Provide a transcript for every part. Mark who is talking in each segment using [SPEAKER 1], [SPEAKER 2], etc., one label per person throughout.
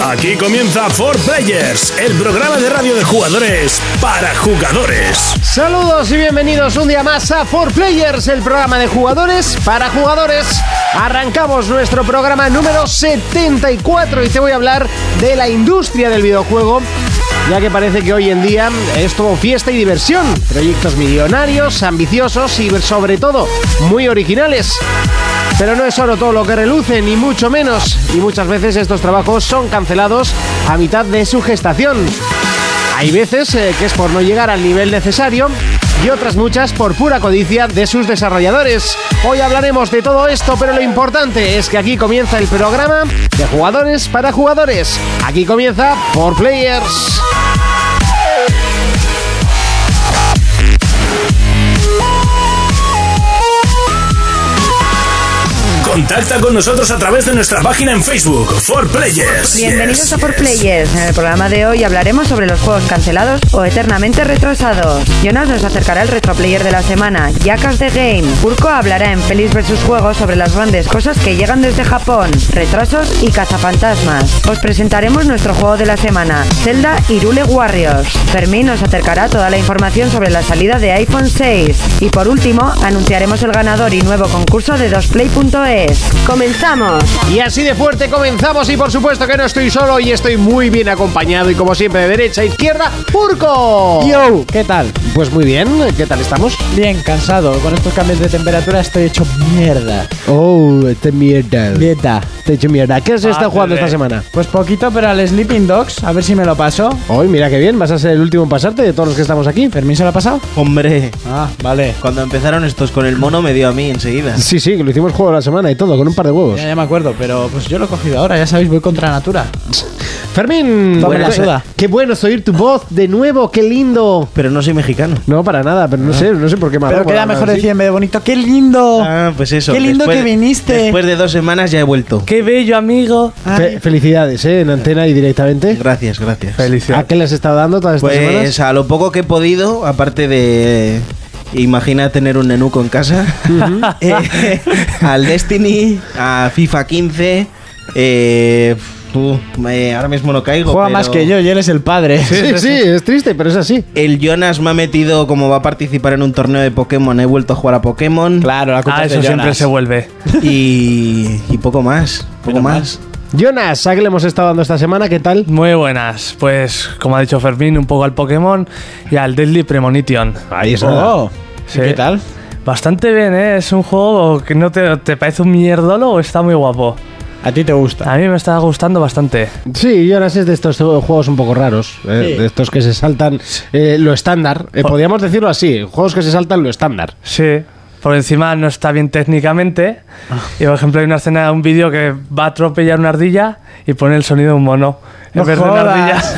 [SPEAKER 1] Aquí comienza For Players, el programa de radio de jugadores para jugadores.
[SPEAKER 2] Saludos y bienvenidos un día más a For Players, el programa de jugadores para jugadores. Arrancamos nuestro programa número 74 y te voy a hablar de la industria del videojuego ya que parece que hoy en día es todo fiesta y diversión, proyectos millonarios, ambiciosos y sobre todo muy originales. Pero no es oro todo lo que reluce, ni mucho menos, y muchas veces estos trabajos son cancelados a mitad de su gestación. Hay veces eh, que es por no llegar al nivel necesario y otras muchas por pura codicia de sus desarrolladores. Hoy hablaremos de todo esto, pero lo importante es que aquí comienza el programa de jugadores para jugadores. Aquí comienza por Players.
[SPEAKER 1] Contacta con nosotros a través de nuestra página en Facebook, For Players.
[SPEAKER 3] Bienvenidos a For Players. En el programa de hoy hablaremos sobre los juegos cancelados o eternamente retrasados. Jonas nos acercará el retroplayer de la semana, Jackass the Game. Urko hablará en Pelis vs Juegos sobre las grandes cosas que llegan desde Japón, retrasos y cazafantasmas. Os presentaremos nuestro juego de la semana, Zelda Irule Warriors. Fermín nos acercará toda la información sobre la salida de iPhone 6. Y por último, anunciaremos el ganador y nuevo concurso de 2play.es.
[SPEAKER 4] Comenzamos.
[SPEAKER 2] Y así de fuerte comenzamos y por supuesto que no estoy solo y estoy muy bien acompañado y como siempre de derecha a izquierda, Urco.
[SPEAKER 5] Yo, ¿qué tal?
[SPEAKER 2] Pues muy bien, ¿qué tal estamos?
[SPEAKER 5] Bien, cansado. Con estos cambios de temperatura estoy hecho mierda.
[SPEAKER 2] Oh, te mierda.
[SPEAKER 5] Dieta.
[SPEAKER 2] Te he hecho mierda. ¿Qué has estado jugando esta semana?
[SPEAKER 5] Pues poquito, pero al Sleeping Dogs, a ver si me lo paso.
[SPEAKER 2] Hoy, mira qué bien, vas a ser el último en pasarte de todos los que estamos aquí.
[SPEAKER 5] ¿Fermín se lo ha pasado?
[SPEAKER 6] Hombre,
[SPEAKER 5] Ah, vale.
[SPEAKER 6] cuando empezaron estos con el mono me dio a mí enseguida.
[SPEAKER 2] Sí, sí, que lo hicimos juego de la semana y todo, con un par de huevos.
[SPEAKER 5] Ya, ya me acuerdo, pero pues yo lo he cogido ahora, ya sabéis, voy contra natura.
[SPEAKER 2] Fermín,
[SPEAKER 5] Toma
[SPEAKER 2] qué-
[SPEAKER 5] la soda.
[SPEAKER 2] qué bueno es oír tu voz de nuevo, qué lindo.
[SPEAKER 6] Pero no soy mexicano.
[SPEAKER 2] No, para nada, pero no sé, no sé por qué me ha
[SPEAKER 5] Pero
[SPEAKER 2] dado por
[SPEAKER 5] queda
[SPEAKER 2] hablar
[SPEAKER 5] mejor
[SPEAKER 2] así.
[SPEAKER 5] decir en vez de bonito. ¡Qué lindo!
[SPEAKER 6] Ah, pues eso.
[SPEAKER 5] Oh, Qué lindo
[SPEAKER 6] Después-
[SPEAKER 5] que viniste.
[SPEAKER 6] Después de dos semanas ya he vuelto.
[SPEAKER 5] ¡Qué bello, amigo!
[SPEAKER 2] Fe- felicidades, ¿eh? En antena y directamente.
[SPEAKER 6] Gracias, gracias.
[SPEAKER 2] ¿A qué les has estado dando todas estas
[SPEAKER 6] Pues
[SPEAKER 2] semanas?
[SPEAKER 6] a lo poco que he podido, aparte de... Imagina tener un nenuco en casa. eh, al Destiny, a FIFA 15. eh, uh, me- ahora mismo no caigo.
[SPEAKER 5] Juega
[SPEAKER 6] pero
[SPEAKER 5] más que yo y él es el padre.
[SPEAKER 2] Sí, sí, es triste, pero es así.
[SPEAKER 6] El Jonas me ha metido como va a participar en un torneo de Pokémon. He vuelto a jugar a Pokémon.
[SPEAKER 5] Claro, la culpa
[SPEAKER 7] Ah,
[SPEAKER 5] es de
[SPEAKER 7] eso siempre
[SPEAKER 5] Jonas.
[SPEAKER 7] se vuelve.
[SPEAKER 6] Y, y poco más. Poco
[SPEAKER 5] Menos
[SPEAKER 6] más.
[SPEAKER 2] Jonas, ¿a qué le hemos estado dando esta semana? ¿Qué tal?
[SPEAKER 7] Muy buenas. Pues, como ha dicho Fermín, un poco al Pokémon y al Deadly Premonition.
[SPEAKER 2] Ahí
[SPEAKER 5] Oh,
[SPEAKER 7] Sí.
[SPEAKER 5] ¿Qué tal?
[SPEAKER 7] Bastante bien, ¿eh? Es un juego que no te, te parece un mierdolo o está muy guapo.
[SPEAKER 5] ¿A ti te gusta?
[SPEAKER 7] A mí me está gustando bastante.
[SPEAKER 2] Sí, Jonas es de estos juegos un poco raros, eh,
[SPEAKER 5] Sí. Oh.
[SPEAKER 2] de estos que se saltan eh, lo estándar. Eh, podríamos decirlo así, juegos que se saltan lo estándar.
[SPEAKER 7] Sí. Por encima no está bien técnicamente.
[SPEAKER 5] Ah.
[SPEAKER 7] Y por ejemplo hay una escena de un vídeo que va a atropellar una ardilla y pone el sonido de un mono. En
[SPEAKER 5] No
[SPEAKER 7] vez de una ardilla.
[SPEAKER 5] jodas.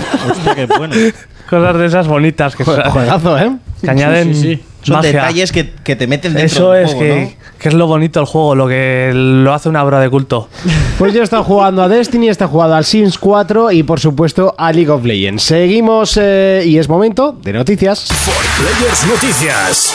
[SPEAKER 7] Cosas de esas bonitas que,
[SPEAKER 2] Jue- Juegazo, ¿eh?
[SPEAKER 7] que añaden
[SPEAKER 5] Sí, sí, sí.
[SPEAKER 6] Son
[SPEAKER 7] magia.
[SPEAKER 6] detalles que, que te meten dentro
[SPEAKER 7] Eso
[SPEAKER 6] del
[SPEAKER 7] es
[SPEAKER 6] juego,
[SPEAKER 7] que, que es lo bonito del juego, lo que lo hace una obra de culto.
[SPEAKER 2] Pues yo he estado jugando a Destiny, he estado jugando al Sims 4 y por supuesto a League of Legends. Seguimos eh, y es momento de noticias.
[SPEAKER 1] Players Noticias.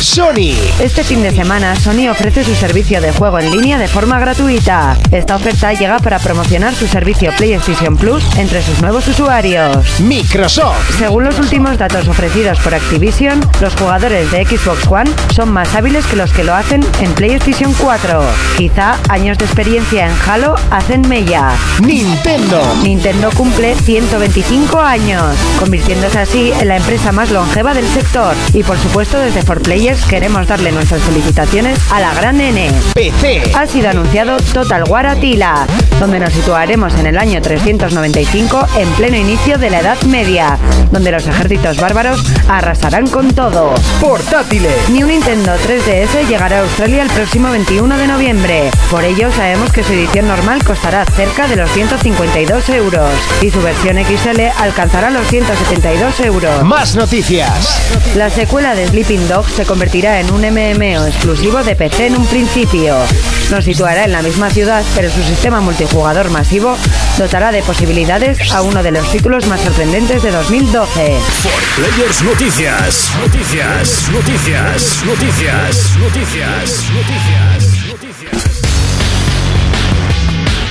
[SPEAKER 2] Sony.
[SPEAKER 3] Este fin de semana, Sony ofrece su servicio de juego en línea de forma gratuita. Esta oferta llega para promocionar su servicio PlayStation Plus entre sus nuevos usuarios.
[SPEAKER 2] Microsoft.
[SPEAKER 3] Según los últimos datos ofrecidos por Activision, los jugadores de Xbox One son más hábiles que los que lo hacen en PlayStation 4. Quizá años de experiencia en Halo hacen mella.
[SPEAKER 2] Nintendo.
[SPEAKER 3] Nintendo cumple 125 años, convirtiéndose así en la empresa más longeva del sector. Y por supuesto, desde 4Players queremos darle nuestras felicitaciones a la gran N. E.
[SPEAKER 2] PC.
[SPEAKER 3] Ha sido anunciado Total War Atila, donde nos situaremos en el año 395 en pleno inicio de la Edad Media, donde los ejércitos bárbaros arrasarán con todo.
[SPEAKER 2] Portátiles.
[SPEAKER 3] Ni un Nintendo 3DS llegará a Australia el próximo 21 de noviembre. Por ello, sabemos que su edición normal costará cerca de los 152 euros y su versión XL alcanzará los 172 euros.
[SPEAKER 2] Más noticias.
[SPEAKER 3] La secuela de Sleeping Dogs se convertirá en un MMO exclusivo de PC en un principio. Nos situará en la misma ciudad, pero su sistema multijugador masivo dotará de posibilidades a uno de los títulos más sorprendentes de 2012.
[SPEAKER 1] Players Noticias. Noticias. Noticias. Noticias. Noticias. Noticias. Noticias.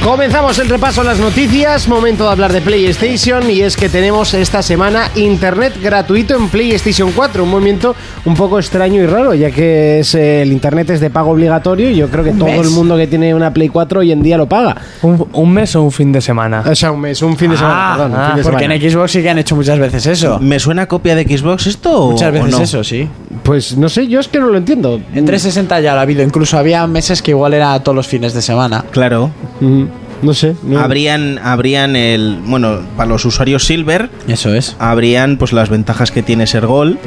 [SPEAKER 2] Comenzamos el repaso a las noticias, momento de hablar de PlayStation y es que tenemos esta semana internet gratuito en PlayStation 4, un movimiento un poco extraño y raro, ya que es, eh, el internet es de pago obligatorio y yo creo que todo el mundo que tiene una Play 4 hoy en día lo paga.
[SPEAKER 7] ¿Un, un mes o un fin de semana?
[SPEAKER 2] O sea, un mes, un fin de semana,
[SPEAKER 7] Ah,
[SPEAKER 2] perdón, un
[SPEAKER 7] ah,
[SPEAKER 2] fin de
[SPEAKER 5] Porque
[SPEAKER 2] semana.
[SPEAKER 5] en Xbox sí que han hecho muchas veces eso.
[SPEAKER 6] ¿Me suena a copia de Xbox esto o,
[SPEAKER 5] Muchas veces
[SPEAKER 6] o no?
[SPEAKER 5] eso, sí.
[SPEAKER 2] Pues no sé, yo es que no lo entiendo.
[SPEAKER 5] En 360 ya lo ha habido. Incluso había meses que igual era todos los fines de semana.
[SPEAKER 6] Claro.
[SPEAKER 2] Mm, No sé. no-
[SPEAKER 6] Habrían, habrían el. Bueno, para los usuarios Silver,
[SPEAKER 5] Eso es.
[SPEAKER 6] habrían pues las ventajas que tiene ser gol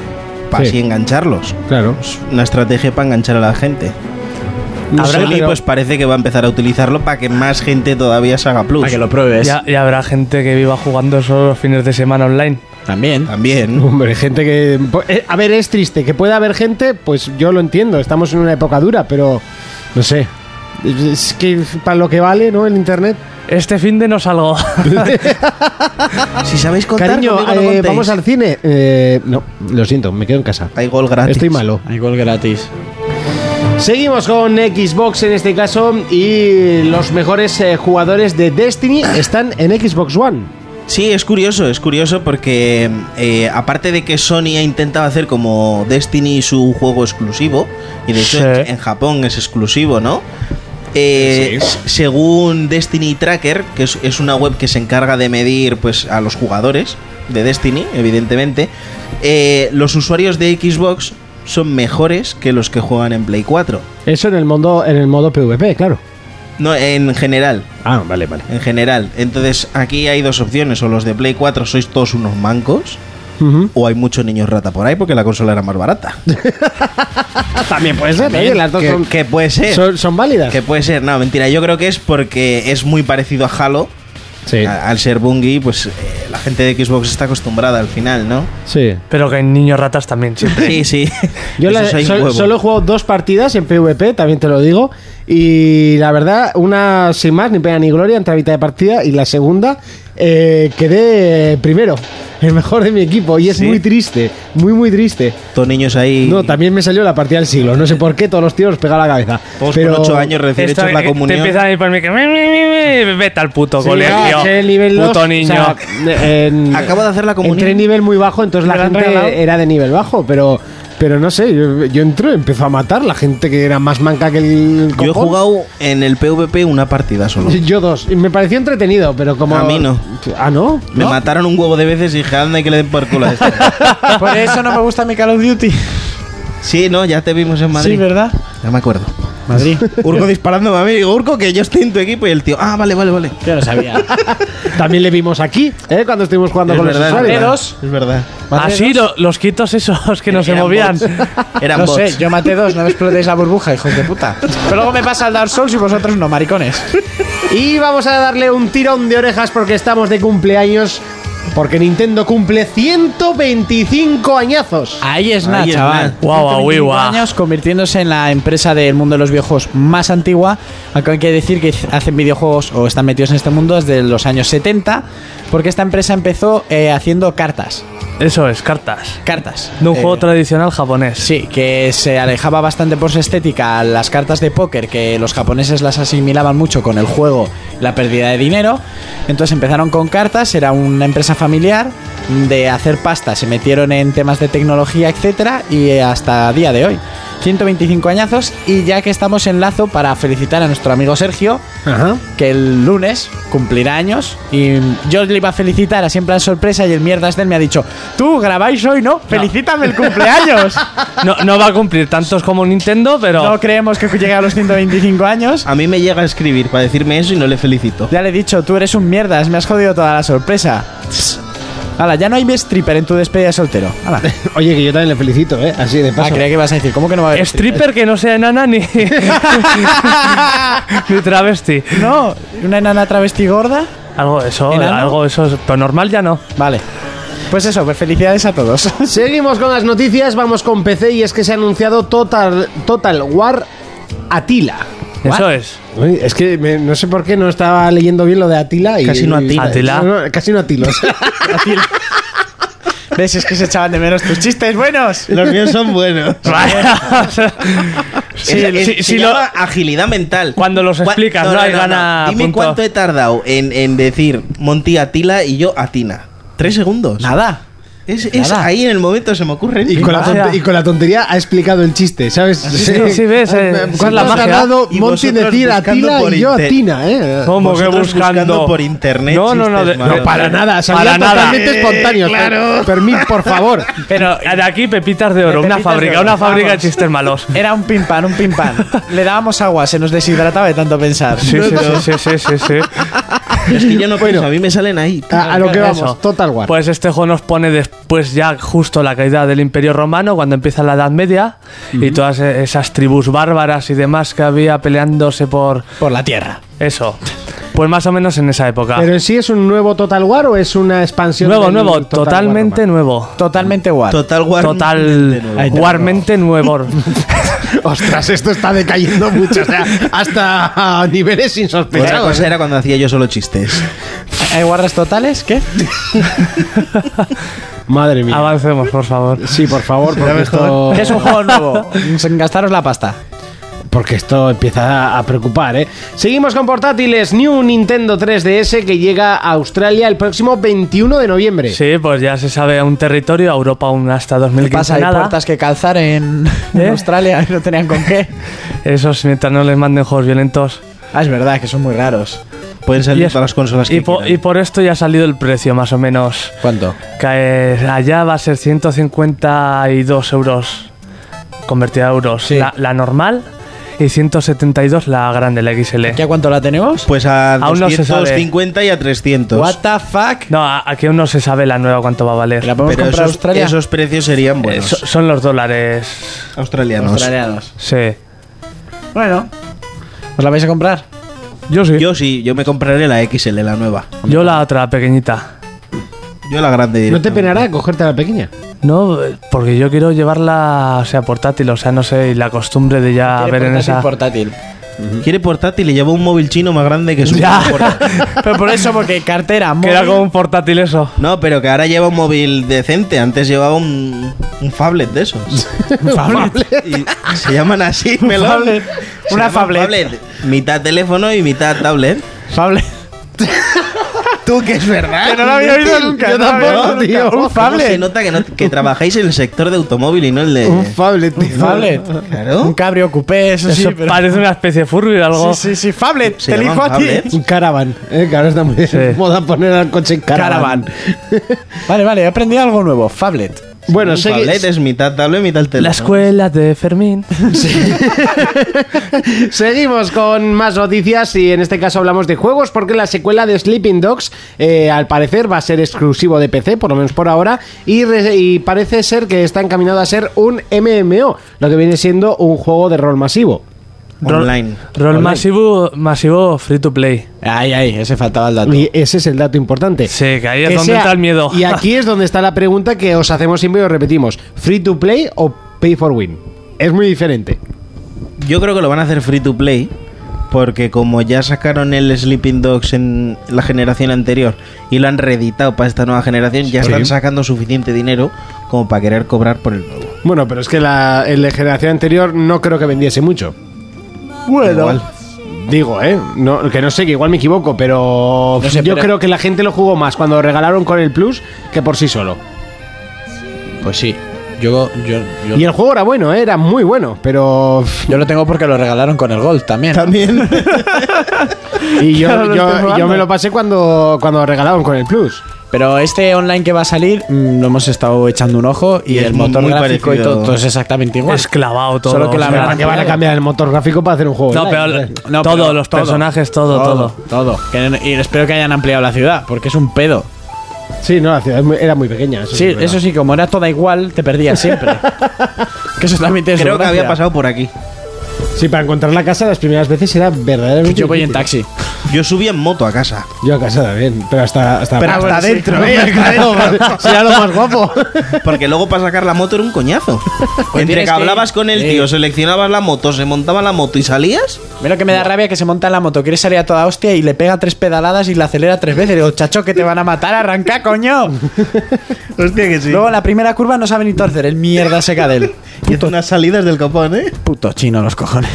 [SPEAKER 6] para
[SPEAKER 2] Sí.
[SPEAKER 6] así engancharlos.
[SPEAKER 2] Claro.
[SPEAKER 6] Una estrategia para enganchar a la gente.
[SPEAKER 2] No sé,
[SPEAKER 6] Ahora Lee,
[SPEAKER 2] pero-
[SPEAKER 6] pues parece que va a empezar a utilizarlo para que más gente todavía se haga plus.
[SPEAKER 5] Para que lo pruebes.
[SPEAKER 7] Ya, ya habrá gente que viva jugando solo los fines de semana online.
[SPEAKER 5] También.
[SPEAKER 2] Ah.
[SPEAKER 6] También.
[SPEAKER 2] Hombre, gente que... po- eh, A ver, es triste. Que pueda haber gente, pues yo lo entiendo. Estamos en una época dura, pero... No sé. Es- Es que para lo que vale, ¿no? El internet.
[SPEAKER 7] Este fin de no salgo.
[SPEAKER 6] Si sabéis contar,
[SPEAKER 2] Cariño,
[SPEAKER 6] conmigo no
[SPEAKER 2] eh,
[SPEAKER 6] contéis.
[SPEAKER 2] vamos al cine. Eh, no, lo siento, me quedo en casa.
[SPEAKER 6] Hay gol gratis.
[SPEAKER 2] Estoy malo.
[SPEAKER 5] Igual gratis.
[SPEAKER 2] Seguimos con Xbox en este caso y los mejores eh, jugadores de Destiny están en Xbox One.
[SPEAKER 6] Sí, es curioso, es curioso porque eh, aparte de que Sony ha intentado hacer como Destiny su juego exclusivo, y de hecho
[SPEAKER 7] Sí.
[SPEAKER 6] en, en Japón es exclusivo, ¿no? Eh, s- Según Destiny Tracker, que es, es una web que se encarga de medir pues, a los jugadores de Destiny, evidentemente, eh, los usuarios de Xbox son mejores que los que juegan en Play 4.
[SPEAKER 2] Eso en el mundo, en el modo PvP, claro.
[SPEAKER 6] No, en general,
[SPEAKER 2] Ah, vale, vale.
[SPEAKER 6] en general. Entonces aquí hay dos opciones, o los de Play 4 sois todos unos mancos,
[SPEAKER 2] Ujú.
[SPEAKER 6] o hay muchos niños rata por ahí porque la consola era más barata.
[SPEAKER 2] También puede ser, oye, las dos
[SPEAKER 6] que,
[SPEAKER 2] son,
[SPEAKER 6] que puede ser.
[SPEAKER 2] son- son válidas.
[SPEAKER 6] Que puede ser. No, mentira. Yo creo que es porque es muy parecido a Halo.
[SPEAKER 2] Sí,
[SPEAKER 6] A- Al ser Bungie, pues eh, la gente de Xbox está acostumbrada al final, ¿no?
[SPEAKER 2] sí.
[SPEAKER 7] Pero que en niños ratas también, siempre.
[SPEAKER 6] Sí, sí.
[SPEAKER 2] Yo
[SPEAKER 6] Esos
[SPEAKER 2] la-
[SPEAKER 6] hay un
[SPEAKER 2] sol-
[SPEAKER 6] huevo.
[SPEAKER 2] solo he jugado dos partidas en PvP, también te lo digo. Y la verdad, una sin más, ni pena ni gloria, entre mitad de partida. Y la segunda, eh, quedé primero, el mejor de mi equipo. Y es
[SPEAKER 6] ¿Sí?
[SPEAKER 2] muy triste, muy, muy triste.
[SPEAKER 6] Todos niños ahí.
[SPEAKER 2] No, también me salió la partida del siglo. No sé por qué todos los tiros pegados a la cabeza.
[SPEAKER 6] Todos
[SPEAKER 2] pero...
[SPEAKER 6] Pues con 8 años recién
[SPEAKER 7] Esto
[SPEAKER 6] hechos la
[SPEAKER 7] que- Te
[SPEAKER 6] comunión.
[SPEAKER 7] empiezan a ir por mí que. "Me, me, me, me". Vete al puto
[SPEAKER 2] Sí,
[SPEAKER 7] colegio.
[SPEAKER 2] ah, sí, nivel dos,
[SPEAKER 7] puto
[SPEAKER 2] o sea,
[SPEAKER 7] niño.
[SPEAKER 2] en-
[SPEAKER 6] Acabo de hacer la comunión.
[SPEAKER 2] Entré en nivel muy bajo, entonces la
[SPEAKER 7] ¿Me la han
[SPEAKER 2] gente
[SPEAKER 7] regalado?
[SPEAKER 2] era de nivel bajo, pero. Pero no sé, yo, yo entré, empezó a matar la gente que era más manca que el.
[SPEAKER 6] Yo he
[SPEAKER 2] cojón.
[SPEAKER 6] jugado en el PvP una partida solo.
[SPEAKER 2] Yo dos. Y me pareció entretenido, pero como.
[SPEAKER 6] A mí no.
[SPEAKER 2] Ah, no.
[SPEAKER 6] Me
[SPEAKER 2] ¿No?
[SPEAKER 6] mataron un huevo de veces y dije, anda, hay que le den por culo a este". esto.
[SPEAKER 5] Por eso no me gusta mi Call of Duty.
[SPEAKER 6] sí, no, ya te vimos en Madrid.
[SPEAKER 5] Sí, ¿verdad?
[SPEAKER 6] Ya me acuerdo.
[SPEAKER 5] Madrid.
[SPEAKER 6] Urco disparándome a mí. Digo, Urco, que yo estoy en tu equipo. Y el tío, ah, vale, vale, vale.
[SPEAKER 5] Yo no sabía.
[SPEAKER 2] También le vimos aquí, ¿eh? Cuando estuvimos jugando
[SPEAKER 6] Es
[SPEAKER 2] con
[SPEAKER 6] verdad,
[SPEAKER 2] los usuarios.
[SPEAKER 5] Dedos.
[SPEAKER 6] Es verdad.
[SPEAKER 7] Así los quitos esos que no se
[SPEAKER 6] Eran
[SPEAKER 7] movían.
[SPEAKER 6] bots. Eran
[SPEAKER 5] No
[SPEAKER 6] bots.
[SPEAKER 5] sé, yo maté dos, no me explotéis la burbuja, hijos de puta. Pero luego me pasa el Dark Souls y vosotros no, maricones.
[SPEAKER 2] Y vamos a darle un tirón de orejas porque estamos de cumpleaños. Porque Nintendo cumple 125 añazos.
[SPEAKER 5] Ahí es nada,
[SPEAKER 6] Ahí es
[SPEAKER 5] chaval.
[SPEAKER 6] nada.
[SPEAKER 7] Guau, guau,
[SPEAKER 5] 125
[SPEAKER 7] guau.
[SPEAKER 5] años convirtiéndose en la empresa del mundo de los videojuegos más antigua. Aunque hay que decir que hacen videojuegos o están metidos en este mundo desde los años 70, porque esta empresa empezó eh, haciendo cartas.
[SPEAKER 7] Eso es, cartas.
[SPEAKER 5] Cartas.
[SPEAKER 7] De un
[SPEAKER 5] Eh,
[SPEAKER 7] juego tradicional japonés.
[SPEAKER 5] Sí, que se alejaba bastante por su estética a las cartas de póker, que los japoneses las asimilaban mucho con el juego, la pérdida de dinero. Entonces empezaron con cartas, era una empresa familiar de hacer pasta, se metieron en temas de tecnología, etcétera, y eh, hasta día de hoy. 125 añazos y ya que estamos en lazo para felicitar a nuestro amigo Sergio,
[SPEAKER 2] Ajá.
[SPEAKER 5] que el lunes cumplirá años y yo le iba a felicitar a siempre sorpresa y el mierdas del me ha dicho, tú grabáis hoy, ¿no? Felicítame el cumpleaños.
[SPEAKER 7] No, no va a cumplir tantos como Nintendo, pero.
[SPEAKER 5] No creemos que llegue a los 125 años.
[SPEAKER 6] A mí me llega a escribir para decirme eso y no le felicito.
[SPEAKER 5] Ya le he dicho, tú eres un mierdas, me has jodido toda la sorpresa. Hala, ya no hay stripper en tu despedida de soltero. Hala.
[SPEAKER 2] Oye, que yo también le felicito, ¿eh? Así de
[SPEAKER 5] Ah,
[SPEAKER 2] paso.
[SPEAKER 5] creía que ibas a decir, ¿cómo que no va a haber
[SPEAKER 7] Stripper que no sea enana ni. ni travesti.
[SPEAKER 5] No, una enana travesti gorda.
[SPEAKER 7] Algo de eso,
[SPEAKER 5] ¿Enano?
[SPEAKER 7] algo de eso. Pero normal ya no.
[SPEAKER 5] Vale. Pues eso, pues felicidades a todos.
[SPEAKER 2] Seguimos con las noticias, vamos con PC y es que se ha anunciado Total, Total War Atila.
[SPEAKER 7] Eso es.
[SPEAKER 2] Es que me- no sé por qué no estaba leyendo bien lo de Atila. Y,
[SPEAKER 6] Casi no atila.
[SPEAKER 7] Atila.
[SPEAKER 2] No, no, casi no atilo.
[SPEAKER 5] ¿Ves? Es que se echaban de menos tus chistes buenos.
[SPEAKER 6] Los míos son buenos.
[SPEAKER 7] Vaya, o sea, Sí,
[SPEAKER 6] Es- es-
[SPEAKER 7] sí,
[SPEAKER 6] se
[SPEAKER 7] sí,
[SPEAKER 6] llama agilidad mental.
[SPEAKER 7] Cuando los
[SPEAKER 6] Cua-
[SPEAKER 7] explicas, no hay gana
[SPEAKER 6] Dime
[SPEAKER 7] punto.
[SPEAKER 6] cuánto he tardado en, en decir Monty Atila y yo Atina. Tres segundos.
[SPEAKER 5] Nada.
[SPEAKER 6] Es, es
[SPEAKER 5] nada.
[SPEAKER 6] ahí en el momento se me ocurre.
[SPEAKER 2] Y con, la
[SPEAKER 7] Vaya.
[SPEAKER 2] tonte- y con la tontería ha explicado el chiste, ¿sabes?
[SPEAKER 7] sí, sí, ves, eh,
[SPEAKER 2] ¿Cuánto
[SPEAKER 7] es la
[SPEAKER 2] has
[SPEAKER 7] magia.
[SPEAKER 2] ganado
[SPEAKER 6] Y
[SPEAKER 2] Monty en
[SPEAKER 6] vosotros
[SPEAKER 2] decir a
[SPEAKER 6] buscando
[SPEAKER 2] Tila
[SPEAKER 6] por
[SPEAKER 2] y yo a
[SPEAKER 6] inter-
[SPEAKER 2] Tina, ¿eh?
[SPEAKER 7] ¿Cómo que
[SPEAKER 6] Vosotros
[SPEAKER 7] buscando?
[SPEAKER 6] buscando por internet
[SPEAKER 7] No, no, no.
[SPEAKER 6] chistes
[SPEAKER 7] de-
[SPEAKER 6] malos.
[SPEAKER 7] no,
[SPEAKER 2] Para nada, salía
[SPEAKER 7] Para nada.
[SPEAKER 2] totalmente espontáneo. Per- Permit, por favor.
[SPEAKER 7] Pero de aquí pepitas de oro,
[SPEAKER 5] De
[SPEAKER 7] una
[SPEAKER 5] pepitas
[SPEAKER 7] fábrica,
[SPEAKER 5] de oro,
[SPEAKER 7] una fábrica
[SPEAKER 5] vamos.
[SPEAKER 7] de chistes malos.
[SPEAKER 5] Era un pim pan, un pim pan. Le dábamos agua, se nos deshidrataba de tanto pensar.
[SPEAKER 7] Sí, sí, sí, sí, sí, sí.
[SPEAKER 6] Es que yo no pienso, a mí me salen ahí.
[SPEAKER 2] A, a lo que vamos,
[SPEAKER 7] Eso.
[SPEAKER 2] Total War.
[SPEAKER 7] Pues este juego nos pone después ya justo la caída del Imperio Romano, cuando empieza la Edad Media y todas e- esas tribus bárbaras y demás que había peleándose por
[SPEAKER 5] Por la tierra.
[SPEAKER 7] eso. Pues más o menos en esa época.
[SPEAKER 2] ¿Pero en sí es un nuevo Total War o es una expansión?
[SPEAKER 7] nuevo,
[SPEAKER 2] del
[SPEAKER 7] nuevo,
[SPEAKER 2] Total War
[SPEAKER 7] totalmente
[SPEAKER 2] Roma?
[SPEAKER 7] nuevo.
[SPEAKER 5] Totalmente guay.
[SPEAKER 6] Total War.
[SPEAKER 7] Total,
[SPEAKER 6] de nuevo.
[SPEAKER 5] Ahí te lo
[SPEAKER 7] igualmente nuevo.
[SPEAKER 2] Ostras, esto está decayendo mucho. O sea, hasta a niveles
[SPEAKER 6] Otra
[SPEAKER 2] insospechados.
[SPEAKER 7] eh.
[SPEAKER 6] cosa era cuando hacía yo solo chistes.
[SPEAKER 5] ¿Hay guarras totales? ¿Qué? Ah,
[SPEAKER 2] Madre mía.
[SPEAKER 7] Avancemos, por favor.
[SPEAKER 2] Sí, por favor, porque esto,
[SPEAKER 5] Es un juego nuevo. Sin gastaros la pasta.
[SPEAKER 2] porque esto empieza a preocupar, ¿eh? Seguimos con portátiles. New Nintendo 3DS que llega a Australia el próximo 21 de noviembre.
[SPEAKER 7] Sí, pues ya se sabe a un territorio, a Europa aún hasta
[SPEAKER 5] ¿Qué
[SPEAKER 7] 2015
[SPEAKER 5] pasa? Hay
[SPEAKER 7] nada.
[SPEAKER 5] puertas que calzar en, en
[SPEAKER 7] ¿Eh?
[SPEAKER 5] Australia y no tenían con qué.
[SPEAKER 7] Esos mientras no les manden juegos violentos.
[SPEAKER 5] Ah, es verdad, que son muy raros.
[SPEAKER 6] Pueden salir
[SPEAKER 7] Y es-
[SPEAKER 6] todas las consolas que
[SPEAKER 7] Y, po-
[SPEAKER 6] quieran.
[SPEAKER 7] y por esto ya ha salido el precio, más o menos.
[SPEAKER 5] ¿Cuánto?
[SPEAKER 7] Que eh, allá va a ser 152 euros convertida a euros
[SPEAKER 5] Sí.
[SPEAKER 7] la, la normal y 172 la grande, la XL.
[SPEAKER 5] ¿Aquí a cuánto la tenemos?
[SPEAKER 6] Pues a
[SPEAKER 7] Aún no se sabe.
[SPEAKER 6] 250 y a 300.
[SPEAKER 5] What the fuck?
[SPEAKER 7] No, a- aquí aún no se sabe la nueva cuánto va a valer.
[SPEAKER 5] ¿La podemos
[SPEAKER 6] Pero
[SPEAKER 5] comprar a
[SPEAKER 6] esos,
[SPEAKER 5] Australia?
[SPEAKER 6] esos precios serían
[SPEAKER 7] Eh,
[SPEAKER 6] buenos.
[SPEAKER 7] so- son los dólares.
[SPEAKER 6] Australianos.
[SPEAKER 5] australianos.
[SPEAKER 7] Sí.
[SPEAKER 5] Bueno. ¿Os la vais a comprar?
[SPEAKER 7] Yo sí. Yo,
[SPEAKER 6] Yo sí, yo me compraré la XL, la nueva.
[SPEAKER 7] la otra pequeñita.
[SPEAKER 6] Yo la grande.
[SPEAKER 2] ¿No te
[SPEAKER 6] directamente.
[SPEAKER 2] penará cogerte a la pequeña?
[SPEAKER 7] No, eh, porque yo quiero llevarla, o sea, portátil, o sea, no sé, y la costumbre de ya
[SPEAKER 5] Quiere
[SPEAKER 7] ver en
[SPEAKER 5] portátil,
[SPEAKER 7] esa.
[SPEAKER 5] portátil.
[SPEAKER 6] Quiere portátil y lleva un móvil chino más grande que su
[SPEAKER 7] Ya.
[SPEAKER 6] portátil.
[SPEAKER 5] Pero por eso, porque cartera,
[SPEAKER 7] Que era
[SPEAKER 5] móvil-
[SPEAKER 7] como un portátil eso.
[SPEAKER 6] No, pero que ahora lleva un móvil decente. Antes llevaba un, un phablet de esos. Y se llaman así, melón.
[SPEAKER 5] phablet.
[SPEAKER 6] Se
[SPEAKER 5] Una
[SPEAKER 6] llaman
[SPEAKER 5] phablet.
[SPEAKER 6] Mitad teléfono y mitad tablet.
[SPEAKER 5] Fable.
[SPEAKER 6] Tú que es verdad.
[SPEAKER 5] Que no lo había oído nunca.
[SPEAKER 2] Yo
[SPEAKER 5] no lo había
[SPEAKER 2] tampoco,
[SPEAKER 5] oído
[SPEAKER 2] tío.
[SPEAKER 5] nunca. Un
[SPEAKER 6] ¿Cómo se
[SPEAKER 5] Fable.
[SPEAKER 6] nota que, no- que trabajáis en el sector de automóvil y no el de.
[SPEAKER 2] Un Fablet, tío.
[SPEAKER 5] Fable.
[SPEAKER 6] Claro.
[SPEAKER 5] Un cabrio coupé, eso,
[SPEAKER 7] Eso
[SPEAKER 5] sí. Pero...
[SPEAKER 7] parece una especie de furby o algo.
[SPEAKER 5] Sí, sí, sí. Fable,
[SPEAKER 6] Se
[SPEAKER 5] te
[SPEAKER 6] llaman
[SPEAKER 5] elijo a ti.
[SPEAKER 6] phablets.
[SPEAKER 2] Un caravan, ¿eh? que ahora está muy de
[SPEAKER 7] Sí.
[SPEAKER 2] moda poner al coche en caravan.
[SPEAKER 5] Caravan. vale, vale, he aprendido algo nuevo. Fablet.
[SPEAKER 2] Bueno,
[SPEAKER 6] Un
[SPEAKER 2] segui-
[SPEAKER 6] phablet es mitad tablet y mitad teléfono.
[SPEAKER 7] La escuela de Fermín.
[SPEAKER 2] seguimos con más noticias y en este caso hablamos de juegos porque la secuela de Sleeping Dogs eh, al parecer va a ser exclusivo de PC, por lo menos por ahora, y, re- y parece ser que está encaminado a ser un MMO, lo que viene siendo un juego de rol masivo.
[SPEAKER 7] Rol-
[SPEAKER 6] Online.
[SPEAKER 7] Rol masivo, masivo free to play.
[SPEAKER 5] Ay, ay, ese faltaba el dato.
[SPEAKER 2] Y ese es el dato importante.
[SPEAKER 7] Sí, que ahí es
[SPEAKER 2] Que
[SPEAKER 7] donde
[SPEAKER 2] sea-
[SPEAKER 7] está el miedo.
[SPEAKER 2] Y aquí es donde está la pregunta que os hacemos siempre y os repetimos. ¿Free to play o pay for win? Es muy diferente.
[SPEAKER 6] Yo creo que lo van a hacer free to play. Porque como ya sacaron el Sleeping Dogs en la generación anterior y lo han reeditado para esta nueva generación, ya están sacando suficiente dinero como para querer cobrar por el nuevo.
[SPEAKER 2] Bueno, pero es que la, el de generación anterior no creo que vendiese mucho.
[SPEAKER 6] Igual.
[SPEAKER 2] Digo, ¿eh? No, que no sé, que igual me equivoco, pero
[SPEAKER 5] No sé,
[SPEAKER 2] yo
[SPEAKER 5] pero-
[SPEAKER 2] creo que la gente lo jugó más cuando regalaron con el Plus que por sí solo.
[SPEAKER 5] Pues sí. Yo, yo, yo,
[SPEAKER 2] Y el juego era bueno, ¿eh? era muy bueno, pero...
[SPEAKER 5] yo lo tengo porque lo regalaron con el Gold también.
[SPEAKER 6] También.
[SPEAKER 2] Y yo,
[SPEAKER 5] Claro, lo
[SPEAKER 2] yo-
[SPEAKER 5] estoy jugando.
[SPEAKER 2] yo me lo pasé cuando, cuando regalaron con el Plus.
[SPEAKER 5] Pero este online que va a salir, mm, lo hemos estado echando un ojo y,
[SPEAKER 6] Y es
[SPEAKER 5] el motor
[SPEAKER 6] muy
[SPEAKER 5] gráfico y
[SPEAKER 6] parecido.
[SPEAKER 5] todo, todo es exactamente igual.
[SPEAKER 7] es clavado todo.
[SPEAKER 5] Solo que
[SPEAKER 7] o
[SPEAKER 5] la
[SPEAKER 7] sea,
[SPEAKER 5] verdad
[SPEAKER 2] ¿Para qué van a cambiar el motor gráfico para hacer un juego?
[SPEAKER 7] No,
[SPEAKER 2] online?
[SPEAKER 7] pero
[SPEAKER 5] No,
[SPEAKER 7] todos
[SPEAKER 5] pero
[SPEAKER 7] los personajes, todo, todo.
[SPEAKER 5] Todo. Que- y espero que hayan ampliado la ciudad, porque es un pedo.
[SPEAKER 2] Sí, no, la ciudad es muy- era muy pequeña. Eso
[SPEAKER 5] Sí,
[SPEAKER 2] es verdad.
[SPEAKER 5] eso sí, como era toda igual, te perdías siempre. que eso también tiene su
[SPEAKER 6] Creo que
[SPEAKER 5] gracia.
[SPEAKER 6] había pasado por aquí.
[SPEAKER 2] Sí, para encontrar la casa las primeras veces era verdaderamente.
[SPEAKER 5] Yo voy en
[SPEAKER 2] difícil.
[SPEAKER 5] taxi.
[SPEAKER 6] Yo subí en moto a casa.
[SPEAKER 2] Yo a casa también, pero hasta, hasta,
[SPEAKER 6] Pero hasta dentro, ¿eh? Hasta dentro.
[SPEAKER 2] Será lo más guapo.
[SPEAKER 6] Porque luego para sacar la moto era un coñazo. Entre
[SPEAKER 5] tienes
[SPEAKER 6] Pues que eh.
[SPEAKER 5] que-
[SPEAKER 6] hablabas con el tío, seleccionabas la moto, se montaba la moto y salías.
[SPEAKER 5] Mira que me da rabia que se monta en la moto, quiere salir a toda hostia y le pega tres pedaladas y la acelera tres veces. Le digo, chacho, que te van a matar, arranca, coño.
[SPEAKER 6] Hostia, que sí.
[SPEAKER 5] Luego en la primera curva no sabe ni torcer, el mierda seca del
[SPEAKER 6] Y hace unas salidas del copón, ¿eh?
[SPEAKER 5] puto chino los cojones.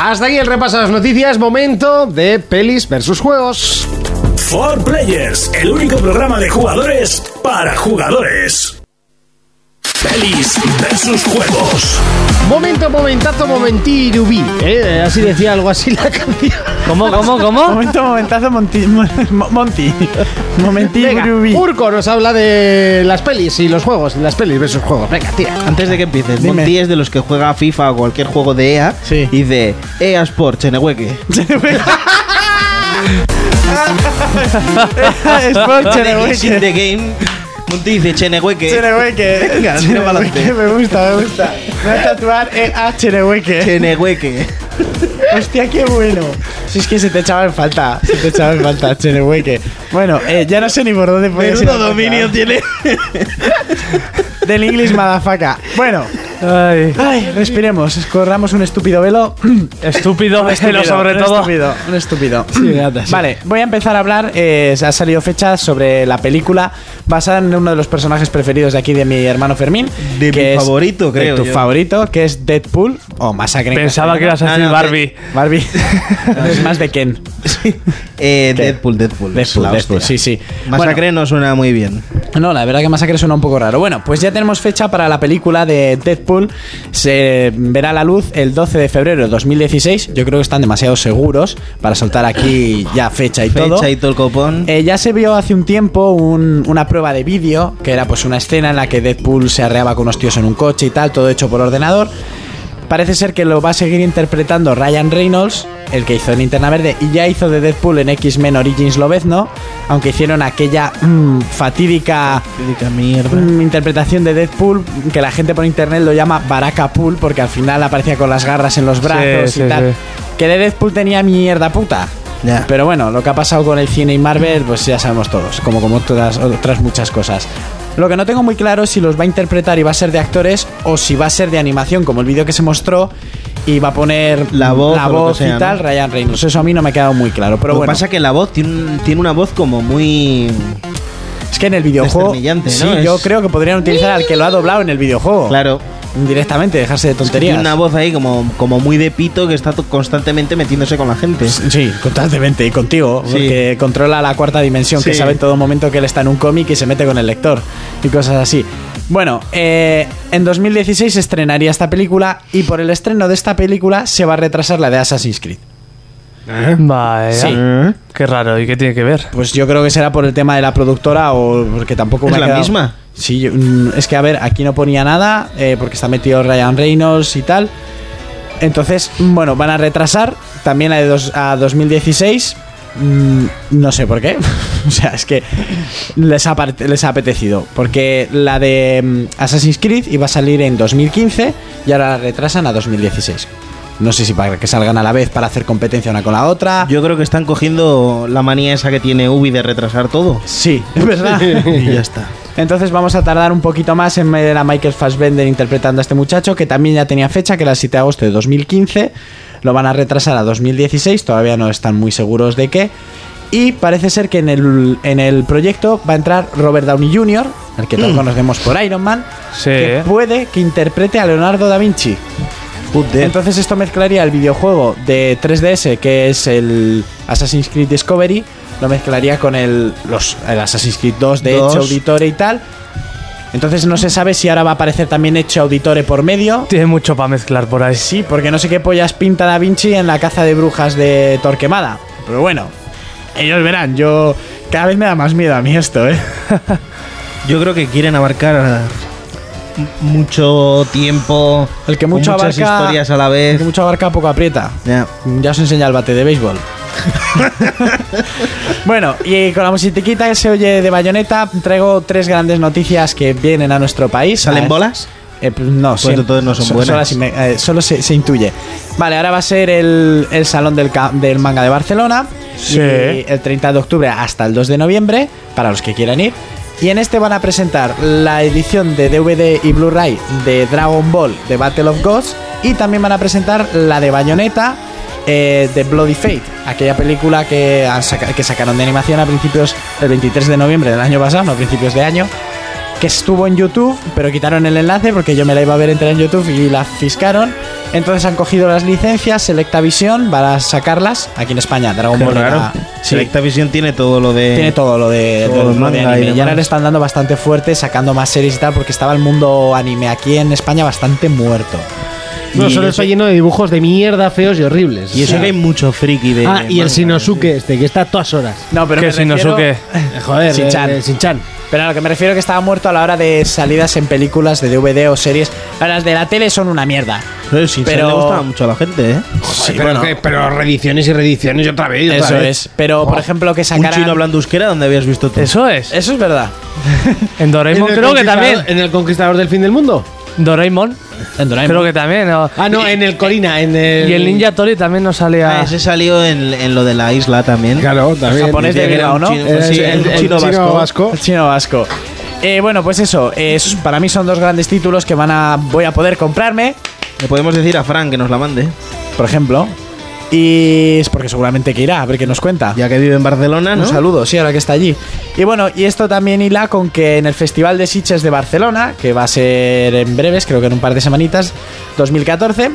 [SPEAKER 2] Hasta aquí el repaso de las noticias. Momento de pelis versus juegos.
[SPEAKER 1] For Players, el único programa de jugadores para jugadores. Pelis versus juegos.
[SPEAKER 2] Momento, momentazo, momentirubí. ¿eh? Así decía algo así la canción.
[SPEAKER 7] ¿Cómo, cómo, cómo?
[SPEAKER 5] Momento, momentazo, Monti. mo- Monti. Momenti,
[SPEAKER 2] Venga,
[SPEAKER 5] Grubi.
[SPEAKER 2] Urco nos habla de las pelis y los juegos, las pelis versus juegos. Venga, tira.
[SPEAKER 6] Antes de que empieces,
[SPEAKER 5] Dime.
[SPEAKER 6] Monty es de los que juega a FIFA o cualquier juego de EA
[SPEAKER 5] Sí.
[SPEAKER 6] y de EA Sport, Chenehueque.
[SPEAKER 5] Es por
[SPEAKER 6] Monty in the game. Monty dice Chenehueque.
[SPEAKER 5] Cherehueque.
[SPEAKER 6] Venga, tira pa'lante.
[SPEAKER 5] Cherehueque, me gusta, me gusta. Me voy a tatuar EA Cherehueque.
[SPEAKER 6] Chenehueque.
[SPEAKER 5] Hostia, qué bueno. Si es que se te echaba en falta, se te echaba en falta, Cherehueque. Bueno, eh, ya no sé ni por dónde podías ir a
[SPEAKER 6] Menudo dominio tiene.
[SPEAKER 5] tocar. Del English Madafaka. Bueno,
[SPEAKER 7] Ay,
[SPEAKER 5] ay, respiremos, corramos un estúpido velo.
[SPEAKER 7] estúpido,
[SPEAKER 5] Un
[SPEAKER 7] velo, sobre
[SPEAKER 5] un
[SPEAKER 7] todo.
[SPEAKER 5] Estúpido, un estúpido.
[SPEAKER 2] gata, sí.
[SPEAKER 5] Vale, voy a empezar a hablar. eh, se ha salido fecha sobre la película basada en uno de los personajes preferidos de aquí de mi hermano Fermín.
[SPEAKER 6] De
[SPEAKER 5] que
[SPEAKER 6] mi
[SPEAKER 5] es-
[SPEAKER 6] favorito, creo
[SPEAKER 5] De tu
[SPEAKER 6] yo.
[SPEAKER 5] favorito, que es Deadpool o Masacre. en
[SPEAKER 7] Pensaba que
[SPEAKER 5] castellano.
[SPEAKER 7] ibas a decir
[SPEAKER 6] No, no,
[SPEAKER 7] Barbie.
[SPEAKER 5] Barbie. es más de Ken.
[SPEAKER 6] Eh,
[SPEAKER 5] ¿Qué?
[SPEAKER 6] Deadpool, Deadpool. es
[SPEAKER 5] Deadpool,
[SPEAKER 6] la
[SPEAKER 5] Deadpool,
[SPEAKER 6] hostia.
[SPEAKER 5] sí, sí.
[SPEAKER 6] Masacre no suena muy bien.
[SPEAKER 5] No, la verdad que Masacre suena un poco raro. Bueno, pues ya tenemos fecha para la película de Deadpool. Se verá a la luz el 12 de febrero de 2016. Yo creo que están demasiado seguros para soltar aquí ya fecha y todo.
[SPEAKER 6] Fecha y todo el copón.
[SPEAKER 5] Eh, ya se vio hace un tiempo un- una prueba de vídeo, que era pues una escena en la que Deadpool se arreaba con unos tíos en un coche y tal, todo hecho por ordenador. Parece ser que lo va a seguir interpretando Ryan Reynolds, el que hizo en Interna Verde, y ya hizo de Deadpool en X-Men Origins Lobezno, aunque hicieron aquella mm, fatídica
[SPEAKER 6] Típica mierda.
[SPEAKER 5] mm, interpretación de Deadpool, que la gente por internet lo llama Baraka Pool, porque al final aparecía con las garras en los brazos
[SPEAKER 7] Sí,
[SPEAKER 5] y
[SPEAKER 7] sí,
[SPEAKER 5] tal.
[SPEAKER 7] sí.
[SPEAKER 5] Que de Deadpool tenía mierda puta.
[SPEAKER 6] Ya.
[SPEAKER 5] Pero bueno, lo que ha pasado con el cine y Marvel, pues ya sabemos todos, como, como otras, otras muchas cosas. Lo que no tengo muy claro es si los va a interpretar y va a ser de actores o si va a ser de animación, como el vídeo que se mostró y va a poner
[SPEAKER 6] La voz o lo que
[SPEAKER 5] voz
[SPEAKER 6] sea,
[SPEAKER 5] y
[SPEAKER 6] ¿no?
[SPEAKER 5] tal, Ryan Reynolds. Eso a mí no me ha quedado muy claro. Pero
[SPEAKER 6] lo que
[SPEAKER 5] bueno,
[SPEAKER 6] pasa que la voz tiene, un- tiene una voz como muy.
[SPEAKER 5] es que en el videojuego.
[SPEAKER 6] Desternillante,
[SPEAKER 5] Sí,
[SPEAKER 6] ¿no?
[SPEAKER 5] yo
[SPEAKER 6] Es-
[SPEAKER 5] creo que podrían utilizar al que lo ha doblado en el videojuego.
[SPEAKER 6] Claro.
[SPEAKER 5] Directamente, dejarse de Oh. tonterías.
[SPEAKER 6] Tiene una voz ahí como, como muy de pito que está to- constantemente metiéndose con la gente.
[SPEAKER 5] Sí, constantemente, y contigo,
[SPEAKER 6] Sí.
[SPEAKER 5] porque controla la cuarta dimensión, que
[SPEAKER 6] Sí.
[SPEAKER 5] sabe en todo momento que él está en un cómic y se mete con el lector y cosas así. Bueno, eh, en 2016 se estrenaría esta película y por el estreno de esta película se va a retrasar la de Assassin's Creed.
[SPEAKER 7] Vaya.
[SPEAKER 5] Sí.
[SPEAKER 7] Qué raro, ¿y qué tiene que ver?
[SPEAKER 5] Pues yo creo que será por el tema de la productora o porque tampoco
[SPEAKER 6] ¿Es
[SPEAKER 5] me ha
[SPEAKER 6] la
[SPEAKER 5] quedado-
[SPEAKER 6] misma?
[SPEAKER 5] Sí, yo- mm, es que a ver, aquí no ponía nada eh, porque está metido Ryan Reynolds y tal. Entonces, mm, bueno, van a retrasar también la de dos- a 2016. Mm, no sé por qué. o sea, es que les ha, aparte- les ha apetecido. Porque la de mm, Assassin's Creed iba a salir en 2015 y ahora la retrasan a 2016. No sé si para que salgan a la vez para hacer competencia una con la otra.
[SPEAKER 6] Yo creo que están cogiendo la manía esa que tiene Ubi de retrasar todo.
[SPEAKER 5] Sí, es verdad.
[SPEAKER 6] y ya está.
[SPEAKER 5] Entonces vamos a tardar un poquito más en ver a Michael Fassbender interpretando a este muchacho que también ya tenía fecha, que era el 7 de agosto de 2015. Lo van a retrasar a 2016, todavía no están muy seguros de qué. Y parece ser que en el, en el proyecto va a entrar Robert Downey Jr., al que todos conocemos por Iron Man,
[SPEAKER 7] Sí. ¿eh?
[SPEAKER 5] que puede que interprete a Leonardo da Vinci. Entonces esto mezclaría el videojuego de 3DS, que es el Assassin's Creed Discovery, lo mezclaría con el, los, el Assassin's Creed 2 de
[SPEAKER 6] Dos.
[SPEAKER 5] Hecho Auditore y tal. Entonces no se sabe si ahora va a aparecer también Hecho Auditore por medio.
[SPEAKER 7] Tiene mucho para mezclar por ahí.
[SPEAKER 5] Sí, porque no sé qué pollas pinta Da Vinci en la caza de brujas de Torquemada. Pero bueno, ellos verán, yo... Cada vez me da más miedo a mí esto, ¿eh?
[SPEAKER 6] Yo creo que quieren abarcar mucho tiempo.
[SPEAKER 5] El que mucho
[SPEAKER 6] con muchas
[SPEAKER 5] abarca-
[SPEAKER 6] historias a la vez.
[SPEAKER 5] Que mucho abarca, poco aprieta.
[SPEAKER 6] Ya.
[SPEAKER 5] Ya os enseña el bate de béisbol. bueno, y con la musiquita que se oye de bayoneta, traigo tres grandes noticias que vienen a nuestro país.
[SPEAKER 6] ¿Salen
[SPEAKER 5] Ah,
[SPEAKER 6] bolas?
[SPEAKER 5] eh, pues no, sí.
[SPEAKER 6] entonces no son
[SPEAKER 5] So-
[SPEAKER 6] buenas.
[SPEAKER 5] Solo, así me- eh, solo se, se intuye. Vale, ahora va a ser el, el salón del, ca- del manga de Barcelona.
[SPEAKER 7] Sí.
[SPEAKER 5] Y el 30 de octubre hasta el 2 de noviembre, para los que quieran ir. Y en este van a presentar la edición de DVD y Blu-ray de Dragon Ball de Battle of Gods y también van a presentar la de Bayonetta eh, de Bloody Fate, aquella película que, han saca- que sacaron de animación a principios del 23 de noviembre del año pasado, no a principios de año, que estuvo en YouTube, pero quitaron el enlace porque yo me la iba a ver entrar en YouTube y la fiscaron. Entonces han cogido las licencias, Selecta Visión, para sacarlas aquí en España. Dragon
[SPEAKER 6] Qué
[SPEAKER 5] Ball era-
[SPEAKER 6] Pues raro.
[SPEAKER 5] Sí,
[SPEAKER 6] Selecta Visión tiene todo lo de.
[SPEAKER 5] tiene todo lo de,
[SPEAKER 6] todo
[SPEAKER 5] del-
[SPEAKER 6] el
[SPEAKER 5] lo de
[SPEAKER 6] manga y
[SPEAKER 5] anime. Y, ahora
[SPEAKER 6] demás.
[SPEAKER 5] le están dando bastante fuerte, sacando más series y tal, porque estaba el mundo anime aquí en España bastante muerto.
[SPEAKER 2] No,
[SPEAKER 6] Y
[SPEAKER 2] solo
[SPEAKER 6] eso-
[SPEAKER 2] está lleno de dibujos de mierda feos y horribles.
[SPEAKER 6] Y eso que hay mucho friki de.
[SPEAKER 2] Ah, y el
[SPEAKER 6] manga.
[SPEAKER 2] Sinosuke este, que está a todas horas.
[SPEAKER 5] No, pero
[SPEAKER 7] ¿Qué
[SPEAKER 5] me refiero-
[SPEAKER 7] Shinosuke?
[SPEAKER 2] Eh, Joder,
[SPEAKER 5] Shin-chan.
[SPEAKER 2] eh, eh, Shin-chan.
[SPEAKER 5] Pero a lo que me refiero que estaba muerto a la hora de salidas en películas de DVD o series. Ahora, Las de la tele son una mierda.
[SPEAKER 6] Pero el Shin-chan
[SPEAKER 5] Pero-
[SPEAKER 6] le gustaba mucho a la gente, ¿eh?
[SPEAKER 5] Sí,
[SPEAKER 2] pero, que- pero reediciones y reediciones y otra vez. y otra
[SPEAKER 5] Eso
[SPEAKER 2] vez.
[SPEAKER 5] es. Pero, por ejemplo, que
[SPEAKER 6] Un
[SPEAKER 5] sacaran...
[SPEAKER 6] chino hablando euskera, ¿dónde habías visto tú?
[SPEAKER 7] Eso es.
[SPEAKER 5] Eso es verdad.
[SPEAKER 7] En
[SPEAKER 2] ¿En
[SPEAKER 7] Doraemon
[SPEAKER 2] el
[SPEAKER 7] creo que
[SPEAKER 2] Conquistador-
[SPEAKER 7] también.
[SPEAKER 2] ¿En el Conquistador del Fin del Mundo?
[SPEAKER 7] Doraemon
[SPEAKER 5] En Doraemon.
[SPEAKER 7] creo que también. o-
[SPEAKER 2] Ah, no, en el Corina, en el...
[SPEAKER 7] Y el Ninja Tori también no
[SPEAKER 6] Ah,
[SPEAKER 7] salía.
[SPEAKER 6] ese salió en, en lo de la isla también.
[SPEAKER 2] Claro, también.
[SPEAKER 5] japonés de
[SPEAKER 6] Decía que era
[SPEAKER 5] Bilbao,
[SPEAKER 6] un
[SPEAKER 5] ¿no?
[SPEAKER 6] chino-
[SPEAKER 2] Eh,
[SPEAKER 6] sí,
[SPEAKER 2] el-
[SPEAKER 6] el,
[SPEAKER 2] el
[SPEAKER 6] chino,
[SPEAKER 2] chino
[SPEAKER 6] vasco.
[SPEAKER 2] vasco.
[SPEAKER 5] El chino vasco. Eh, bueno, pues eso. eh, es- para mí son dos grandes títulos que van a voy a poder comprarme,
[SPEAKER 6] Le podemos decir a Frank que nos la mande.
[SPEAKER 5] por ejemplo. Y es porque seguramente que irá, a ver qué nos cuenta.
[SPEAKER 6] Ya que vive en Barcelona, ¿no?
[SPEAKER 5] Un saludo, sí, ahora que está allí. Y bueno, y esto también hila con que en el Festival de Sitges de Barcelona, que va a ser en breves, creo que en un par de semanitas, 2014,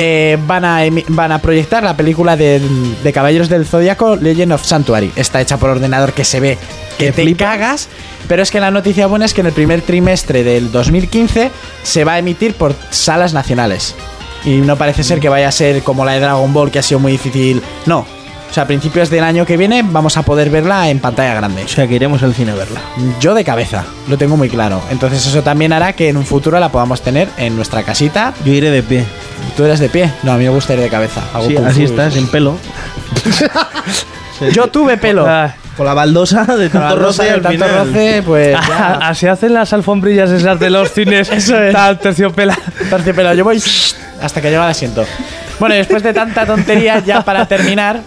[SPEAKER 5] eh, van, a emi- van a proyectar la película de, de Caballeros del Zodíaco, Legend of Sanctuary. Está hecha por ordenador que se ve que te cagas, pero es que la noticia buena es que en el primer trimestre del 2015 se va a emitir por salas nacionales. Y no parece ser que vaya a ser como la de Dragon Ball, que ha sido muy difícil. No. O sea, a principios del año que viene vamos a poder verla en pantalla grande.
[SPEAKER 6] O sea, que iremos al cine a verla.
[SPEAKER 5] Yo de cabeza, lo tengo muy claro. Entonces eso también hará que en un futuro la podamos tener en nuestra casita.
[SPEAKER 6] Yo iré de pie.
[SPEAKER 5] Tú eres de pie. No, a mí me gusta ir de cabeza. Hago
[SPEAKER 6] Sí,
[SPEAKER 5] kung
[SPEAKER 6] así
[SPEAKER 5] fu.
[SPEAKER 6] estás, en pelo.
[SPEAKER 5] Yo tuve pelo.
[SPEAKER 7] Ah,
[SPEAKER 6] Con la baldosa de
[SPEAKER 5] Con la
[SPEAKER 6] tanto roce
[SPEAKER 5] rosa del
[SPEAKER 6] al
[SPEAKER 5] tanto
[SPEAKER 6] final.
[SPEAKER 5] roce, pues... ya.
[SPEAKER 7] Así hacen las alfombrillas esas de los cines.
[SPEAKER 5] Eso es.
[SPEAKER 7] Tal terciopela.
[SPEAKER 5] Terciopelo, Ah, yo voy hasta que llega el asiento. Bueno, y después de tanta tontería, ya para terminar,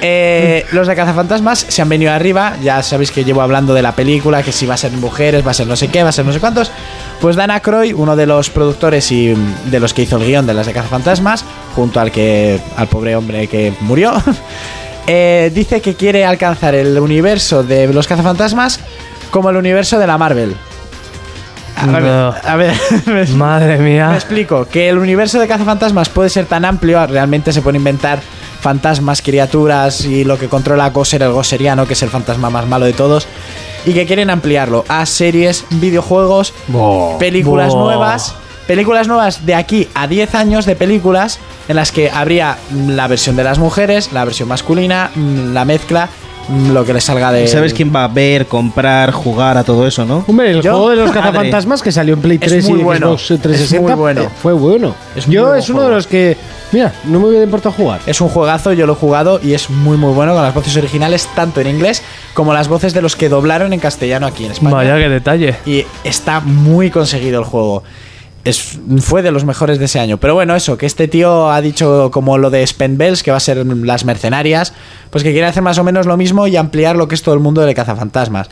[SPEAKER 5] eh, los de Cazafantasmas se han venido arriba. Ya sabéis que llevo hablando de la película, que si va a ser mujeres, va a ser no sé qué, va a ser no sé cuántos. Pues Dan Aykroyd, uno de los productores y mm, de los que hizo el guión de las de Cazafantasmas, junto al que al pobre hombre que murió, eh, dice que quiere alcanzar el universo de los Cazafantasmas como el universo de la Marvel. A ver,
[SPEAKER 7] No.
[SPEAKER 5] a ver, me-
[SPEAKER 7] Madre
[SPEAKER 5] me
[SPEAKER 7] mía.
[SPEAKER 5] explico, que el universo de cazafantasmas puede ser tan amplio, realmente se pueden inventar fantasmas, criaturas y lo que controla Gosser el Gosseriano, que es el fantasma más malo de todos, y que quieren ampliarlo a series, videojuegos, películas
[SPEAKER 7] Buah.
[SPEAKER 5] nuevas, películas nuevas de aquí a 10 años de películas en las que habría mm, la versión de las mujeres, la versión masculina, mm, la mezcla, mm, lo que les salga de...
[SPEAKER 6] Sabes quién va a ver, comprar, jugar a todo eso, ¿no?
[SPEAKER 2] Hombre, el
[SPEAKER 5] Yo-
[SPEAKER 2] juego de los
[SPEAKER 6] Madre.
[SPEAKER 2] cazafantasmas que salió en Play
[SPEAKER 5] Es
[SPEAKER 2] 3 y
[SPEAKER 5] muy bueno,
[SPEAKER 2] Xbox 360
[SPEAKER 5] es muy bueno.
[SPEAKER 2] eh, fue bueno.
[SPEAKER 5] Es muy
[SPEAKER 2] Yo
[SPEAKER 5] buen
[SPEAKER 2] es uno
[SPEAKER 5] juego.
[SPEAKER 2] de los que... Mira, no me hubiera importado jugar.
[SPEAKER 5] Es un juegazo, yo lo he jugado y es muy muy bueno con las voces originales, tanto en inglés como las voces de los que doblaron en castellano aquí en España.
[SPEAKER 7] Vaya que detalle.
[SPEAKER 5] Y está muy conseguido el juego. Es, fue de los mejores de ese año. Pero bueno, eso, que este tío ha dicho como lo de Spendbells, que va a ser las mercenarias, pues que quiere hacer más o menos lo mismo y ampliar lo que es todo el mundo de cazafantasmas.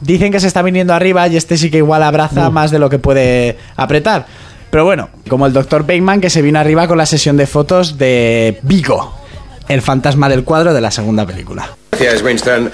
[SPEAKER 5] Dicen que se está viniendo arriba y este sí que igual abraza más de lo que puede apretar. Pero bueno, como el Dr. Bateman que se vino arriba con la sesión de fotos de Vigo, el fantasma del cuadro de la segunda película.
[SPEAKER 4] Gracias, Winston.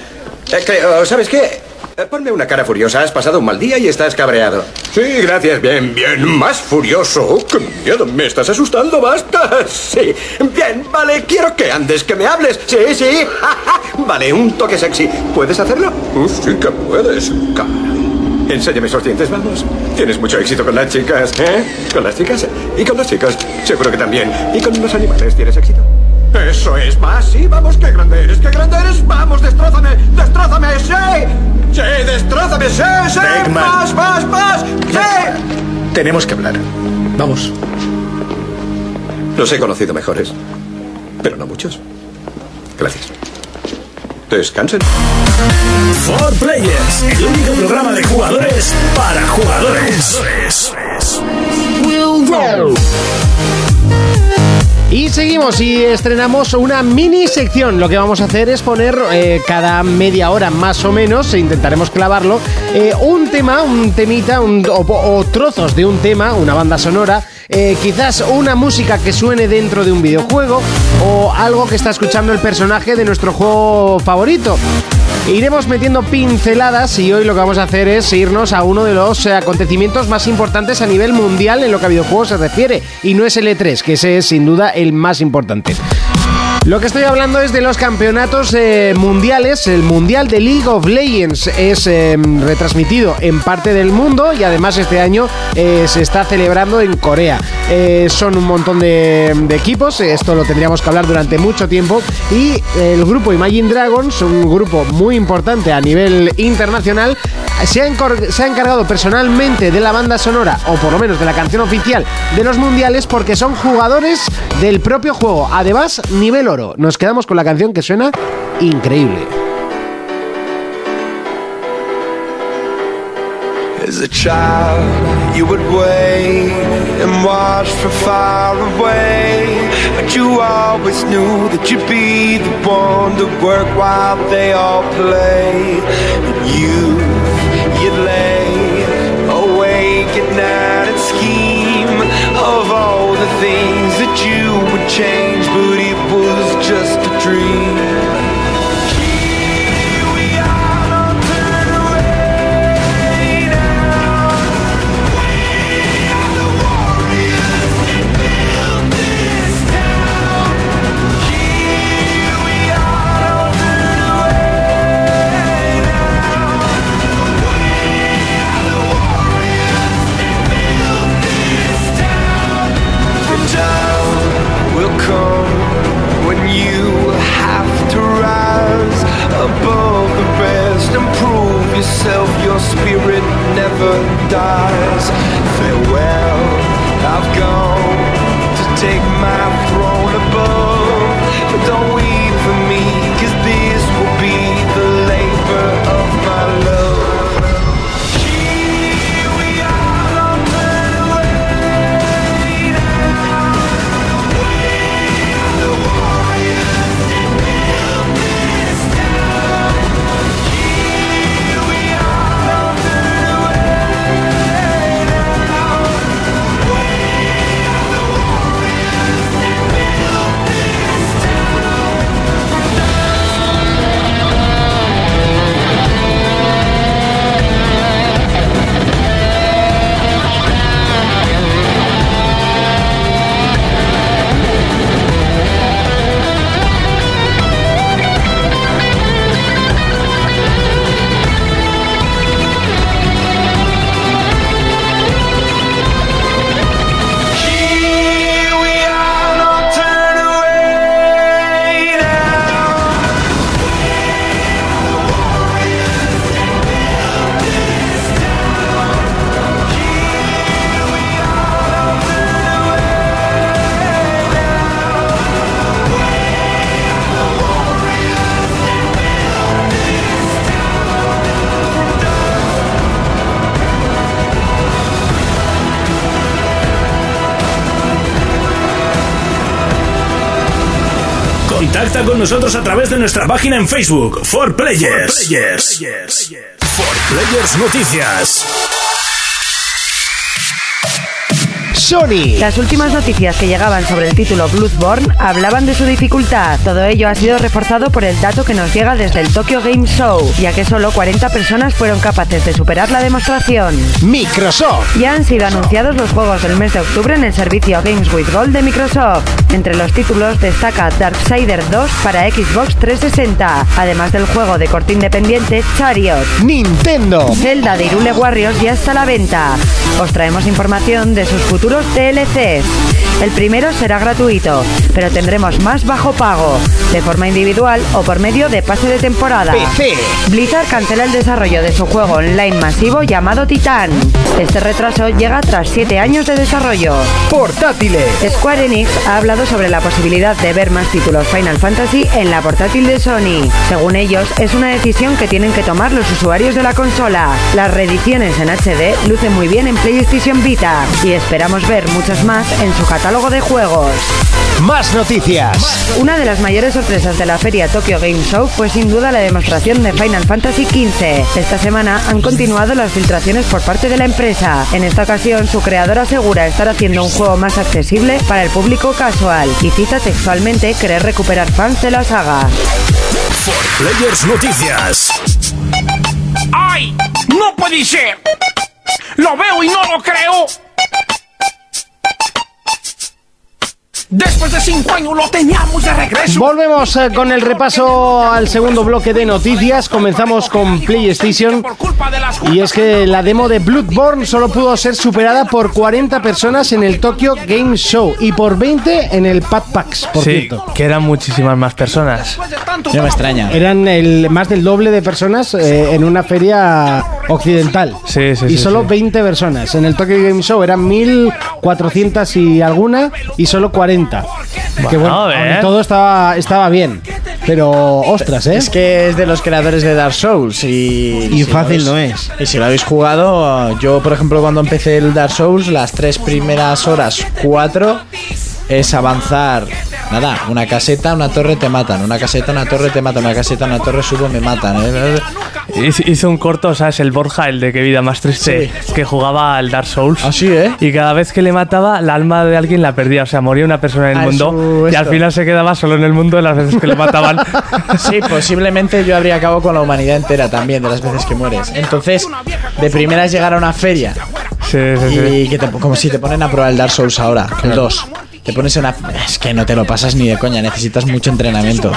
[SPEAKER 4] Eh, que- oh, ¿Sabes qué? Eh, Ponme una cara furiosa. Has pasado un mal día y estás cabreado. Sí, gracias. Bien, bien. Más furioso. Oh, ¡Qué miedo! Me estás asustando. Basta. Sí. Bien, vale. Quiero que andes, que me hables. Sí, sí. Vale, un toque sexy. ¿Puedes hacerlo? Oh, sí que puedes. Caray. Enséñame esos dientes, vamos. Tienes mucho éxito con las chicas, ¿eh? Con las chicas y con los chicos. Seguro que también. Y con los animales tienes éxito. Eso es más, sí, vamos, qué grande eres, qué grande eres, vamos, destrázame, destrázame, sí, sí, destrázame, sí, sí,
[SPEAKER 1] Beckman.
[SPEAKER 4] más, más, más, sí.
[SPEAKER 1] Tenemos que hablar. Vamos.
[SPEAKER 4] Los he conocido mejores, pero no muchos. Gracias. Descansen.
[SPEAKER 1] For Players, el único programa de jugadores para jugadores.
[SPEAKER 2] Y seguimos y estrenamos una mini sección. Lo que vamos a hacer es poner eh, cada media hora más o menos, e intentaremos clavarlo, eh, un tema, un temita un- o, o trozos de un tema, una banda sonora, eh, quizás una música que suene dentro de un videojuego o algo que está escuchando el personaje de nuestro juego favorito. Iremos metiendo pinceladas y hoy lo que vamos a hacer es irnos a uno de los eh, acontecimientos más importantes a nivel mundial en lo que a videojuegos se refiere. Y no es el E3, que ese es sin duda el más importante. Lo que estoy hablando es de los campeonatos eh, mundiales. El mundial de League of Legends es eh, retransmitido en parte del mundo y además este año eh, se está celebrando en Corea. Eh, son un montón de, de equipos, esto lo tendríamos que hablar durante mucho tiempo. Y eh, el grupo Imagine Dragons, un grupo muy importante a nivel internacional, se ha, encor- se ha encargado personalmente de la banda sonora, o por lo menos de la canción oficial de los mundiales, porque son jugadores del propio juego. Además, nivel oro. Nos quedamos con la canción que suena increíble.
[SPEAKER 8] As a child, you would wait and watch from far away. But you always knew that you'd be the one to work while they all play. And you, you lay awake at night and scheme of all the things that you would change. But it was just a dream. Here we are, don't turn away now. The time will come when you have to rise above the rest and prove yourself. Your spirit never dies. Farewell, I've gone to take my throne above. But don't weep for me, cause this will be the labor of my love. Here we are on the way. Here we are, don't turn away now.
[SPEAKER 1] Contacta con nosotros a través de nuestra página en Facebook, For Players. For Players. For Players Noticias.
[SPEAKER 2] Sony.
[SPEAKER 3] Las últimas noticias que llegaban sobre el título Bloodborne hablaban de su dificultad. Todo ello ha sido reforzado por el dato que nos llega desde el Tokyo Game Show, ya que solo 40 personas fueron capaces de superar la demostración.
[SPEAKER 2] Microsoft.
[SPEAKER 3] Ya han sido anunciados los juegos del mes de octubre en el servicio Games with Gold de Microsoft. Entre los títulos destaca Darksider 2 para Xbox 360, además del juego de corte independiente Chariot.
[SPEAKER 2] Nintendo.
[SPEAKER 3] Zelda de Irule Warriors ya está a la venta. Os traemos información de sus futuros DLCs. El primero será gratuito, pero tendremos más bajo pago, de forma individual o por medio de pase de temporada.
[SPEAKER 2] PC.
[SPEAKER 3] Blizzard cancela el desarrollo de su juego online masivo llamado Titan. Este retraso llega tras 7 años de desarrollo.
[SPEAKER 2] Portátiles.
[SPEAKER 3] Square Enix ha hablado sobre la posibilidad de ver más títulos Final Fantasy en la portátil de Sony. Según ellos, es una decisión que tienen que tomar los usuarios de la consola. Las reediciones en HD lucen muy bien en PlayStation Vita y esperamos ver muchos más en su catálogo de juegos.
[SPEAKER 2] Más noticias.
[SPEAKER 3] Una de las mayores sorpresas de la feria Tokyo Game Show fue sin duda la demostración de Final Fantasy XV. Esta semana han continuado las filtraciones por parte de la empresa. En esta ocasión, su creador asegura estar haciendo un juego más accesible para el público casual y cita textualmente querer recuperar fans de la saga.
[SPEAKER 1] Players Noticias.
[SPEAKER 9] ¡Ay! ¡No puede ser! ¡Lo veo y no lo creo! Después de cinco años lo teníamos de regreso.
[SPEAKER 2] Volvemos eh, con el repaso al segundo bloque de noticias. Comenzamos con PlayStation.
[SPEAKER 9] Por culpa de las
[SPEAKER 2] Y es que la demo de Bloodborne solo pudo ser superada por 40 personas en el Tokyo Game Show y por 20 en el Pat Pax, por
[SPEAKER 7] sí,
[SPEAKER 2] cierto.
[SPEAKER 7] que eran muchísimas más personas.
[SPEAKER 5] No me extraña.
[SPEAKER 2] Eran el, más del doble de personas eh, en una feria occidental.
[SPEAKER 7] Sí, sí,
[SPEAKER 2] Y
[SPEAKER 7] sí,
[SPEAKER 2] solo
[SPEAKER 7] sí.
[SPEAKER 2] 20 personas. En el Tokyo Game Show eran 1400 y alguna y solo 40. que
[SPEAKER 7] Bueno,
[SPEAKER 2] bueno,
[SPEAKER 7] a ver.
[SPEAKER 2] aunque todo estaba, estaba bien. Pero ostras, ¿eh?
[SPEAKER 5] Es que es de los creadores de Dark Souls y...
[SPEAKER 6] Y
[SPEAKER 5] si
[SPEAKER 6] fácil
[SPEAKER 5] lo
[SPEAKER 6] no
[SPEAKER 5] habéis-
[SPEAKER 6] es.
[SPEAKER 5] Y si lo habéis jugado, yo por ejemplo cuando empecé el Dark Souls, las tres primeras horas, cuatro, es avanzar... Nada, una caseta, una torre te matan, una caseta, una torre te matan, una caseta, una torre subo me matan. ¿eh?
[SPEAKER 7] Hice hice un corto, ¿sabes? El Borja, el de qué vida más triste, que jugaba al Dark Souls.
[SPEAKER 5] Así, ¿eh?
[SPEAKER 7] Y cada vez que le mataba, la alma de alguien la perdía. O sea, moría una persona en el
[SPEAKER 5] Ah,
[SPEAKER 7] mundo
[SPEAKER 5] eso,
[SPEAKER 7] y al
[SPEAKER 5] esto.
[SPEAKER 7] final se quedaba solo en el mundo de las veces que le mataban.
[SPEAKER 5] Sí, pues. posiblemente yo habría acabado con la humanidad entera también de las veces que mueres. Entonces, de primeras llegar a una feria
[SPEAKER 7] sí, sí, sí.
[SPEAKER 5] y que te- como si te ponen a probar el Dark Souls ahora, el 2. Te pones en una... Es que no te lo pasas ni de coña, necesitas mucho entrenamiento.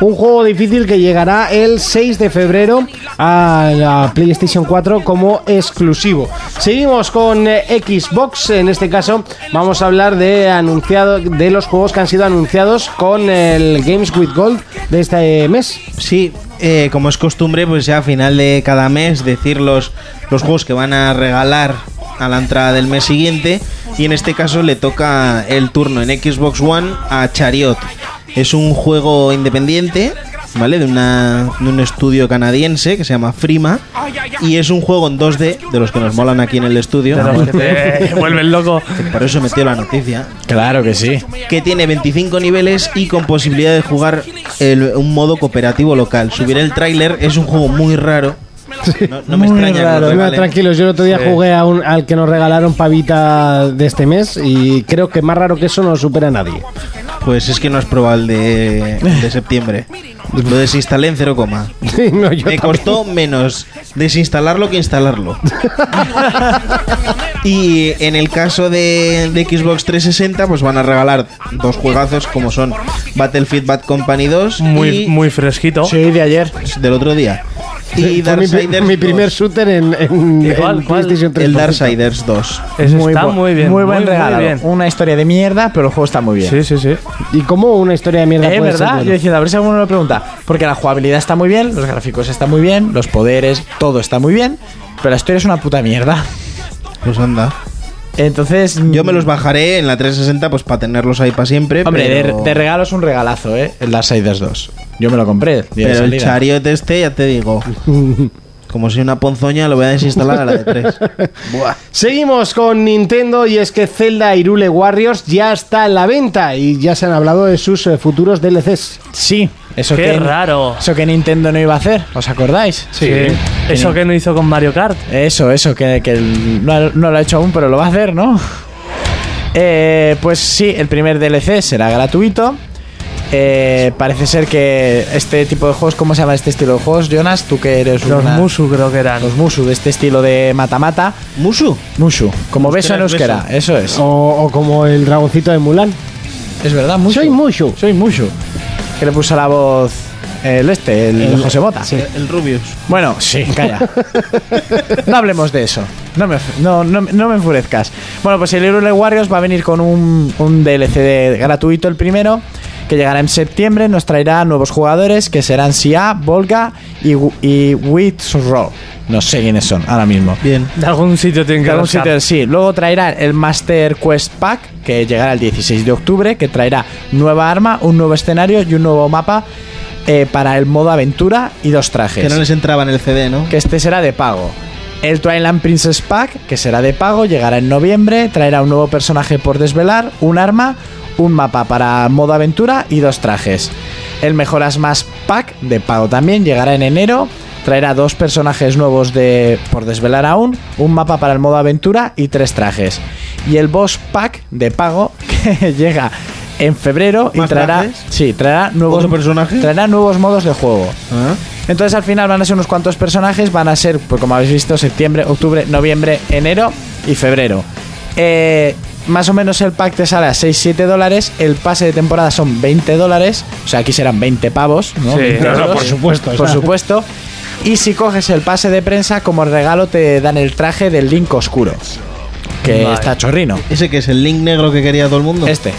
[SPEAKER 2] Un juego difícil que llegará el 6 de febrero a la PlayStation 4 como exclusivo. Seguimos con eh, Xbox, en este caso vamos a hablar de anunciado de los juegos que han sido anunciados con el Games with Gold de este mes.
[SPEAKER 6] Sí, eh, como es costumbre, pues ya a final de cada mes decir los, los juegos que van a regalar a la entrada del mes siguiente. Y en este caso le toca el turno en Xbox One a Chariot. Es un juego independiente, ¿vale? De, una, de un estudio canadiense que se llama Frima. Y es un juego en 2D, de los que nos molan aquí en el estudio.
[SPEAKER 7] Pero te vuelven loco.
[SPEAKER 6] Por eso metió la noticia
[SPEAKER 5] Claro que sí.
[SPEAKER 6] que tiene 25 niveles y con posibilidad de jugar el- un modo cooperativo local. Subiré el tráiler, es un juego muy raro. No, no me extraña. que lo
[SPEAKER 2] No,
[SPEAKER 6] regalen.
[SPEAKER 2] tranquilos, yo el otro día
[SPEAKER 7] Sí.
[SPEAKER 2] jugué a un- al que nos regalaron pavita de este mes y creo que más raro que eso no lo supera nadie.
[SPEAKER 6] Pues es que no has probado el de, el de septiembre. Lo desinstalé en 0, coma.
[SPEAKER 2] Sí, no, yo
[SPEAKER 6] Me costó menos desinstalarlo que instalarlo. y en el caso de, de Xbox 360, pues van a regalar dos juegazos como son Battlefield Bad Company 2
[SPEAKER 7] Muy,
[SPEAKER 6] y pues,
[SPEAKER 7] muy fresquito.
[SPEAKER 5] Sí, de ayer.
[SPEAKER 6] del otro día. Y
[SPEAKER 2] Fue mi, pri-
[SPEAKER 6] Darksiders
[SPEAKER 2] mi
[SPEAKER 6] 2.
[SPEAKER 2] primer shooter en, en,
[SPEAKER 7] ¿Y cuál,
[SPEAKER 2] en
[SPEAKER 7] cuál?
[SPEAKER 2] PlayStation 3.
[SPEAKER 6] El Darksiders 2.
[SPEAKER 7] Eso está
[SPEAKER 5] bu-
[SPEAKER 7] muy bien.
[SPEAKER 5] Muy buen regalo.
[SPEAKER 7] bien.
[SPEAKER 5] Una historia de mierda, pero el juego está muy bien.
[SPEAKER 7] Sí, sí, sí.
[SPEAKER 2] ¿Y cómo una historia de mierda
[SPEAKER 5] Es
[SPEAKER 2] puede ser
[SPEAKER 5] verdad,
[SPEAKER 2] buena?
[SPEAKER 5] yo diciendo, a ver si alguno lo pregunta. Porque la jugabilidad está muy bien, los gráficos están muy bien, los poderes, todo está muy bien, pero la historia es una puta mierda.
[SPEAKER 6] Pues anda.
[SPEAKER 5] Entonces.
[SPEAKER 6] Yo me los bajaré en la 360 pues para tenerlos ahí para siempre.
[SPEAKER 5] Hombre, de-
[SPEAKER 6] Eh, pero,
[SPEAKER 5] de, regalo es un regalazo, ¿eh? El Darksiders 2. Yo me lo compré. el día de
[SPEAKER 6] pero el
[SPEAKER 5] salida.
[SPEAKER 6] chariot este, ya te digo. Como soy una ponzoña, lo voy a desinstalar a la de 3.
[SPEAKER 2] Seguimos con Nintendo y es que Zelda Irule Warriors ya está en la venta y ya se han hablado de sus eh, futuros DLCs.
[SPEAKER 5] Sí, eso
[SPEAKER 7] Qué
[SPEAKER 5] que.
[SPEAKER 7] raro.
[SPEAKER 5] Eso que Nintendo no iba a hacer, ¿os acordáis?
[SPEAKER 7] Sí. Eso que no hizo con Mario Kart.
[SPEAKER 5] Eso, eso, que, que el- no, no lo ha hecho aún, pero lo va a hacer, ¿no? Eh, pues sí, el primer DLC será gratuito. Eh, parece ser que este tipo de juegos, ¿cómo se llama este estilo de juegos, Jonas? Tú que eres
[SPEAKER 7] Los
[SPEAKER 5] una-
[SPEAKER 7] Musu creo que eran.
[SPEAKER 5] Los Musu, de este estilo de mata-mata.
[SPEAKER 6] Musu.
[SPEAKER 5] Musu, como beso en
[SPEAKER 6] Euskera
[SPEAKER 5] euskera, eso es.
[SPEAKER 2] O, o como el dragoncito de Mulan.
[SPEAKER 5] Es verdad, Musu.
[SPEAKER 2] Soy Mushu.
[SPEAKER 5] Soy Mushu. Que le puso la voz el este, el,
[SPEAKER 2] El-
[SPEAKER 5] José Bota.
[SPEAKER 6] El Rubius.
[SPEAKER 5] Bueno, sí, calla. no hablemos de eso. No me, of- no, no- no me enfurezcas. Bueno, pues el Hyrule Warriors va a venir con un, un DLC de- gratuito el primero, que llegará en septiembre. Nos traerá nuevos jugadores que serán Sia, Volga y, Gu- y Witro. No sé quiénes son ahora mismo.
[SPEAKER 6] Bien.
[SPEAKER 7] De algún sitio tienen que
[SPEAKER 5] De algún
[SPEAKER 7] rascar.
[SPEAKER 5] sitio, sí. Luego traerá el Master Quest Pack, que llegará el 16 de octubre, que traerá nueva arma, un nuevo escenario y un nuevo mapa eh, para el modo aventura y dos trajes
[SPEAKER 6] Que no les entraba en el CD, ¿no?
[SPEAKER 5] que este será de pago. El Twilight Princess Pack, que será de pago, llegará en noviembre, traerá un nuevo personaje por desvelar, un arma, un mapa para modo aventura y dos trajes. El Mejoras Más Pack, de pago también, llegará en enero, traerá dos personajes nuevos de por desvelar aún, un mapa para el modo aventura y tres trajes. Y el Boss Pack, de pago, que llega en febrero y
[SPEAKER 6] ¿Más
[SPEAKER 5] traerá,
[SPEAKER 6] trajes?
[SPEAKER 5] sí, traerá nuevos
[SPEAKER 6] ¿Otro personaje?
[SPEAKER 5] traerá nuevos modos de juego.
[SPEAKER 6] Ah.
[SPEAKER 5] Entonces al final van a ser unos cuantos personajes, van a ser, pues como habéis visto, septiembre, octubre, noviembre, enero y febrero. Eh, más o menos el pack te sale a 6-7 dólares, el pase de temporada son 20 dólares, o sea, aquí serán 20 pavos, ¿no?
[SPEAKER 7] Sí.
[SPEAKER 5] 20
[SPEAKER 7] No, no,
[SPEAKER 5] euros,
[SPEAKER 2] por supuesto, o
[SPEAKER 5] Por
[SPEAKER 2] sea.
[SPEAKER 5] supuesto. Y si coges el pase de prensa, como regalo te dan el traje del Link Oscuro, que
[SPEAKER 7] Vale.
[SPEAKER 5] está chorrino.
[SPEAKER 6] ¿Ese que es el link negro que quería todo el mundo?
[SPEAKER 5] Este.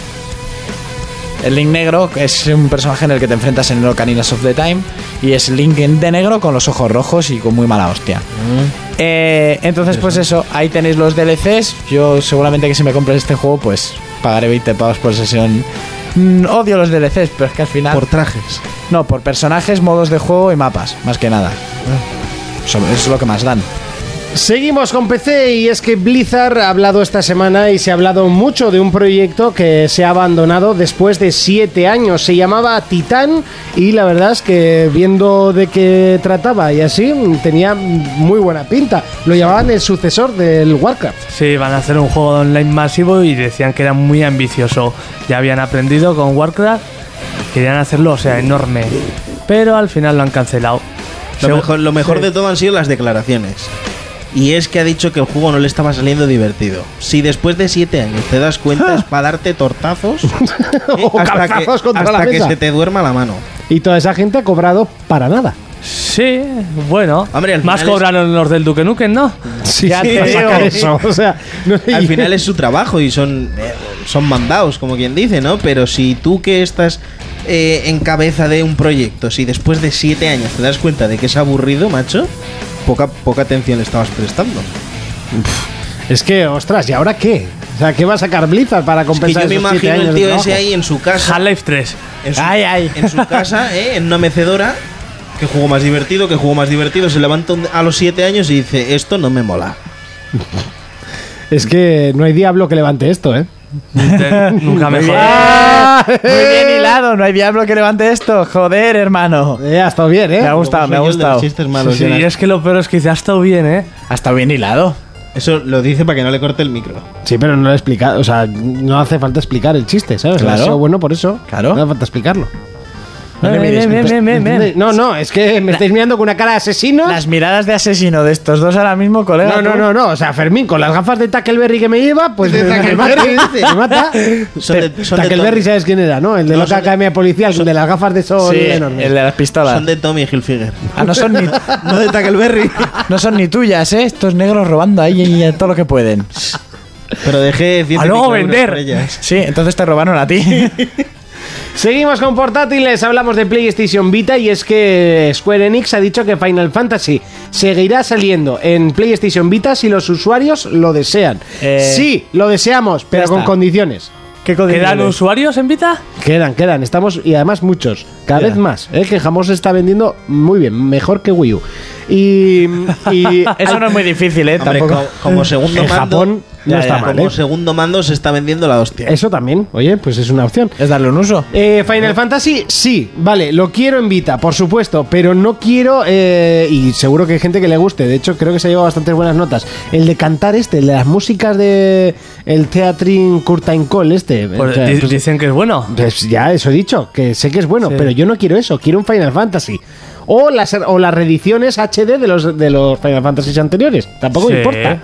[SPEAKER 5] El Link negro es un personaje en el que te enfrentas en el Ocaninas of the Time y es Link de negro con los ojos rojos y con muy mala hostia.
[SPEAKER 2] Mm.
[SPEAKER 5] Eh, entonces, pues eso, ahí tenéis los DLCs. Yo seguramente que si me compres este juego, pues pagaré 20 pavos por sesión. Mm, odio los DLCs, pero es que al final...
[SPEAKER 6] Por trajes.
[SPEAKER 5] No, por personajes, modos de juego y mapas, más que nada.
[SPEAKER 2] Ah.
[SPEAKER 5] Eso eso es lo que más dan.
[SPEAKER 2] Seguimos con PC y es que Blizzard ha hablado esta semana y se ha hablado mucho de un proyecto que se ha abandonado después de siete años. Se llamaba Titán y la verdad es que viendo de qué trataba y así tenía muy buena pinta. Lo llamaban el sucesor del Warcraft.
[SPEAKER 7] Sí, van a hacer un juego online masivo y decían que era muy ambicioso. Ya habían aprendido con Warcraft, querían hacerlo, o sea, enorme. Pero al final lo han cancelado.
[SPEAKER 6] Lo
[SPEAKER 7] Segu-
[SPEAKER 6] mejor, lo mejor
[SPEAKER 7] Sí.
[SPEAKER 6] de todo han sido las declaraciones. Y es que ha dicho que el juego no le estaba saliendo divertido. Si después de siete años te das cuenta es para darte tortazos ¿eh?
[SPEAKER 2] Ah. O calzazos contra
[SPEAKER 6] hasta
[SPEAKER 2] la
[SPEAKER 6] que
[SPEAKER 2] mesa.
[SPEAKER 6] se te duerma la mano.
[SPEAKER 2] Y toda esa gente ha cobrado para nada.
[SPEAKER 7] Sí, bueno.
[SPEAKER 6] Hombre, al
[SPEAKER 7] Más
[SPEAKER 6] final es-
[SPEAKER 7] cobraron los del Duque Nukem, ¿no?
[SPEAKER 2] Sí,
[SPEAKER 6] Ya te
[SPEAKER 2] para
[SPEAKER 6] digo.
[SPEAKER 2] sacar eso. O sea, no-
[SPEAKER 6] Al final es su trabajo y son, eh, son mandados, como quien dice, ¿no? Pero si tú que estás eh, en cabeza de un proyecto, si después de siete años te das cuenta de que es aburrido, macho, poca, poca atención le estabas prestando.
[SPEAKER 2] es que, ostras, ¿y ahora qué? O sea, ¿qué va a sacar Blizzard para
[SPEAKER 6] Es que
[SPEAKER 2] compensar
[SPEAKER 6] yo me
[SPEAKER 2] esos siete
[SPEAKER 6] imagino el
[SPEAKER 2] años de
[SPEAKER 6] tío
[SPEAKER 2] trabajo?
[SPEAKER 6] ese ahí en su casa.
[SPEAKER 7] Half-Life 3.
[SPEAKER 6] en su,
[SPEAKER 5] Ay, ay.
[SPEAKER 6] en su casa, ¿eh? en una mecedora. Que juego más divertido, que juego más divertido. Se levanta un- a los 7 años y dice, esto no me mola.
[SPEAKER 2] Es que no hay diablo que levante esto, ¿eh?
[SPEAKER 7] Nunca mejor. Ah,
[SPEAKER 5] Muy bien hilado, no hay diablo que levante esto. Joder, hermano.
[SPEAKER 2] Eh, ha estado bien, ¿eh?
[SPEAKER 5] Me ha gustado,
[SPEAKER 6] Como
[SPEAKER 5] me
[SPEAKER 6] soy yo
[SPEAKER 5] ha
[SPEAKER 6] el de los
[SPEAKER 5] gustado.
[SPEAKER 6] chistes malos,
[SPEAKER 7] Sí,
[SPEAKER 6] Jonas.
[SPEAKER 7] y es que lo peor es que dice, ha estado bien, ¿eh?
[SPEAKER 5] Ha estado bien hilado.
[SPEAKER 6] Eso lo dice para que no le corte el micro.
[SPEAKER 2] Sí, pero no lo he explicado. O sea, no hace falta explicar el chiste, ¿sabes?
[SPEAKER 5] Claro.
[SPEAKER 2] Ha sido bueno por eso.
[SPEAKER 5] Claro.
[SPEAKER 2] No hace falta explicarlo.
[SPEAKER 5] No le
[SPEAKER 7] Eh,
[SPEAKER 5] miréis,
[SPEAKER 7] bien,
[SPEAKER 5] me-
[SPEAKER 7] bien, bien, bien.
[SPEAKER 2] ¿Entiendes? No, no, es que me estáis mirando con una cara de asesino.
[SPEAKER 5] Las miradas de asesino de estos dos ahora mismo, colega.
[SPEAKER 2] No, no,
[SPEAKER 5] tú.
[SPEAKER 2] no, no. O sea, Fermín, con las gafas de Tackleberry que me lleva, pues
[SPEAKER 6] De
[SPEAKER 2] me- me mata.
[SPEAKER 6] Tackleberry, dice.
[SPEAKER 2] Me mata.
[SPEAKER 6] Son de- son de
[SPEAKER 2] Tackleberry,
[SPEAKER 6] Tommy.
[SPEAKER 2] ¿sabes quién era, no? El de
[SPEAKER 6] No,
[SPEAKER 2] la
[SPEAKER 6] son de-
[SPEAKER 2] academia policial, el de las gafas de sol
[SPEAKER 5] Sí,
[SPEAKER 2] enormes.
[SPEAKER 5] el de las pistolas.
[SPEAKER 6] Son de Tommy Hilfiger.
[SPEAKER 5] Ah, no son ni,
[SPEAKER 6] No de Tackleberry.
[SPEAKER 5] no son ni tuyas, ¿eh? Estos negros robando ahí y a todo lo que pueden.
[SPEAKER 6] Pero dejé 100
[SPEAKER 7] A
[SPEAKER 6] y
[SPEAKER 7] luego
[SPEAKER 6] pico euros
[SPEAKER 7] vender.
[SPEAKER 6] por ellas.
[SPEAKER 5] Sí, entonces te robaron a ti.
[SPEAKER 2] Seguimos con portátiles, hablamos de PlayStation Vita y es que Square Enix ha dicho que Final Fantasy seguirá saliendo en PlayStation Vita si los usuarios lo desean.
[SPEAKER 5] Eh,
[SPEAKER 2] sí, lo deseamos, pero
[SPEAKER 5] ya
[SPEAKER 2] con
[SPEAKER 5] está.
[SPEAKER 2] condiciones.
[SPEAKER 5] ¿Qué
[SPEAKER 7] ¿Quedan usuarios en Vita?
[SPEAKER 2] Quedan, quedan, estamos y además muchos, cada vez más. ¿eh? Que jamás se está vendiendo muy bien, mejor que Wii U. Y, y
[SPEAKER 5] Eso no es muy difícil, ¿eh?
[SPEAKER 6] Hombre,
[SPEAKER 5] Tampoco.
[SPEAKER 6] co- como segundo
[SPEAKER 2] En
[SPEAKER 6] mando...
[SPEAKER 2] Japón no
[SPEAKER 5] Ya,
[SPEAKER 2] está
[SPEAKER 5] ya.
[SPEAKER 2] mal.
[SPEAKER 6] Como
[SPEAKER 2] ¿eh?
[SPEAKER 6] segundo mando se está vendiendo la hostia.
[SPEAKER 2] Eso también, oye, pues es una opción.
[SPEAKER 5] Es darle un uso.
[SPEAKER 2] Eh, Final Fantasy, sí, vale, lo quiero en Vita, por supuesto, pero no quiero, eh, y seguro que hay gente que le guste, de hecho creo que se ha llevado bastantes buenas notas, el de cantar este, el de las músicas de el Teatrin Curtain Call este.
[SPEAKER 7] Pues
[SPEAKER 2] o sea,
[SPEAKER 7] di-
[SPEAKER 2] pues-
[SPEAKER 7] dicen que es bueno.
[SPEAKER 2] pues ya, eso he dicho, que sé que es bueno,
[SPEAKER 7] Sí.
[SPEAKER 2] pero yo no quiero eso, quiero un Final Fantasy. O las, o las reediciones HD de los, de los Final Fantasy anteriores, tampoco
[SPEAKER 7] Sí.
[SPEAKER 2] me importa.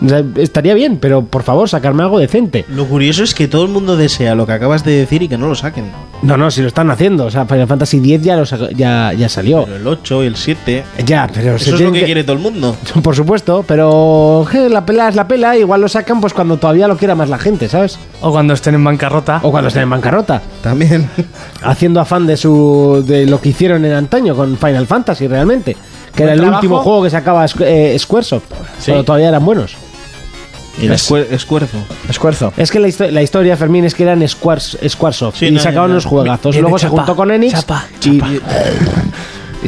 [SPEAKER 2] O sea, estaría bien, pero por favor, sacarme algo decente.
[SPEAKER 6] Lo curioso es que todo el mundo desea lo que acabas de decir y que no lo saquen.
[SPEAKER 2] No, no, si lo están haciendo. O sea, Final Fantasy X ya, lo saca- ya, ya salió.
[SPEAKER 6] Pero el 8 y el 7...
[SPEAKER 2] Ya, pero Pues
[SPEAKER 6] Eso
[SPEAKER 2] se
[SPEAKER 6] es lo
[SPEAKER 2] tienen
[SPEAKER 6] que
[SPEAKER 2] que-
[SPEAKER 6] quiere todo el mundo.
[SPEAKER 2] Por supuesto, pero je, la pela es la pela, igual lo sacan pues cuando todavía lo quiera más la gente, ¿sabes?
[SPEAKER 7] O cuando estén en bancarrota.
[SPEAKER 2] O cuando estén en bancarrota,
[SPEAKER 6] También.
[SPEAKER 2] haciendo afán de su de lo que hicieron en antaño con Final Fantasy realmente, que era el
[SPEAKER 5] trabajo.
[SPEAKER 2] último juego que sacaba Squ- eh, Squaresoft, cuando todavía eran buenos.
[SPEAKER 6] El
[SPEAKER 5] ¿Ves?
[SPEAKER 6] escuer- esfuerzo.
[SPEAKER 5] Esfuerzo.
[SPEAKER 2] Es que la, histo- la historia, Fermín, es que eran Squares, Squaresoft
[SPEAKER 6] Sí,
[SPEAKER 2] y
[SPEAKER 6] no, ya,
[SPEAKER 2] sacaban
[SPEAKER 6] ya.
[SPEAKER 2] unos juegazos.
[SPEAKER 7] Viene
[SPEAKER 2] Luego se
[SPEAKER 7] chapa,
[SPEAKER 2] juntó con Enix
[SPEAKER 7] chapa,
[SPEAKER 2] y,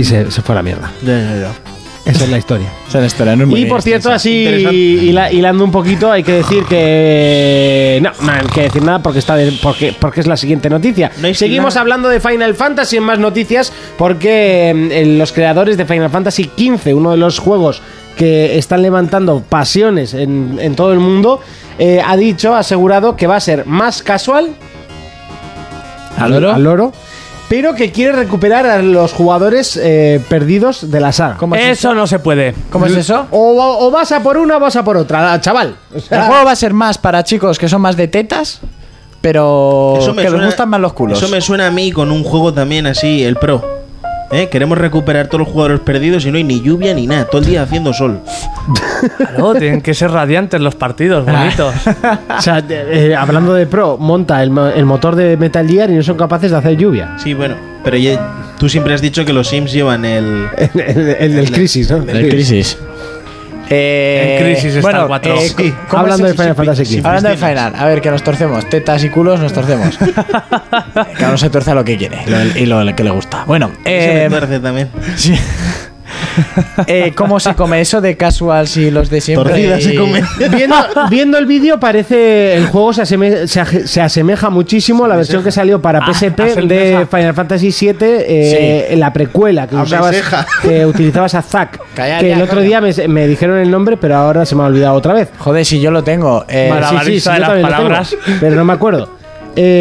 [SPEAKER 2] y se, se fue a la mierda.
[SPEAKER 6] Ya, ya, ya.
[SPEAKER 10] Esa es la historia.
[SPEAKER 5] Esa es la historia, no es muy
[SPEAKER 2] Y por cierto,
[SPEAKER 5] extensa.
[SPEAKER 2] así
[SPEAKER 5] Interesante.
[SPEAKER 2] hila- hilando un poquito, hay que decir que. No, no hay que decir nada porque, está de- porque, porque es la siguiente noticia.
[SPEAKER 6] No hay
[SPEAKER 2] Seguimos
[SPEAKER 6] nada.
[SPEAKER 2] hablando de Final Fantasy en más noticias porque mm, eh, los creadores de Final Fantasy XV, uno de los juegos que están levantando pasiones en, en todo el mundo, eh, ha dicho, ha asegurado que va a ser más casual
[SPEAKER 5] ¿Al oro?
[SPEAKER 2] al oro, pero que quiere recuperar a los jugadores eh, perdidos de la saga.
[SPEAKER 7] Eso no se puede.
[SPEAKER 5] ¿Cómo es eso?
[SPEAKER 2] O, o vas a por una o vas a por otra, chaval. O
[SPEAKER 5] El
[SPEAKER 6] Ah.
[SPEAKER 2] sea-
[SPEAKER 5] juego va a ser más para chicos que son más de tetas, pero
[SPEAKER 6] Eso
[SPEAKER 5] Oh, que
[SPEAKER 6] me
[SPEAKER 5] les
[SPEAKER 6] suena-
[SPEAKER 5] gustan más los culos.
[SPEAKER 6] Eso me suena a mí con un juego también así, el Pro. ¿Eh? Queremos recuperar todos los jugadores perdidos y no hay ni lluvia ni nada, todo el día haciendo sol.
[SPEAKER 7] Claro, tienen que ser radiantes los partidos, bonitos.
[SPEAKER 2] O sea, de- eh, hablando de pro, monta el, mo- el motor de Metal Gear y no son capaces de hacer lluvia.
[SPEAKER 6] Sí, bueno, pero ya- tú siempre has dicho que los Sims llevan el...
[SPEAKER 5] Eh,
[SPEAKER 2] El, el- el del crisis, ¿no?
[SPEAKER 5] Del crisis. Eh,
[SPEAKER 7] En crisis está el cuatro.
[SPEAKER 5] ¿cómo es
[SPEAKER 2] Hablando de
[SPEAKER 5] eso?
[SPEAKER 2] Final Fantasy XV.
[SPEAKER 5] Hablando de Final, a ver, que nos torcemos. Tetas y culos nos torcemos. Cada uno se torce a lo que quiere lo- y lo que le gusta. Bueno,
[SPEAKER 6] Ese
[SPEAKER 5] eh,
[SPEAKER 6] me tuerce también.
[SPEAKER 5] sí. Eh, ¿cómo se come eso de casual si los de siempre?
[SPEAKER 6] Torcida
[SPEAKER 5] y-
[SPEAKER 6] se come.
[SPEAKER 5] eh.
[SPEAKER 2] Viendo, viendo el vídeo parece el juego se, aseme- se, aje- se asemeja muchísimo a la versión que salió para PSP de Final Fantasy VII, eh, la precuela que usabas,
[SPEAKER 6] Ameseja.
[SPEAKER 2] que utilizabas a Zack.
[SPEAKER 5] Calla
[SPEAKER 2] que
[SPEAKER 5] ya,
[SPEAKER 2] el otro
[SPEAKER 5] coño.
[SPEAKER 2] día me, me dijeron el nombre, pero ahora se me ha olvidado otra vez.
[SPEAKER 5] Joder, si yo lo tengo. eh,
[SPEAKER 7] Vale,
[SPEAKER 5] sí,
[SPEAKER 7] vale. malabarista de
[SPEAKER 2] yo
[SPEAKER 7] las
[SPEAKER 2] también lo
[SPEAKER 7] palabras.
[SPEAKER 2] tengo, pero no me acuerdo.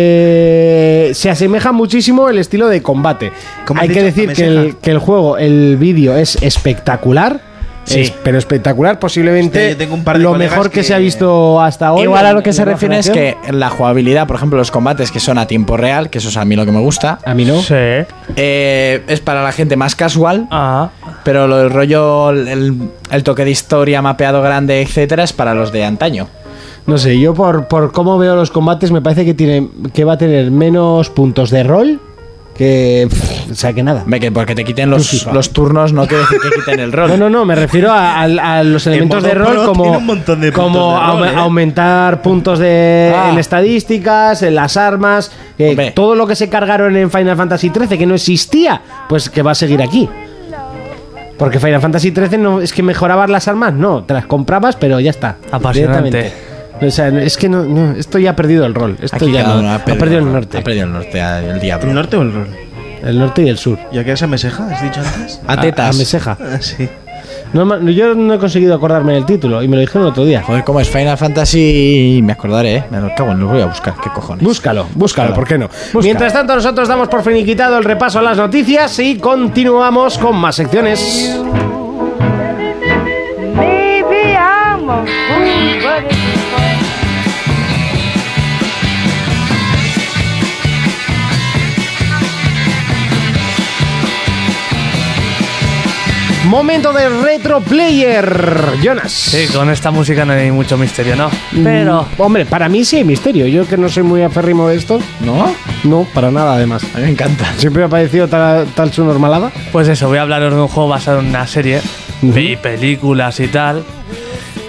[SPEAKER 2] Eh, se asemeja muchísimo el estilo de combate.
[SPEAKER 6] ¿Cómo has
[SPEAKER 2] Hay que
[SPEAKER 6] dicho?
[SPEAKER 2] decir que
[SPEAKER 6] Asemeja.
[SPEAKER 2] el, que el juego, el vídeo es espectacular.
[SPEAKER 5] Sí.
[SPEAKER 2] es- pero espectacular, posiblemente
[SPEAKER 6] Hostia, yo tengo un par de
[SPEAKER 2] lo
[SPEAKER 6] colegas
[SPEAKER 2] mejor que,
[SPEAKER 6] que-
[SPEAKER 2] se ha visto hasta hoy.
[SPEAKER 5] Igual a
[SPEAKER 2] en-
[SPEAKER 5] lo que
[SPEAKER 2] en
[SPEAKER 5] se
[SPEAKER 2] la
[SPEAKER 5] refiere es
[SPEAKER 2] generación.
[SPEAKER 5] que la jugabilidad, por ejemplo, los combates que son a tiempo real, que eso es a mí lo que me gusta,
[SPEAKER 2] A mí no.
[SPEAKER 7] Sí.
[SPEAKER 5] eh, es para la gente más casual,
[SPEAKER 7] Ah.
[SPEAKER 5] pero lo del rollo, el, el toque de historia, mapeado grande, etcétera, es para los de antaño.
[SPEAKER 2] No sé, yo por, por cómo veo los combates me parece que, tiene, que va a tener menos puntos de rol que... pff, o sea, que nada.
[SPEAKER 5] Hombre, que porque te quiten los, los turnos no quiere decir que quiten el rol.
[SPEAKER 2] No, no, no, me refiero a, a- a los elementos de rol
[SPEAKER 6] Monopro tiene
[SPEAKER 2] como,
[SPEAKER 6] un montón de
[SPEAKER 2] como
[SPEAKER 6] puntos de rol,
[SPEAKER 2] aume-
[SPEAKER 6] ¿eh?
[SPEAKER 2] aumentar puntos de
[SPEAKER 5] Ah.
[SPEAKER 2] en estadísticas, en las armas, eh,
[SPEAKER 5] Hombre.
[SPEAKER 2] todo lo que se cargaron en Final Fantasy XIII que no existía, pues que va a seguir aquí. Porque Final Fantasy XIII no es que mejorabas las armas, no, te las comprabas, pero ya está.
[SPEAKER 7] Apasionante.
[SPEAKER 2] directamente. O sea, es que no, no, esto ya ha perdido el rol. Esto
[SPEAKER 5] Aquí
[SPEAKER 2] ya
[SPEAKER 5] cada
[SPEAKER 2] no,
[SPEAKER 5] uno
[SPEAKER 2] ha, perdido, el norte.
[SPEAKER 5] Ha perdido el norte, ah, el
[SPEAKER 6] ¿El
[SPEAKER 5] diablo.
[SPEAKER 6] norte o el rol?
[SPEAKER 2] El norte y el sur.
[SPEAKER 6] ¿Ya que esa meseja has dicho antes?
[SPEAKER 5] A
[SPEAKER 2] A
[SPEAKER 5] tetas.
[SPEAKER 2] Meseja.
[SPEAKER 6] Ah, sí.
[SPEAKER 2] No, ma- yo no he conseguido acordarme del título y me lo dijeron el otro día.
[SPEAKER 5] Joder, ¿cómo es Final Fantasy? Me acordaré, ¿eh? Me lo cago, en- lo voy a buscar. ¿Qué cojones?
[SPEAKER 2] Búscalo, búscalo, ¿por qué no? Mientras tanto, nosotros damos por finiquitado el repaso a las noticias y continuamos con más secciones.
[SPEAKER 3] Baby, I'm a fool, but it's fun.
[SPEAKER 2] Momento de Retro Player, Jonas.
[SPEAKER 7] Sí, con esta música no hay mucho misterio, ¿no?
[SPEAKER 2] Mm.
[SPEAKER 7] Pero.
[SPEAKER 2] Hombre, para mí sí hay misterio. Yo que no soy muy aférrimo de esto,
[SPEAKER 5] ¿No?
[SPEAKER 2] no, para nada además.
[SPEAKER 5] A mí me encanta.
[SPEAKER 2] Siempre me ha parecido tal, tal su normalada.
[SPEAKER 7] Pues eso, voy a hablaros de un juego basado en una serie y películas y tal,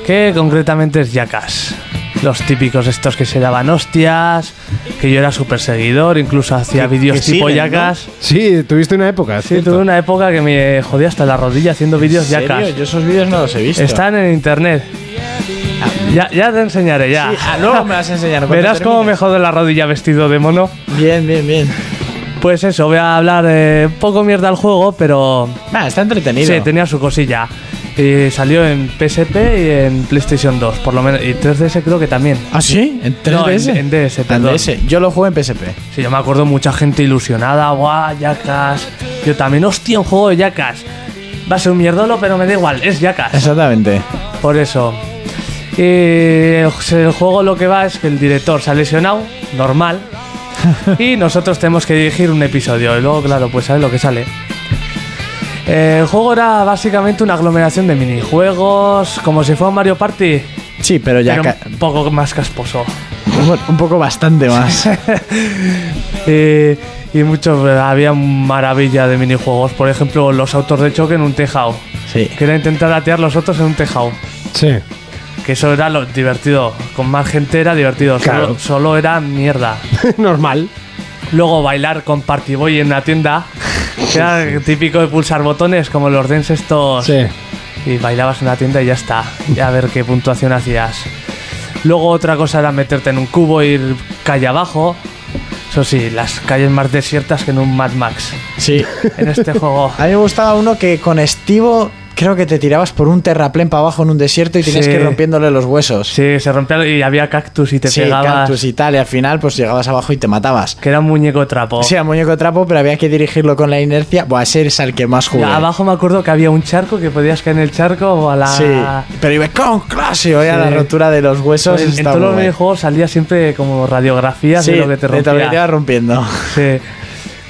[SPEAKER 7] que concretamente es Yakas. Los típicos estos que se daban hostias, que yo era súper seguidor, incluso hacía vídeos
[SPEAKER 6] que
[SPEAKER 7] tipo
[SPEAKER 6] siguen,
[SPEAKER 7] Yakas.
[SPEAKER 2] Sí, tuviste una época,
[SPEAKER 7] Sí, tuve una época que me jodía hasta la rodilla haciendo vídeos
[SPEAKER 5] ¿En serio?
[SPEAKER 7] Yakas.
[SPEAKER 5] Yo esos vídeos no los he visto.
[SPEAKER 7] Están en internet. Ya, ya te enseñaré, ya.
[SPEAKER 5] Sí, ah, luego me vas a enseñar. cuando
[SPEAKER 7] Verás cómo me
[SPEAKER 5] termines.
[SPEAKER 7] jode la rodilla vestido de mono.
[SPEAKER 5] Bien, bien, bien.
[SPEAKER 7] Pues eso, voy a hablar eh, poco mierda al juego, pero
[SPEAKER 5] Ah, está entretenido.
[SPEAKER 7] Sí, tenía su cosilla. Y salió en PSP y en PlayStation 2, por lo menos. Y 3DS creo que también.
[SPEAKER 5] ¿Ah, sí? Ah, ¿En 3DS?
[SPEAKER 7] No, en- en DS, perdón.
[SPEAKER 5] DS. Yo lo jugué en PSP.
[SPEAKER 7] Sí, yo me acuerdo mucha gente ilusionada. ¡Guau, Yakas! Yo también, hostia, un juego de Yakas. Va a ser un mierdolo, pero me da igual, es Yakas.
[SPEAKER 5] Exactamente.
[SPEAKER 7] Por eso. Y el, el juego lo que va es que el director se ha lesionado, normal. y nosotros tenemos que dirigir un episodio. Y luego, claro, pues sabes lo que sale. Eh, El juego era básicamente una aglomeración de minijuegos, como si fuera un Mario Party,
[SPEAKER 5] Sí, pero ya.
[SPEAKER 7] pero
[SPEAKER 5] ca-
[SPEAKER 7] un poco más casposo.
[SPEAKER 5] Bueno, un poco bastante más.
[SPEAKER 7] Eh, y muchos, había maravilla de minijuegos, por ejemplo, los autos de choque en un tejado,
[SPEAKER 5] Sí.
[SPEAKER 7] que era intentar atear los otros en un tejado.
[SPEAKER 2] Sí.
[SPEAKER 7] Que eso era lo divertido. Con más gente era divertido. solo-
[SPEAKER 2] Claro.
[SPEAKER 7] Solo, era mierda.
[SPEAKER 2] Normal.
[SPEAKER 7] Luego bailar con Party Boy en la tienda. Era típico de pulsar botones como los dance estos.
[SPEAKER 10] Sí.
[SPEAKER 7] Y bailabas en una tienda y ya está. Y a ver qué puntuación hacías. Luego otra cosa era meterte en un cubo e ir calle abajo. Eso sí, las calles más desiertas que en un Mad Max.
[SPEAKER 5] Sí.
[SPEAKER 7] En este juego.
[SPEAKER 5] A mí me gustaba uno que con Estivo creo que te tirabas por un terraplén para abajo en un desierto y tenías
[SPEAKER 7] Sí.
[SPEAKER 5] que ir rompiéndole los huesos.
[SPEAKER 7] Sí, se rompía y había cactus y te
[SPEAKER 5] sí,
[SPEAKER 7] pegabas.
[SPEAKER 5] cactus y tal, y al final pues llegabas abajo y te matabas.
[SPEAKER 7] Que era un muñeco trapo.
[SPEAKER 5] Sí, a muñeco trapo, pero había que dirigirlo con la inercia. Buah, ese es al que más jugué.
[SPEAKER 7] Ya abajo me acuerdo que había un charco que podías caer en el charco o a la.
[SPEAKER 5] Sí, pero iba con clase, oye, a la
[SPEAKER 7] Sí.
[SPEAKER 5] rotura de los huesos.
[SPEAKER 7] Pues en, en
[SPEAKER 5] está
[SPEAKER 7] todos
[SPEAKER 5] muy
[SPEAKER 7] los
[SPEAKER 5] guay.
[SPEAKER 7] videojuegos salía siempre como radiografías
[SPEAKER 5] Sí,
[SPEAKER 7] de lo que te
[SPEAKER 5] de
[SPEAKER 7] rompía.
[SPEAKER 5] todo lo que te iba rompiendo.
[SPEAKER 7] Sí.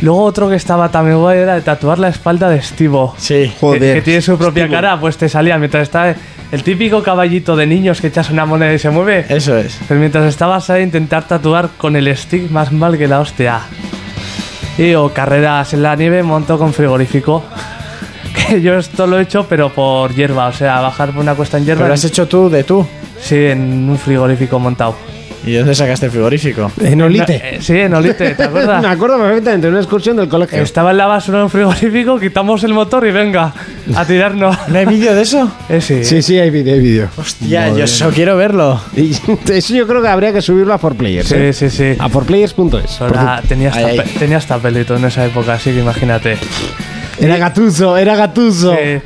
[SPEAKER 7] Luego otro que estaba también guay era de tatuar la espalda de Estivo.
[SPEAKER 5] Sí.
[SPEAKER 6] Joder,
[SPEAKER 7] Que, que tiene su propia cara, pues te salía mientras está el típico caballito de niños que echas una moneda y se mueve.
[SPEAKER 5] Eso es.
[SPEAKER 7] Pues mientras estabas ahí intentar tatuar con el stick más mal que la hostia. Y o carreras en la nieve, monto con frigorífico. Que yo esto lo he hecho pero por hierba, o sea, bajar por una cuesta en hierba.
[SPEAKER 5] Pero lo has hecho tú de tú.
[SPEAKER 7] Sí, en un frigorífico montado.
[SPEAKER 5] ¿Y dónde sacaste el frigorífico?
[SPEAKER 10] En Olite.
[SPEAKER 7] Eh, sí, en Olite, ¿te acuerdas?
[SPEAKER 2] Me acuerdo perfectamente de una excursión del colegio.
[SPEAKER 7] Estaba en la basura en un frigorífico, quitamos el motor y venga, a tirarnos.
[SPEAKER 5] ¿No hay vídeo de eso?
[SPEAKER 7] Eh, sí.
[SPEAKER 10] Sí, sí, hay vídeo, hay vídeo.
[SPEAKER 5] Ya, yo solo quiero verlo.
[SPEAKER 2] Y eso yo creo que habría que subirlo a 4Players.
[SPEAKER 7] sí, sí, sí.
[SPEAKER 2] A 4Players.es. por
[SPEAKER 7] Ahora,
[SPEAKER 2] cierto.
[SPEAKER 7] tenía, hasta
[SPEAKER 5] Ah, Ay, ay.
[SPEAKER 7] pe- tenía hasta pelito en esa época, así que imagínate.
[SPEAKER 2] Era gatuso, era gatuso.
[SPEAKER 7] Eh,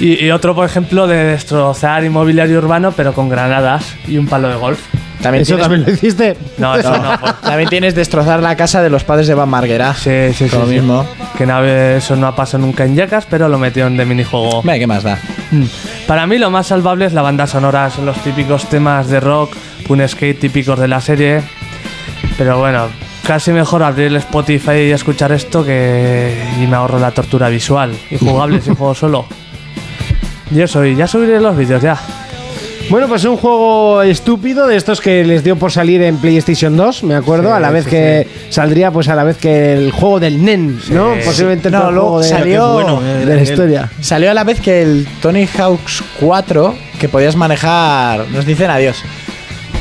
[SPEAKER 7] y, y otro, por ejemplo, de destrozar inmobiliario urbano, pero con granadas y un palo de golf.
[SPEAKER 5] También
[SPEAKER 2] Eso
[SPEAKER 5] tienes,
[SPEAKER 2] también lo hiciste.
[SPEAKER 7] No, eso no. pues.
[SPEAKER 5] también tienes destrozar la casa de los padres de Van Marguera.
[SPEAKER 7] Sí, sí, sí.
[SPEAKER 5] Lo
[SPEAKER 7] sí.
[SPEAKER 5] mismo.
[SPEAKER 7] Que no, eh, eso no ha pasado nunca en Yacas, pero lo metieron de minijuego.
[SPEAKER 5] Hombre, ¿qué más da?
[SPEAKER 7] Mm. Para mí lo más salvable es la banda sonora, son los típicos temas de rock, pun skate típicos de la serie. Pero bueno, casi mejor abrir el Spotify y escuchar esto que y me ahorro la tortura visual y jugable si juego solo. Y eso, y ya subiré los vídeos ya.
[SPEAKER 2] Bueno, pues un juego estúpido de estos que les dio por salir en PlayStation 2, me acuerdo, a la vez que saldría, pues a la vez que el juego del NEN, ¿no? Posiblemente el
[SPEAKER 5] No,
[SPEAKER 2] peor
[SPEAKER 5] luego
[SPEAKER 2] juego de,
[SPEAKER 5] salió-
[SPEAKER 2] de la historia.
[SPEAKER 5] eh, Salió a la vez que el Tony Hawks 4, que podías manejar. Nos dicen adiós.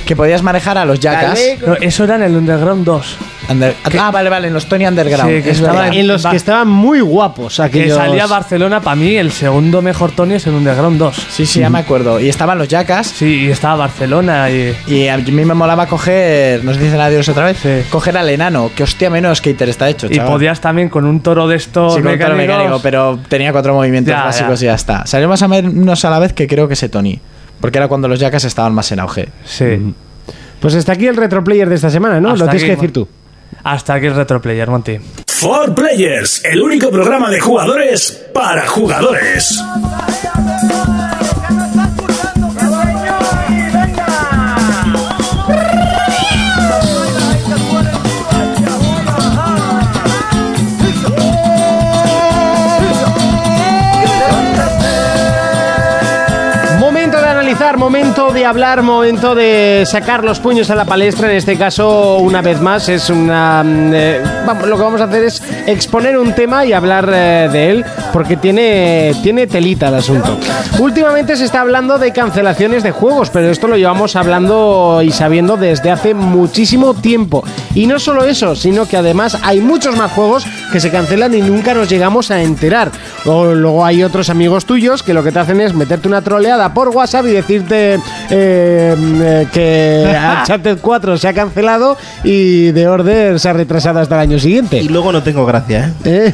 [SPEAKER 5] Que podías manejar a los Jackas.
[SPEAKER 7] No, eso era en el Underground 2.
[SPEAKER 5] Under- ah, vale, vale, en los Tony Underground.
[SPEAKER 7] Sí, que
[SPEAKER 5] es
[SPEAKER 7] estaba
[SPEAKER 5] verdad.
[SPEAKER 2] En los
[SPEAKER 7] Va-
[SPEAKER 2] que estaban muy guapos
[SPEAKER 7] Que
[SPEAKER 2] aquellos.
[SPEAKER 7] salía Barcelona, para mí el segundo mejor Tony es el Underground 2.
[SPEAKER 5] Sí, sí, ya me acuerdo. Y estaban los Jackas.
[SPEAKER 7] Sí, y estaba Barcelona y...
[SPEAKER 5] Y a mí me molaba coger. Nos dicen adiós otra vez.
[SPEAKER 7] Sí.
[SPEAKER 5] Coger al enano. Que hostia, menos skater está hecho,
[SPEAKER 7] Y
[SPEAKER 5] chaval.
[SPEAKER 7] podías también con un toro de estos
[SPEAKER 5] Sí, con todo lo
[SPEAKER 7] mecánicos-
[SPEAKER 5] mecánico, pero tenía cuatro movimientos
[SPEAKER 7] Ya,
[SPEAKER 5] básicos
[SPEAKER 7] ya.
[SPEAKER 5] y ya está. Salió más o menos a la vez que creo que ese Tony. Porque era cuando los Jackas estaban más en auge. Mm.
[SPEAKER 7] Sí.
[SPEAKER 2] Pues hasta aquí el retroplayer de esta semana, ¿no?
[SPEAKER 7] Hasta
[SPEAKER 2] lo tienes
[SPEAKER 7] aquí,
[SPEAKER 2] que decir tú.
[SPEAKER 7] Hasta aquí el retroplayer, Monty.
[SPEAKER 1] For Players, el único programa de jugadores para jugadores.
[SPEAKER 2] Momento de analizar, momento de hablar, momento de sacar los puños a la palestra. En este caso, una vez más, es una. mm, eh, vamos, lo que vamos a hacer es exponer un tema y hablar eh, de él, porque tiene, tiene telita el asunto. Últimamente se está hablando de cancelaciones de juegos, pero esto lo llevamos hablando y sabiendo desde hace muchísimo tiempo. Y no solo eso, sino que además hay muchos más juegos que se cancelan y nunca nos llegamos a enterar. O luego hay otros amigos tuyos que lo que te hacen es meterte una troleada por WhatsApp y decirte eh, eh, que Uncharted 4 se ha cancelado y The Order se ha retrasado hasta el año
[SPEAKER 6] Y
[SPEAKER 2] siguiente.
[SPEAKER 6] luego no tengo gracia, ¿eh?
[SPEAKER 2] ¿Eh?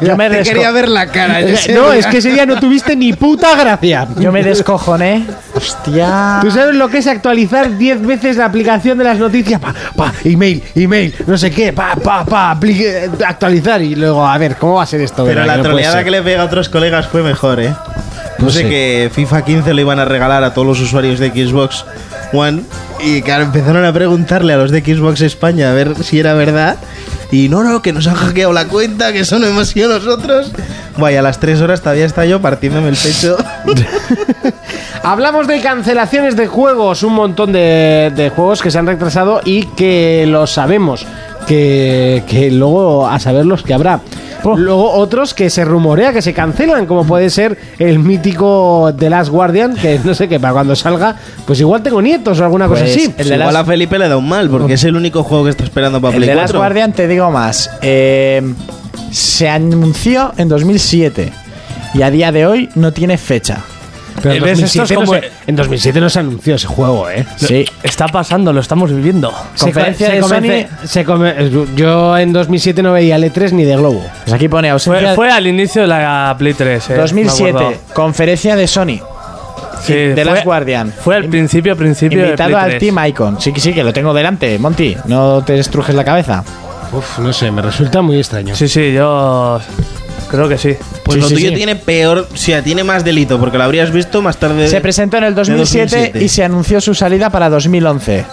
[SPEAKER 5] Yo me, desco-
[SPEAKER 10] Quería ver la cara.
[SPEAKER 6] Eh,
[SPEAKER 10] ese
[SPEAKER 2] No,
[SPEAKER 10] día.
[SPEAKER 2] es que ese día no tuviste ni puta gracia.
[SPEAKER 5] yo me descojoné. Hostia.
[SPEAKER 2] ¿Tú sabes lo que es actualizar 10 veces la aplicación de las noticias? Pa, pa, email, email, no sé qué, pa, pa, pa, apli- eh, actualizar y luego, a ver, ¿cómo va a ser esto?
[SPEAKER 6] Pero
[SPEAKER 2] Verá,
[SPEAKER 6] la
[SPEAKER 2] que no puede
[SPEAKER 6] troleada
[SPEAKER 2] ser.
[SPEAKER 6] que le pega a otros colegas fue mejor, ¿eh? No
[SPEAKER 2] Pues
[SPEAKER 6] sé
[SPEAKER 2] sí.
[SPEAKER 6] que FIFA 15 lo iban a regalar a todos los usuarios de Xbox One y claro, empezaron a preguntarle a los de Xbox España a ver si era verdad y no, no, que nos han hackeado la cuenta, que eso no hemos sido nosotros. Vaya, a las 3 horas todavía está yo partiéndome el pecho.
[SPEAKER 2] Hablamos de cancelaciones de juegos, un montón de, de juegos que se han retrasado y que lo sabemos, que, que luego a saber los que habrá.
[SPEAKER 6] Oh.
[SPEAKER 2] Luego otros que se rumorea que se cancelan, como puede ser el mítico The Last Guardian, que no sé qué, para cuando salga, pues igual tengo nietos o alguna cosa
[SPEAKER 5] Pues,
[SPEAKER 2] así.
[SPEAKER 5] el de
[SPEAKER 6] Igual
[SPEAKER 5] las-
[SPEAKER 6] a Felipe le da un mal porque es el único juego que está esperando para
[SPEAKER 5] El
[SPEAKER 6] Play
[SPEAKER 5] de Last
[SPEAKER 6] 4.
[SPEAKER 5] Guardian, te digo más. eh, se anunció en 2007 y a día de hoy no tiene fecha.
[SPEAKER 2] Pero en
[SPEAKER 7] Eh, ¿Ves? Esto es
[SPEAKER 2] 2007, no
[SPEAKER 7] como-
[SPEAKER 2] se, en 2007 no se anunció ese juego, ¿eh?
[SPEAKER 5] Sí.
[SPEAKER 7] Está pasando, lo estamos viviendo.
[SPEAKER 2] Se
[SPEAKER 5] Conferencia
[SPEAKER 2] co- se
[SPEAKER 5] de
[SPEAKER 2] comece- se come- yo en 2007 no veía L3 ni de Globo.
[SPEAKER 5] Pues aquí pone ausencia
[SPEAKER 7] Fue, fue al inicio de la Play 3, eh, me
[SPEAKER 5] 2007,
[SPEAKER 7] acuerdo.
[SPEAKER 5] conferencia de Sony,
[SPEAKER 7] Sí,
[SPEAKER 5] de Last
[SPEAKER 7] fue-
[SPEAKER 5] Guardian.
[SPEAKER 7] Fue al principio, principio de
[SPEAKER 5] Invitado
[SPEAKER 7] Play
[SPEAKER 5] al
[SPEAKER 7] 3.
[SPEAKER 5] Team Icon. Sí, que sí, que lo tengo delante, Monty. No te estrujes la cabeza.
[SPEAKER 2] Uf, no sé, me resulta muy extraño.
[SPEAKER 7] Sí, sí, yo creo que sí.
[SPEAKER 6] Pues
[SPEAKER 2] Sí,
[SPEAKER 6] lo
[SPEAKER 2] sí,
[SPEAKER 6] tuyo
[SPEAKER 2] sí.
[SPEAKER 6] tiene peor, o sea, tiene más delito, porque lo habrías visto más tarde.
[SPEAKER 5] Se presentó en el 2007,
[SPEAKER 6] 2007.
[SPEAKER 5] y se anunció su salida para 2011.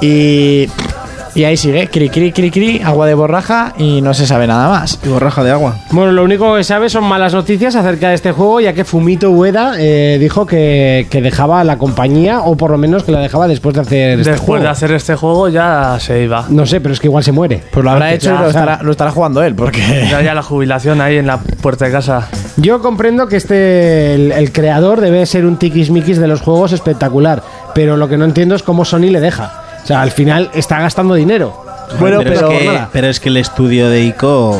[SPEAKER 5] Y. Y ahí sigue, cri cri cri cri, agua de borraja y no se sabe nada más.
[SPEAKER 6] Y borraja de agua.
[SPEAKER 2] Bueno, lo único que sabe son malas noticias acerca de este juego, ya que Fumito Ueda eh, dijo que, que dejaba la compañía, o por lo menos que la dejaba después de hacer este
[SPEAKER 7] Después
[SPEAKER 2] juego.
[SPEAKER 7] de hacer este juego ya se iba.
[SPEAKER 2] No sé, pero es que igual se muere.
[SPEAKER 5] Pues lo habrá
[SPEAKER 2] Porque
[SPEAKER 5] hecho y
[SPEAKER 2] ya
[SPEAKER 5] lo
[SPEAKER 2] sabe.
[SPEAKER 5] estará, lo estará jugando él, porque.
[SPEAKER 7] Ya, ya la jubilación ahí en la puerta de casa.
[SPEAKER 2] Yo comprendo que este el, el creador debe ser un tiquismiquis de los juegos espectacular, pero lo que no entiendo es cómo Sony le deja. O sea, al final está gastando dinero.
[SPEAKER 5] Bueno,
[SPEAKER 6] pero,
[SPEAKER 5] pero-
[SPEAKER 6] es que, pero es que el estudio de Ico.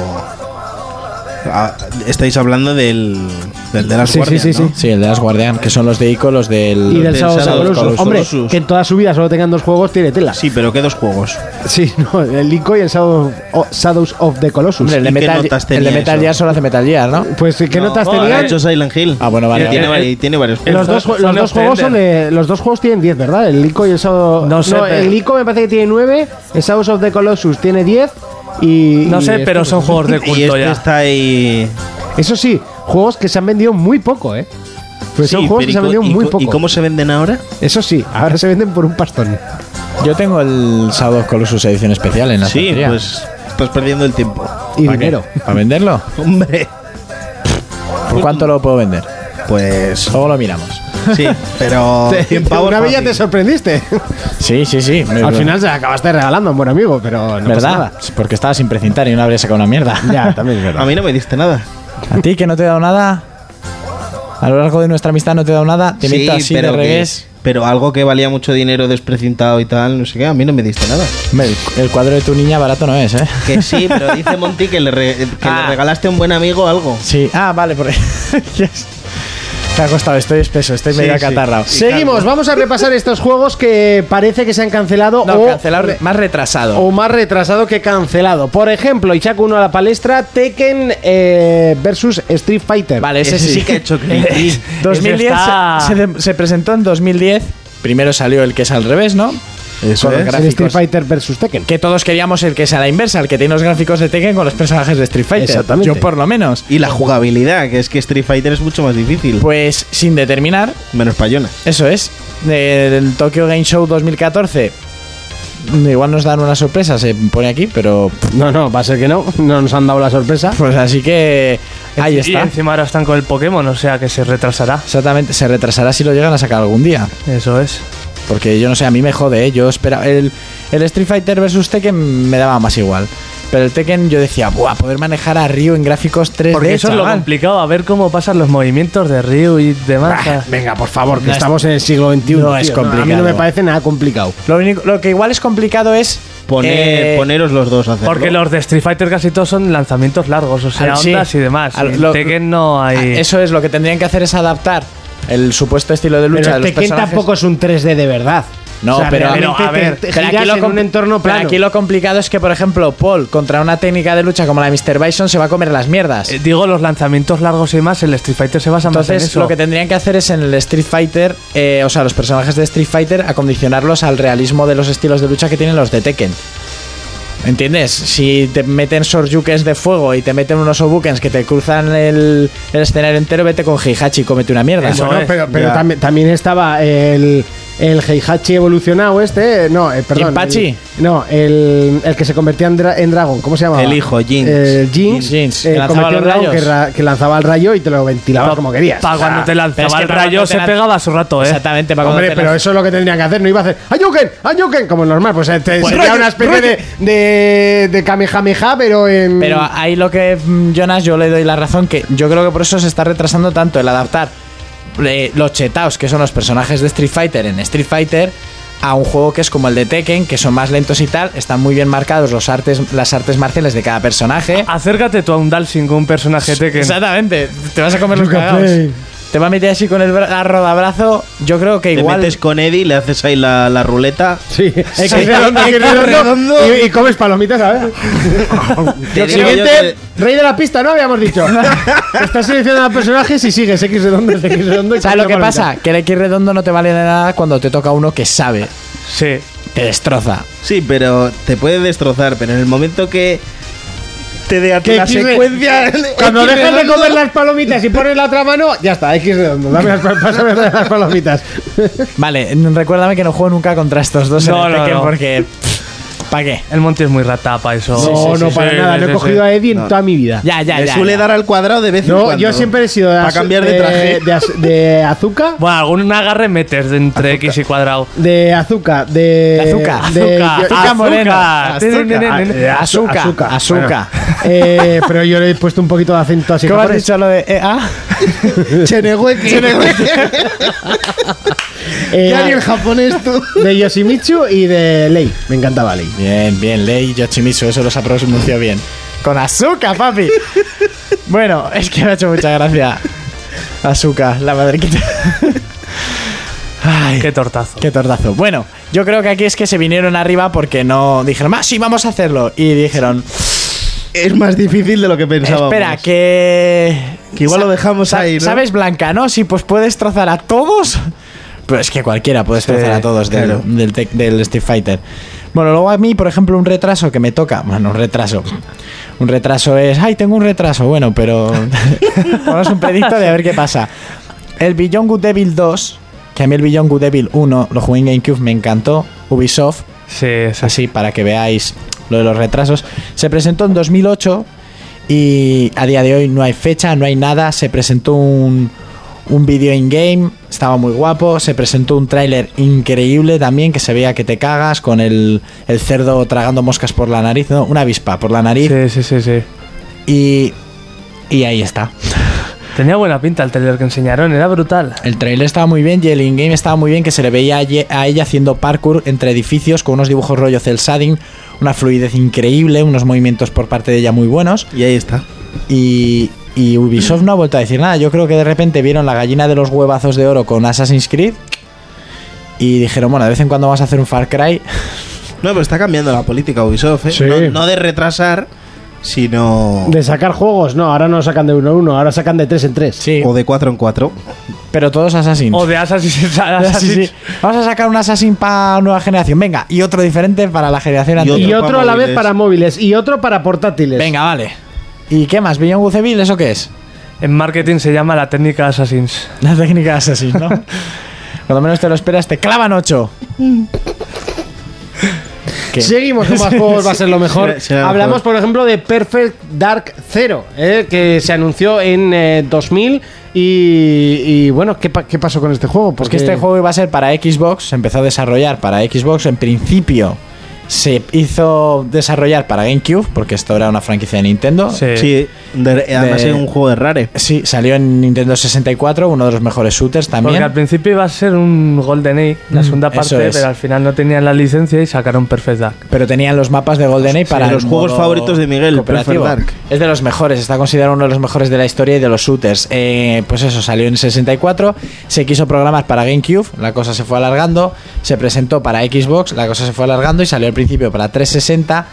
[SPEAKER 6] Ah, estáis hablando del. del de las
[SPEAKER 2] Sí, sí,
[SPEAKER 6] guardias,
[SPEAKER 2] sí,
[SPEAKER 6] ¿no?
[SPEAKER 2] sí.
[SPEAKER 5] Sí, el de las Guardian, que son los de Ico, los del.
[SPEAKER 2] Y
[SPEAKER 6] del
[SPEAKER 2] del Shadow
[SPEAKER 6] Shadow of
[SPEAKER 2] of the Colossus.
[SPEAKER 6] Colossus.
[SPEAKER 2] Hombre, que en toda su vida solo tengan dos juegos tiene tela.
[SPEAKER 6] Sí, pero ¿qué dos juegos?
[SPEAKER 2] Sí, no, el Ico y el Shadow of- Shadows of the Colossus.
[SPEAKER 5] Hombre, el de
[SPEAKER 6] ¿Y qué
[SPEAKER 5] Metal,
[SPEAKER 6] notas
[SPEAKER 5] el de
[SPEAKER 6] tenía
[SPEAKER 5] Metal
[SPEAKER 6] eso?
[SPEAKER 5] Gear solo hace Metal Gear, ¿no?
[SPEAKER 2] Pues, ¿qué notas
[SPEAKER 6] no, ha
[SPEAKER 2] tenían?
[SPEAKER 6] hecho Silent Hill.
[SPEAKER 5] Ah, bueno, vale.
[SPEAKER 6] Y tiene,
[SPEAKER 5] vale.
[SPEAKER 6] vari- tiene varios
[SPEAKER 2] Los
[SPEAKER 6] juegos.
[SPEAKER 2] dos, ju- los
[SPEAKER 7] Son de
[SPEAKER 2] dos juegos son
[SPEAKER 7] Offender.
[SPEAKER 2] de, los dos juegos tienen 10, ¿verdad? El Ico y el Shadow...
[SPEAKER 7] No sé, pero-
[SPEAKER 2] el Ico me parece que tiene 9, el Shadows of the Colossus tiene 10 y...
[SPEAKER 7] No
[SPEAKER 2] y
[SPEAKER 7] sé,
[SPEAKER 2] este,
[SPEAKER 7] pero
[SPEAKER 2] pues,
[SPEAKER 7] son juegos de
[SPEAKER 6] y
[SPEAKER 7] culto
[SPEAKER 6] este
[SPEAKER 7] ya.
[SPEAKER 6] está ahí.
[SPEAKER 2] Eso sí, juegos que se han vendido muy poco, ¿eh? Pues son
[SPEAKER 6] Sí, pero
[SPEAKER 2] juegos que
[SPEAKER 6] ¿y
[SPEAKER 2] se han
[SPEAKER 6] co-
[SPEAKER 2] vendido
[SPEAKER 6] y
[SPEAKER 2] muy
[SPEAKER 6] co-
[SPEAKER 2] poco.
[SPEAKER 6] ¿Y cómo se venden ahora?
[SPEAKER 2] Eso sí, ahora se venden por un pastón.
[SPEAKER 5] Yo tengo el Shadow of Colossus edición especial en la
[SPEAKER 6] Sí,
[SPEAKER 5] estantería.
[SPEAKER 6] pues estás perdiendo el tiempo.
[SPEAKER 2] Y
[SPEAKER 5] ¿Para qué?
[SPEAKER 2] dinero.
[SPEAKER 5] ¿Para venderlo?
[SPEAKER 6] Hombre.
[SPEAKER 5] ¿Por cuánto lo puedo vender?
[SPEAKER 6] Pues
[SPEAKER 5] Luego lo miramos.
[SPEAKER 6] sí, pero
[SPEAKER 2] Te-
[SPEAKER 6] 100 pavos
[SPEAKER 2] una vez ya
[SPEAKER 6] fácil.
[SPEAKER 2] te sorprendiste.
[SPEAKER 5] Sí, sí, sí.
[SPEAKER 2] Al final se la acabaste regalando a un buen amigo, pero no pasa
[SPEAKER 5] ¿Verdad? Porque estaba sin precintar y no habría sacado una mierda.
[SPEAKER 2] nada. Ya, también es
[SPEAKER 6] A
[SPEAKER 2] verdad.
[SPEAKER 6] mí no me diste nada.
[SPEAKER 5] ¿A ti que no te he dado nada? A lo largo de nuestra amistad no te he dado nada. Te meto así de
[SPEAKER 6] que-
[SPEAKER 5] revés.
[SPEAKER 6] pero algo que valía mucho dinero desprecintado y tal, no sé qué, a mí no me diste nada.
[SPEAKER 5] Hombre, El, el cuadro de tu niña barato no es, ¿eh?
[SPEAKER 6] Que sí, pero dice Monty que le, re- que le
[SPEAKER 5] Ah.
[SPEAKER 6] regalaste a un buen amigo algo.
[SPEAKER 5] Sí. Ah, vale, porque. Yes. Te ha costado, estoy espeso, estoy
[SPEAKER 6] Sí,
[SPEAKER 5] medio
[SPEAKER 6] sí.
[SPEAKER 5] acatarrado.
[SPEAKER 2] Seguimos, vamos a repasar estos juegos que parece que se han cancelado
[SPEAKER 5] No,
[SPEAKER 2] o,
[SPEAKER 5] cancelado, más retrasado.
[SPEAKER 2] o más retrasado que cancelado. Por ejemplo, y saco uno a la palestra, Tekken eh, versus Street Fighter.
[SPEAKER 5] Vale, ese,
[SPEAKER 6] Ese
[SPEAKER 5] sí.
[SPEAKER 6] sí que ha hecho cri-cri.
[SPEAKER 5] 2010
[SPEAKER 7] Ese está-
[SPEAKER 5] se, se- se presentó en 2010. Primero salió el que es al revés, ¿no? Con los
[SPEAKER 2] El
[SPEAKER 5] gráficos.
[SPEAKER 2] Street Fighter versus Tekken.
[SPEAKER 5] Que todos queríamos el que es a la inversa, el que tiene los gráficos de Tekken con los personajes de Street Fighter.
[SPEAKER 2] Exactamente.
[SPEAKER 5] Yo por lo menos.
[SPEAKER 6] Y la jugabilidad, que es que Street Fighter es mucho más difícil.
[SPEAKER 5] Pues sin determinar,
[SPEAKER 6] Menos payona.
[SPEAKER 5] Eso es. Del Tokyo Game Show 2014. Igual nos dan una sorpresa, se pone aquí, pero.
[SPEAKER 2] No, no, va a ser que no. No nos han dado la sorpresa.
[SPEAKER 5] Pues así que. Ahí
[SPEAKER 7] Y
[SPEAKER 5] está.
[SPEAKER 7] encima ahora están con el Pokémon, o sea que se retrasará.
[SPEAKER 5] Exactamente, se retrasará si lo llegan a sacar algún día.
[SPEAKER 7] Eso es.
[SPEAKER 5] Porque yo no sé, a mí me jode, ¿eh? Yo esperaba. El, el Street Fighter vs Tekken me daba más igual. Pero el Tekken yo decía, ¡buah! Poder manejar a Ryu en gráficos 3D.
[SPEAKER 7] Porque eso es lo
[SPEAKER 5] chaval".
[SPEAKER 7] complicado, a ver cómo pasan los movimientos de Ryu y demás.
[SPEAKER 2] Ah, venga, por favor, que estamos en el siglo XXI.
[SPEAKER 5] no es
[SPEAKER 2] tío. a mí no
[SPEAKER 5] complicado.
[SPEAKER 2] me parece nada complicado.
[SPEAKER 5] Lo, único- lo que igual es complicado es.
[SPEAKER 6] Poner,
[SPEAKER 5] eh,
[SPEAKER 6] poneros los dos a hacerlo.
[SPEAKER 7] Porque los de Street Fighter casi todos son lanzamientos largos, o sea,
[SPEAKER 5] Al- sí.
[SPEAKER 7] ondas y demás.
[SPEAKER 5] Al-
[SPEAKER 7] Y en
[SPEAKER 5] lo-
[SPEAKER 7] Tekken no hay.
[SPEAKER 5] Ah, Eso es, lo que tendrían que hacer es adaptar el supuesto estilo de lucha
[SPEAKER 2] Pero
[SPEAKER 5] de
[SPEAKER 2] el
[SPEAKER 5] los
[SPEAKER 2] Tekken
[SPEAKER 5] personajes.
[SPEAKER 2] tampoco es un 3D de verdad.
[SPEAKER 5] No,
[SPEAKER 2] O sea,
[SPEAKER 5] pero,
[SPEAKER 2] realmente
[SPEAKER 7] pero, a
[SPEAKER 2] te-
[SPEAKER 7] ver,
[SPEAKER 2] te
[SPEAKER 5] pero
[SPEAKER 2] giras en
[SPEAKER 5] com-
[SPEAKER 2] un entorno
[SPEAKER 5] pero
[SPEAKER 2] plano.
[SPEAKER 5] aquí lo complicado es que, por ejemplo, Paul contra una técnica de lucha como la de Mr. Bison se va a comer las mierdas.
[SPEAKER 7] Eh, Digo, los lanzamientos largos y demás, el Street Fighter se basa más en
[SPEAKER 5] Entonces,
[SPEAKER 7] eso.
[SPEAKER 5] lo que tendrían que hacer es en el Street Fighter, eh, o sea, los personajes de Street Fighter, acondicionarlos al realismo de los estilos de lucha que tienen los de Tekken. ¿Entiendes? Si te meten Sorjukens de fuego y te meten unos Obukens que te cruzan el, el escenario entero, vete con Heihachi y cómete una mierda.
[SPEAKER 7] Eso
[SPEAKER 2] No,
[SPEAKER 7] es.
[SPEAKER 2] pero, pero
[SPEAKER 6] Ya.
[SPEAKER 2] también, también estaba el, el Heihachi evolucionado este. eh, No, eh, perdón.
[SPEAKER 5] ¿Jinpachi?
[SPEAKER 2] el- no, el, el que se convertía en, dra- en dragón. ¿Cómo se llamaba?
[SPEAKER 6] El hijo, Jinx.
[SPEAKER 2] El Jinx.
[SPEAKER 5] Jinx,
[SPEAKER 2] eh,
[SPEAKER 5] que lanzaba
[SPEAKER 2] convertido
[SPEAKER 5] los
[SPEAKER 2] en dragón
[SPEAKER 5] rayos.
[SPEAKER 2] Que, ra- que lanzaba el rayo y te lo ventilaba
[SPEAKER 7] Pa-
[SPEAKER 2] como querías. Ah.
[SPEAKER 7] Pa'
[SPEAKER 2] O sea,
[SPEAKER 7] cuando te lanzaba
[SPEAKER 5] Ah, pero es que
[SPEAKER 7] el
[SPEAKER 5] para
[SPEAKER 7] rayo
[SPEAKER 5] cuando te
[SPEAKER 7] se
[SPEAKER 5] lan-
[SPEAKER 7] pegaba a su rato, ¿eh?
[SPEAKER 5] Exactamente, para
[SPEAKER 2] Hombre,
[SPEAKER 5] cuando te
[SPEAKER 2] pero
[SPEAKER 5] lanzan-
[SPEAKER 2] eso es lo que tendrían que hacer. No iba a hacer ¡Ayuken! ¡Ayuken! Como normal. Pues eh, te-
[SPEAKER 5] Pues
[SPEAKER 2] sería
[SPEAKER 5] rayo,
[SPEAKER 2] una especie de, de, de Kamehameha, pero en.
[SPEAKER 5] Pero ahí lo que, mm, Jonas, yo le doy la razón que yo creo que por eso se está retrasando tanto el adaptar eh, los chetaos, que son los personajes de Street Fighter en Street Fighter, a un juego que es como el de Tekken, que son más lentos y tal, están muy bien marcados los artes, las artes marciales de cada personaje.
[SPEAKER 7] Acércate tú a un Dalsing con un personaje Ah, Tekken.
[SPEAKER 5] Exactamente, te vas a comer los
[SPEAKER 2] Nunca
[SPEAKER 5] cagados.
[SPEAKER 2] play.
[SPEAKER 5] Te va a meter así con el bra- a rodabrazo, yo creo que
[SPEAKER 6] Te
[SPEAKER 5] igual...
[SPEAKER 6] metes con Eddie, le haces ahí la, la ruleta.
[SPEAKER 2] Sí, X
[SPEAKER 5] Sí.
[SPEAKER 2] redondo, X
[SPEAKER 5] X
[SPEAKER 2] redondo.
[SPEAKER 6] redondo.
[SPEAKER 2] Y, y comes palomitas, ¿sabes?
[SPEAKER 6] Te digo
[SPEAKER 2] Lo
[SPEAKER 6] yo
[SPEAKER 2] siguiente,
[SPEAKER 6] que-
[SPEAKER 2] rey de la pista, ¿no? Habíamos dicho. Estás seleccionando a personajes y sigues X redondo, X redondo. y
[SPEAKER 5] ¿Sabes lo
[SPEAKER 2] comes
[SPEAKER 5] que
[SPEAKER 2] palomitas.
[SPEAKER 5] pasa? Que el X redondo no te vale de nada cuando te toca uno que sabe,
[SPEAKER 7] Sí.
[SPEAKER 5] te destroza.
[SPEAKER 6] Sí, pero te puede destrozar, pero en el momento que te dé a ti
[SPEAKER 2] Que
[SPEAKER 6] la
[SPEAKER 2] X re-
[SPEAKER 6] secuencia.
[SPEAKER 2] Cuando
[SPEAKER 6] X
[SPEAKER 2] dejas de
[SPEAKER 6] redondo,
[SPEAKER 2] comer las palomitas y pones la otra mano, ya está, X redondo. Dame las, pa- pásame las palomitas.
[SPEAKER 5] Vale, n- recuérdame que no juego nunca contra estos dos
[SPEAKER 7] No,
[SPEAKER 5] en el
[SPEAKER 7] no,
[SPEAKER 5] Tekken
[SPEAKER 7] no.
[SPEAKER 5] porque... ¿Para qué?
[SPEAKER 7] El monte es muy ratapa, eso.
[SPEAKER 2] No, no, para nada. no he cogido a Eddie en toda mi vida.
[SPEAKER 5] Ya, ya,
[SPEAKER 6] le
[SPEAKER 5] ya.
[SPEAKER 6] suele
[SPEAKER 5] ya.
[SPEAKER 6] dar al cuadrado de vez en
[SPEAKER 2] No,
[SPEAKER 6] cuando.
[SPEAKER 2] yo siempre he sido de,
[SPEAKER 6] Para
[SPEAKER 2] az-
[SPEAKER 6] cambiar de traje.
[SPEAKER 2] de az- de azúcar,
[SPEAKER 7] Bueno, algún agarre metes de entre X y cuadrado.
[SPEAKER 2] de azúcar, de...
[SPEAKER 5] De azúcar.
[SPEAKER 2] de-
[SPEAKER 7] Azúcar,
[SPEAKER 2] yo- Eh,
[SPEAKER 5] azúcar moreno.
[SPEAKER 7] Azúcar.
[SPEAKER 5] Azúcar,
[SPEAKER 2] Azúcar.
[SPEAKER 5] azúcar.
[SPEAKER 2] Eh, pero yo le he puesto un poquito de acento así.
[SPEAKER 5] ¿Cómo has
[SPEAKER 2] japonés.
[SPEAKER 5] dicho lo de E EA?
[SPEAKER 6] Chenehueque.
[SPEAKER 2] Eh,
[SPEAKER 6] Ya ni el japonés tú.
[SPEAKER 2] de Yoshimitsu y de Lei. Me encantaba Lei.
[SPEAKER 5] Bien, bien, Lei Yoshimizu, eso los ha pronunciado bien. Con azúcar, papi. bueno, es que me ha hecho mucha gracia. Azúcar, la madriquita. Ay,
[SPEAKER 7] Qué
[SPEAKER 5] qué,
[SPEAKER 7] tortazo.
[SPEAKER 5] tortazo. Bueno, yo creo que aquí es que se vinieron arriba porque no dijeron, ah, sí, vamos a hacerlo. Y dijeron,
[SPEAKER 6] Es más difícil de lo que pensábamos.
[SPEAKER 5] espera, que.
[SPEAKER 6] Que igual
[SPEAKER 5] Sa-
[SPEAKER 6] lo dejamos
[SPEAKER 5] sa-
[SPEAKER 6] ahí, ¿no?
[SPEAKER 5] ¿Sabes, Blanca, no? Si pues puedes trozar a todos. Pero es que cualquiera puede destrozar a todos del,
[SPEAKER 6] claro.
[SPEAKER 5] del, Tec- del Street Fighter. Bueno, luego a mí, por ejemplo, un retraso que me toca. Bueno, un retraso. Un retraso es. ¡Ay, tengo un retraso! Bueno, pero. Ponos un pedito de a ver qué pasa. El Beyond Good Devil 2, que a mí el Beyond Good Devil 1 lo jugué en GameCube, me encantó. Ubisoft,
[SPEAKER 7] Sí, es así.
[SPEAKER 5] así para que veáis lo de los retrasos. Se presentó en 2008 y a día de hoy no hay fecha, no hay nada. Se presentó un, un vídeo in-game, estaba muy guapo. Se presentó un tráiler increíble también que se veía que te cagas con el, el cerdo tragando moscas por la nariz, no, una avispa por la nariz.
[SPEAKER 7] Sí, sí, sí, sí.
[SPEAKER 5] Y, y ahí está.
[SPEAKER 7] Tenía buena pinta el trailer que enseñaron, era brutal.
[SPEAKER 5] El trailer estaba muy bien y el in-game estaba muy bien, que se le veía a ye- a ella haciendo parkour entre edificios con unos dibujos rollo cel shading, una fluidez increíble, unos movimientos por parte de ella muy buenos.
[SPEAKER 6] Y ahí está.
[SPEAKER 5] Y, y Ubisoft no ha vuelto a decir nada. Yo creo que de repente vieron la gallina de los huevazos de oro con Assassin's Creed y dijeron, bueno, de vez en cuando vamos a hacer un Far Cry.
[SPEAKER 6] No, pero está cambiando la política Ubisoft, ¿eh?
[SPEAKER 2] Sí.
[SPEAKER 6] No, no de retrasar, sino.
[SPEAKER 2] De sacar juegos, no, ahora no sacan de uno a uno, ahora sacan de tres en tres.
[SPEAKER 5] Sí,
[SPEAKER 6] O de 4 en 4.
[SPEAKER 5] pero todos Assassins.
[SPEAKER 7] O de Assassin's
[SPEAKER 5] Sí, sí.
[SPEAKER 7] Assassin's.
[SPEAKER 5] Vamos a sacar un Assassin para nueva generación. Venga, y otro diferente para la generación
[SPEAKER 6] Y
[SPEAKER 5] anterior.
[SPEAKER 2] Y
[SPEAKER 6] otro
[SPEAKER 2] otro
[SPEAKER 6] para
[SPEAKER 2] a la vez
[SPEAKER 6] móviles.
[SPEAKER 2] para móviles y otro para portátiles.
[SPEAKER 5] Venga, vale. ¿Y qué más? ¿Beyond Good Evil? ¿Eso qué es?
[SPEAKER 7] En marketing se llama la técnica Assassin's.
[SPEAKER 5] La técnica de Assassin, ¿no? Cuando menos te lo esperas, te clavan 8.
[SPEAKER 2] Seguimos con más juegos, va a ser lo mejor.
[SPEAKER 6] será- será lo
[SPEAKER 2] Hablamos,
[SPEAKER 6] mejor.
[SPEAKER 2] por ejemplo, de Perfect Dark Zero, eh, que se anunció en eh, 2000. Y, y, bueno, ¿qué, pa- qué pasó con este juego?
[SPEAKER 5] Pues que este juego iba a ser para Xbox, se empezó a desarrollar para Xbox, en principio se hizo desarrollar para GameCube, porque esto era una franquicia de Nintendo.
[SPEAKER 7] Sí.
[SPEAKER 6] Sí, de- eh, además
[SPEAKER 5] de-
[SPEAKER 6] es un juego de Rare.
[SPEAKER 5] Sí, salió en Nintendo 64, uno de los mejores shooters
[SPEAKER 7] Porque
[SPEAKER 5] también.
[SPEAKER 7] al principio iba a ser un GoldenEye,
[SPEAKER 2] Mm,
[SPEAKER 7] la segunda
[SPEAKER 5] eso
[SPEAKER 7] parte,
[SPEAKER 5] es.
[SPEAKER 7] pero al final no tenían la licencia y sacaron Perfect Dark.
[SPEAKER 5] Pero tenían los mapas de GoldenEye para
[SPEAKER 6] los
[SPEAKER 5] el
[SPEAKER 6] juegos
[SPEAKER 5] modo
[SPEAKER 6] favoritos de Miguel,
[SPEAKER 5] cooperativo.
[SPEAKER 6] Perfect Dark.
[SPEAKER 5] Es de los mejores, está considerado uno de los mejores de la historia y de los shooters. Eh, pues eso, salió en 64, se quiso programar para GameCube, la cosa se fue alargando, se presentó para Xbox, la cosa se fue alargando y salió al principio para 360,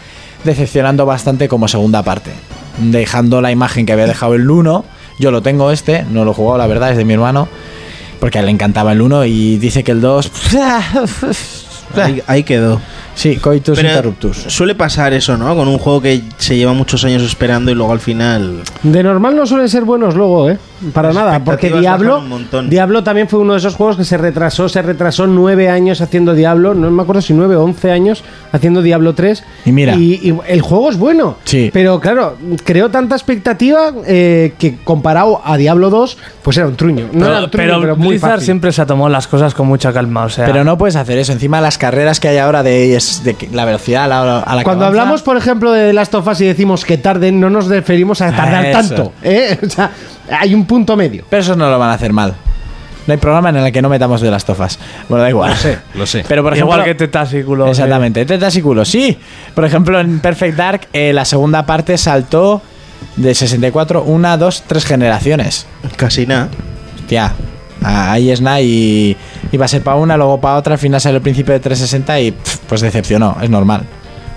[SPEAKER 5] decepcionando bastante como segunda parte, dejando la imagen que había dejado el 1. Yo lo tengo este, no lo he jugado, la verdad, es de mi hermano, porque a él le encantaba el 1 y dice que el 2...
[SPEAKER 6] Ahí, ahí quedó.
[SPEAKER 5] Sí, coitus
[SPEAKER 6] Pero
[SPEAKER 5] interruptus.
[SPEAKER 6] Suele pasar eso, ¿no? Con un juego que se lleva muchos años esperando y luego al final.
[SPEAKER 2] De normal no suelen ser buenos luego, ¿eh? Para
[SPEAKER 6] Las
[SPEAKER 2] nada, porque
[SPEAKER 6] expectativas
[SPEAKER 2] Diablo,
[SPEAKER 6] bajan un montón.
[SPEAKER 2] Diablo también fue uno de esos juegos que se retrasó, se retrasó nueve años haciendo Diablo, no me acuerdo si nueve o once años haciendo Diablo 3.
[SPEAKER 5] Y mira.
[SPEAKER 2] Y, el juego es bueno,
[SPEAKER 5] Sí.
[SPEAKER 2] pero claro, creó tanta expectativa eh, que comparado a Diablo 2, pues era un truño. No era un truño, pero, muy
[SPEAKER 7] Blizzard
[SPEAKER 2] fácil.
[SPEAKER 7] siempre se ha tomado las cosas con mucha calma, o sea...
[SPEAKER 5] Pero no puedes hacer eso. Encima las carreras que hay ahora de, es de que- la velocidad a la, a la que
[SPEAKER 2] Cuando
[SPEAKER 5] avanza,
[SPEAKER 2] hablamos, por ejemplo, de Last of Us y decimos que tarden, no nos referimos a tardar
[SPEAKER 5] Ah, Eso.
[SPEAKER 2] tanto. ¿eh? O sea, hay un punto medio.
[SPEAKER 5] Pero esos no lo van a hacer mal. No hay programa en el que no metamos de las tofas. Bueno, da igual. Lo sé,
[SPEAKER 11] lo sé.
[SPEAKER 5] Pero por ejemplo,
[SPEAKER 7] Igual que tetásículo. eh.
[SPEAKER 5] Exactamente, tetas y culo, sí. Por ejemplo, en Perfect Dark, eh, la segunda parte saltó de 64, una, dos, tres generaciones.
[SPEAKER 6] Casi nada.
[SPEAKER 5] Hostia, a- ahí es nada y iba a ser para una, luego para otra, al final salió el principio de 360 y pf, pues decepcionó, es normal.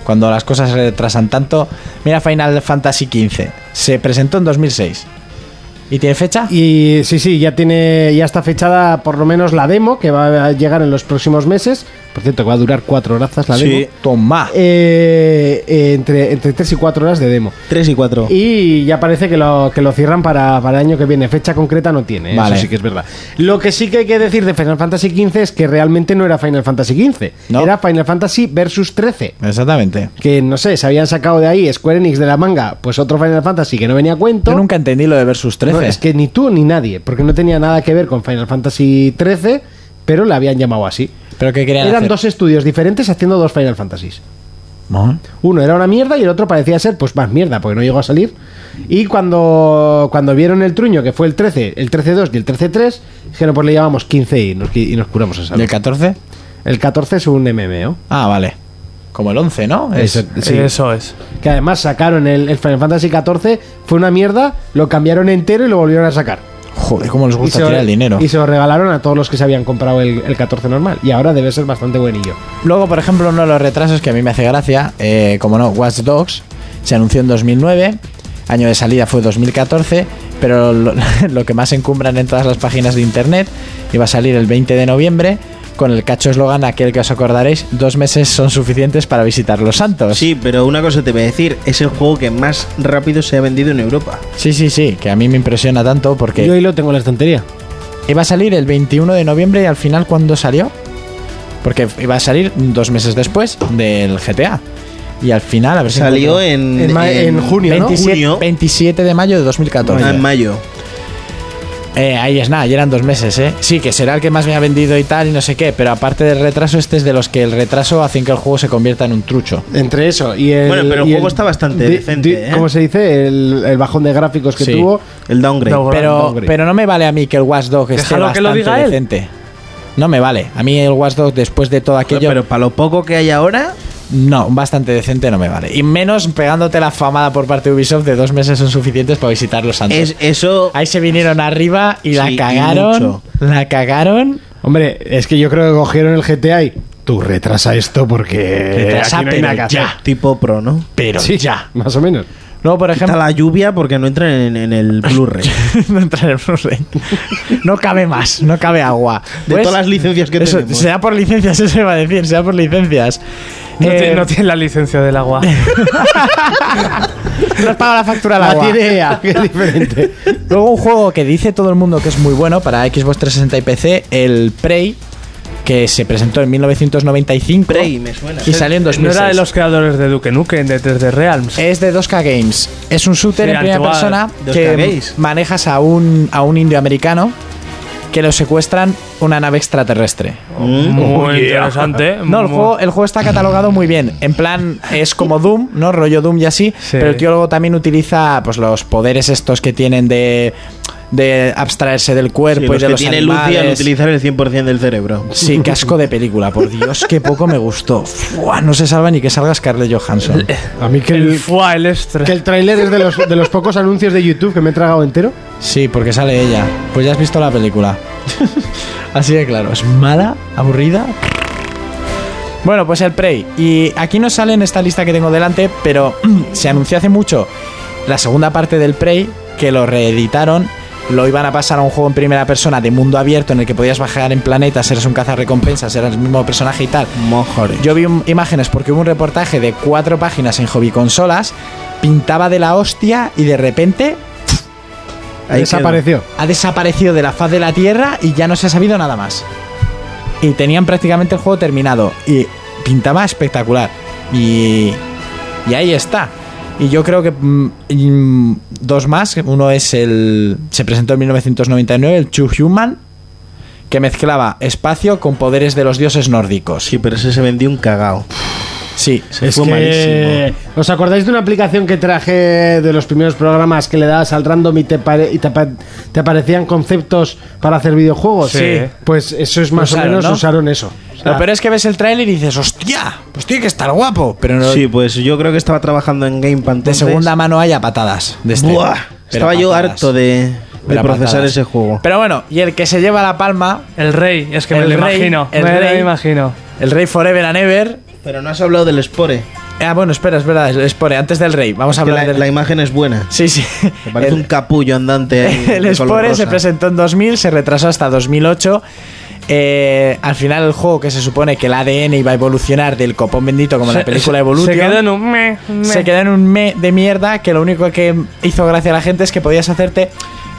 [SPEAKER 5] Cuando las cosas se retrasan tanto, mira Final Fantasy XV, se presentó en 2006. ¿Y tiene fecha?
[SPEAKER 2] Y sí, sí, ya tiene, ya está fechada por lo menos la demo que va a llegar en los próximos meses. Por cierto, que va a durar cuatro horas la demo.
[SPEAKER 5] Toma.
[SPEAKER 2] Eh, eh, entre, entre tres y cuatro horas de demo.
[SPEAKER 6] 3 y 4.
[SPEAKER 2] Y ya parece que lo, que lo cierran para, para el año que viene. Fecha concreta no tiene, ¿eh?
[SPEAKER 5] Vale.
[SPEAKER 2] eso sí que es verdad. Lo que sí que hay que decir de Final Fantasy XV es que realmente no era Final Fantasy XV,
[SPEAKER 5] No.
[SPEAKER 2] era Final Fantasy Versus 13.
[SPEAKER 5] Exactamente.
[SPEAKER 2] Que no sé, se habían sacado de ahí Square Enix de la manga, pues otro Final Fantasy que no venía a cuento.
[SPEAKER 5] Yo nunca entendí lo de Versus 13.
[SPEAKER 2] No, es que ni tú ni nadie, porque no tenía nada que ver con Final Fantasy XIII, pero la habían llamado así.
[SPEAKER 5] ¿Pero qué querían
[SPEAKER 2] Eran
[SPEAKER 5] hacer?
[SPEAKER 2] dos estudios diferentes haciendo dos Final Fantasies.
[SPEAKER 5] Mon.
[SPEAKER 2] Uno era una mierda y el otro parecía ser pues más mierda, porque no llegó a salir. Y cuando, cuando vieron el truño, que fue el 13, el 13-2 y el 13-3, dijeron pues le llamamos 15 y nos, qui- y nos curamos esa.
[SPEAKER 5] ¿Y el 14?
[SPEAKER 2] El 14 es un MMO.
[SPEAKER 5] Ah, vale. Como el 11, ¿no? Es-
[SPEAKER 2] Eso, sí.
[SPEAKER 7] Eso es.
[SPEAKER 2] Que además sacaron el, el Final Fantasy XIV, fue una mierda, lo cambiaron entero y lo volvieron a sacar.
[SPEAKER 5] Joder, cómo les gusta
[SPEAKER 2] lo-
[SPEAKER 5] tirar el dinero.
[SPEAKER 2] y se lo regalaron a todos los que se habían comprado el, el 14 normal. Y ahora debe ser bastante buenillo.
[SPEAKER 5] Luego, por ejemplo, uno de los retrasos que a mí me hace gracia, eh, como no, Watch Dogs, se anunció en 2009, año de salida fue 2014, pero lo, lo que más encumbran en todas las páginas de internet iba a salir el 20 de noviembre con el cacho eslogan aquel que os acordaréis, dos meses son suficientes para visitar los santos.
[SPEAKER 6] Sí, pero una cosa te voy a decir, es el juego que más rápido se ha vendido en Europa.
[SPEAKER 5] sí, sí, sí, que a mí me impresiona tanto porque...
[SPEAKER 2] Yo ahí lo tengo en la estantería.
[SPEAKER 5] Iba a salir el 21 de noviembre y al final ¿cuándo salió? Porque iba a salir dos meses después del GTA. Y al final, a ver si...
[SPEAKER 6] Salió
[SPEAKER 5] encuentro-
[SPEAKER 6] en,
[SPEAKER 2] En ma- en junio, ¿no?
[SPEAKER 5] 27,
[SPEAKER 6] Junio.
[SPEAKER 5] 27 de mayo de
[SPEAKER 6] Ah,
[SPEAKER 5] 2014.
[SPEAKER 6] en mayo.
[SPEAKER 5] Eh, ahí es nada, ya eran dos meses, ¿eh? Sí, que será el que más me ha vendido y tal y no sé qué, pero aparte del retraso, este es de los que el retraso hace que el juego se convierta en un trucho.
[SPEAKER 2] Entre eso y el.
[SPEAKER 6] Bueno, pero el
[SPEAKER 2] y
[SPEAKER 6] juego está bastante decente, ¿eh?
[SPEAKER 2] ¿Cómo se dice? El, el bajón de gráficos que
[SPEAKER 5] Sí.
[SPEAKER 2] tuvo.
[SPEAKER 6] El downgrade.
[SPEAKER 7] No,
[SPEAKER 5] Pero,
[SPEAKER 2] hombre.
[SPEAKER 5] pero no me vale a mí que el Watch Dog esté
[SPEAKER 7] Déjalo
[SPEAKER 5] bastante
[SPEAKER 7] que lo diga él.
[SPEAKER 5] decente. No me vale. A mí el Watch Dog, después de todo
[SPEAKER 6] Joder,
[SPEAKER 5] aquello...
[SPEAKER 6] pero para lo poco que hay ahora,
[SPEAKER 5] No, bastante decente no me vale. Y menos pegándote la famada por parte de Ubisoft de dos meses son suficientes para visitar los Santos.
[SPEAKER 6] es eso.
[SPEAKER 5] Ahí se vinieron arriba y la
[SPEAKER 6] Sí, y
[SPEAKER 5] cagaron.
[SPEAKER 6] mucho.
[SPEAKER 5] la cagaron.
[SPEAKER 2] Hombre, es que yo creo que cogieron el GTA y. Tú retrasa esto porque.
[SPEAKER 5] Retrasa,
[SPEAKER 2] aquí no hay
[SPEAKER 5] pero
[SPEAKER 2] nada que hacer.
[SPEAKER 5] ya.
[SPEAKER 6] Tipo pro, ¿no?
[SPEAKER 5] Pero
[SPEAKER 2] Sí,
[SPEAKER 5] ya.
[SPEAKER 2] Más o menos.
[SPEAKER 5] Luego, por
[SPEAKER 6] Está
[SPEAKER 5] ejemplo.
[SPEAKER 6] la lluvia porque no entra en, en el Blu-ray.
[SPEAKER 5] no entra en el Blu-ray. No cabe más, no cabe agua. Pues,
[SPEAKER 6] De todas las licencias que
[SPEAKER 5] eso,
[SPEAKER 6] tenemos.
[SPEAKER 5] Sea por licencias, eso iba a decir, sea por licencias.
[SPEAKER 7] No,
[SPEAKER 5] Eh,
[SPEAKER 7] ti- no tiene la licencia del agua.
[SPEAKER 5] no has pagado la factura al
[SPEAKER 2] La
[SPEAKER 5] agua.
[SPEAKER 2] tiene EA, que es diferente.
[SPEAKER 5] Luego un juego que dice todo el mundo que es muy bueno para Xbox 360 y PC, el Prey, que se presentó en 1995
[SPEAKER 6] Prey, me suena.
[SPEAKER 5] y salió en
[SPEAKER 7] No
[SPEAKER 5] 2006.
[SPEAKER 7] era de los creadores de Duke Nukem, de 3D Realms.
[SPEAKER 5] Es de 2K Games. Es un shooter
[SPEAKER 7] Sí,
[SPEAKER 5] en primera
[SPEAKER 7] antiguo,
[SPEAKER 5] persona
[SPEAKER 6] 2K
[SPEAKER 5] que
[SPEAKER 6] Games.
[SPEAKER 5] manejas a un, a un indio americano que lo secuestran una nave extraterrestre.
[SPEAKER 7] Muy interesante.
[SPEAKER 5] mm, oh, No, el
[SPEAKER 7] Muy-
[SPEAKER 5] juego, el juego está catalogado muy bien. En plan, es como Doom, ¿no? Rollo Doom y así.
[SPEAKER 7] Sí.
[SPEAKER 5] Pero el tío luego también utiliza pues los poderes estos que tienen de, de abstraerse del
[SPEAKER 6] Sí,
[SPEAKER 5] cuerpo y
[SPEAKER 6] los
[SPEAKER 5] de
[SPEAKER 6] que
[SPEAKER 5] los
[SPEAKER 6] tiene Lucy al
[SPEAKER 5] animales.
[SPEAKER 6] utilizar el 100% del cerebro.
[SPEAKER 5] Sí, casco de película, por Dios, qué poco me gustó. Fua, no se salva ni que salga Scarlett Johansson.
[SPEAKER 2] A mí que
[SPEAKER 7] El
[SPEAKER 2] el,
[SPEAKER 7] FUA, el extra.
[SPEAKER 2] que el tráiler es de los, de los pocos anuncios de YouTube que me he tragado entero.
[SPEAKER 5] Sí, porque sale ella. Pues ya has visto la película. Así de claro, es mala, aburrida. Bueno, pues el Prey. Y aquí no sale en esta lista que tengo delante, pero se anunció hace mucho la segunda parte del Prey, que lo reeditaron. Lo iban a pasar a un juego en primera persona de mundo abierto en el que podías bajar en planetas, eras un cazarrecompensas, eras el mismo personaje y tal.
[SPEAKER 6] Mojores.
[SPEAKER 5] Yo vi un- imágenes porque hubo un reportaje de cuatro páginas en Hobby Consolas, pintaba de la hostia y de repente
[SPEAKER 6] Ahí
[SPEAKER 2] Desapareció.
[SPEAKER 5] ha desaparecido de la faz de la Tierra y ya no se ha sabido nada más. Y tenían prácticamente el juego terminado y pintaba espectacular. Y, y ahí está. Y yo creo que mm, mm, dos más. Uno es el... Se presentó en 1999, el Chu Human, que mezclaba espacio con poderes de los dioses nórdicos.
[SPEAKER 6] Sí, pero ese se vendió un cagao.
[SPEAKER 5] Sí.
[SPEAKER 10] Es
[SPEAKER 6] fue
[SPEAKER 10] que,
[SPEAKER 6] malísimo.
[SPEAKER 10] ¿Os acordáis de una aplicación que traje de los primeros programas que le dabas al random y te, pare- y te, apa- te aparecían conceptos para hacer videojuegos?
[SPEAKER 7] Sí.
[SPEAKER 10] Pues eso es más
[SPEAKER 5] Usaron,
[SPEAKER 10] o menos,
[SPEAKER 5] ¿no?
[SPEAKER 10] usaron eso. O sea,
[SPEAKER 5] Lo peor es que ves el tráiler y dices, hostia, pues tiene que estar guapo. Pero no-
[SPEAKER 6] Sí, pues yo creo que estaba trabajando en Game Pan.
[SPEAKER 5] de segunda mano hay a patadas. de este.
[SPEAKER 6] Buah,
[SPEAKER 5] Pero
[SPEAKER 6] estaba yo
[SPEAKER 5] patadas.
[SPEAKER 6] harto de, de
[SPEAKER 5] Pero
[SPEAKER 6] procesar
[SPEAKER 5] patadas.
[SPEAKER 6] ese juego.
[SPEAKER 5] Pero bueno, y el que se lleva la palma,
[SPEAKER 7] El rey, es que me
[SPEAKER 5] El
[SPEAKER 7] lo
[SPEAKER 5] rey,
[SPEAKER 7] imagino.
[SPEAKER 5] el
[SPEAKER 7] me
[SPEAKER 5] rey.
[SPEAKER 7] lo imagino.
[SPEAKER 5] el rey Forever and Ever.
[SPEAKER 6] Pero no has hablado del Spore.
[SPEAKER 5] Ah, bueno, espera, es verdad, es por antes del rey. Vamos a
[SPEAKER 6] que
[SPEAKER 5] hablar
[SPEAKER 6] la,
[SPEAKER 5] del
[SPEAKER 6] la imagen es buena.
[SPEAKER 5] Sí, sí.
[SPEAKER 6] Me parece
[SPEAKER 5] El-
[SPEAKER 6] un capullo andante. ahí,
[SPEAKER 5] El
[SPEAKER 6] de color
[SPEAKER 5] Spore se
[SPEAKER 6] rosa.
[SPEAKER 5] presentó en 2000, se retrasó hasta 2008. Eh, al final el juego que se supone que el ADN iba a evolucionar del copón bendito como en la película Evolution
[SPEAKER 7] Se quedó en un me, me.
[SPEAKER 5] se quedó en un me de mierda que lo único que hizo gracia a la gente es que podías hacerte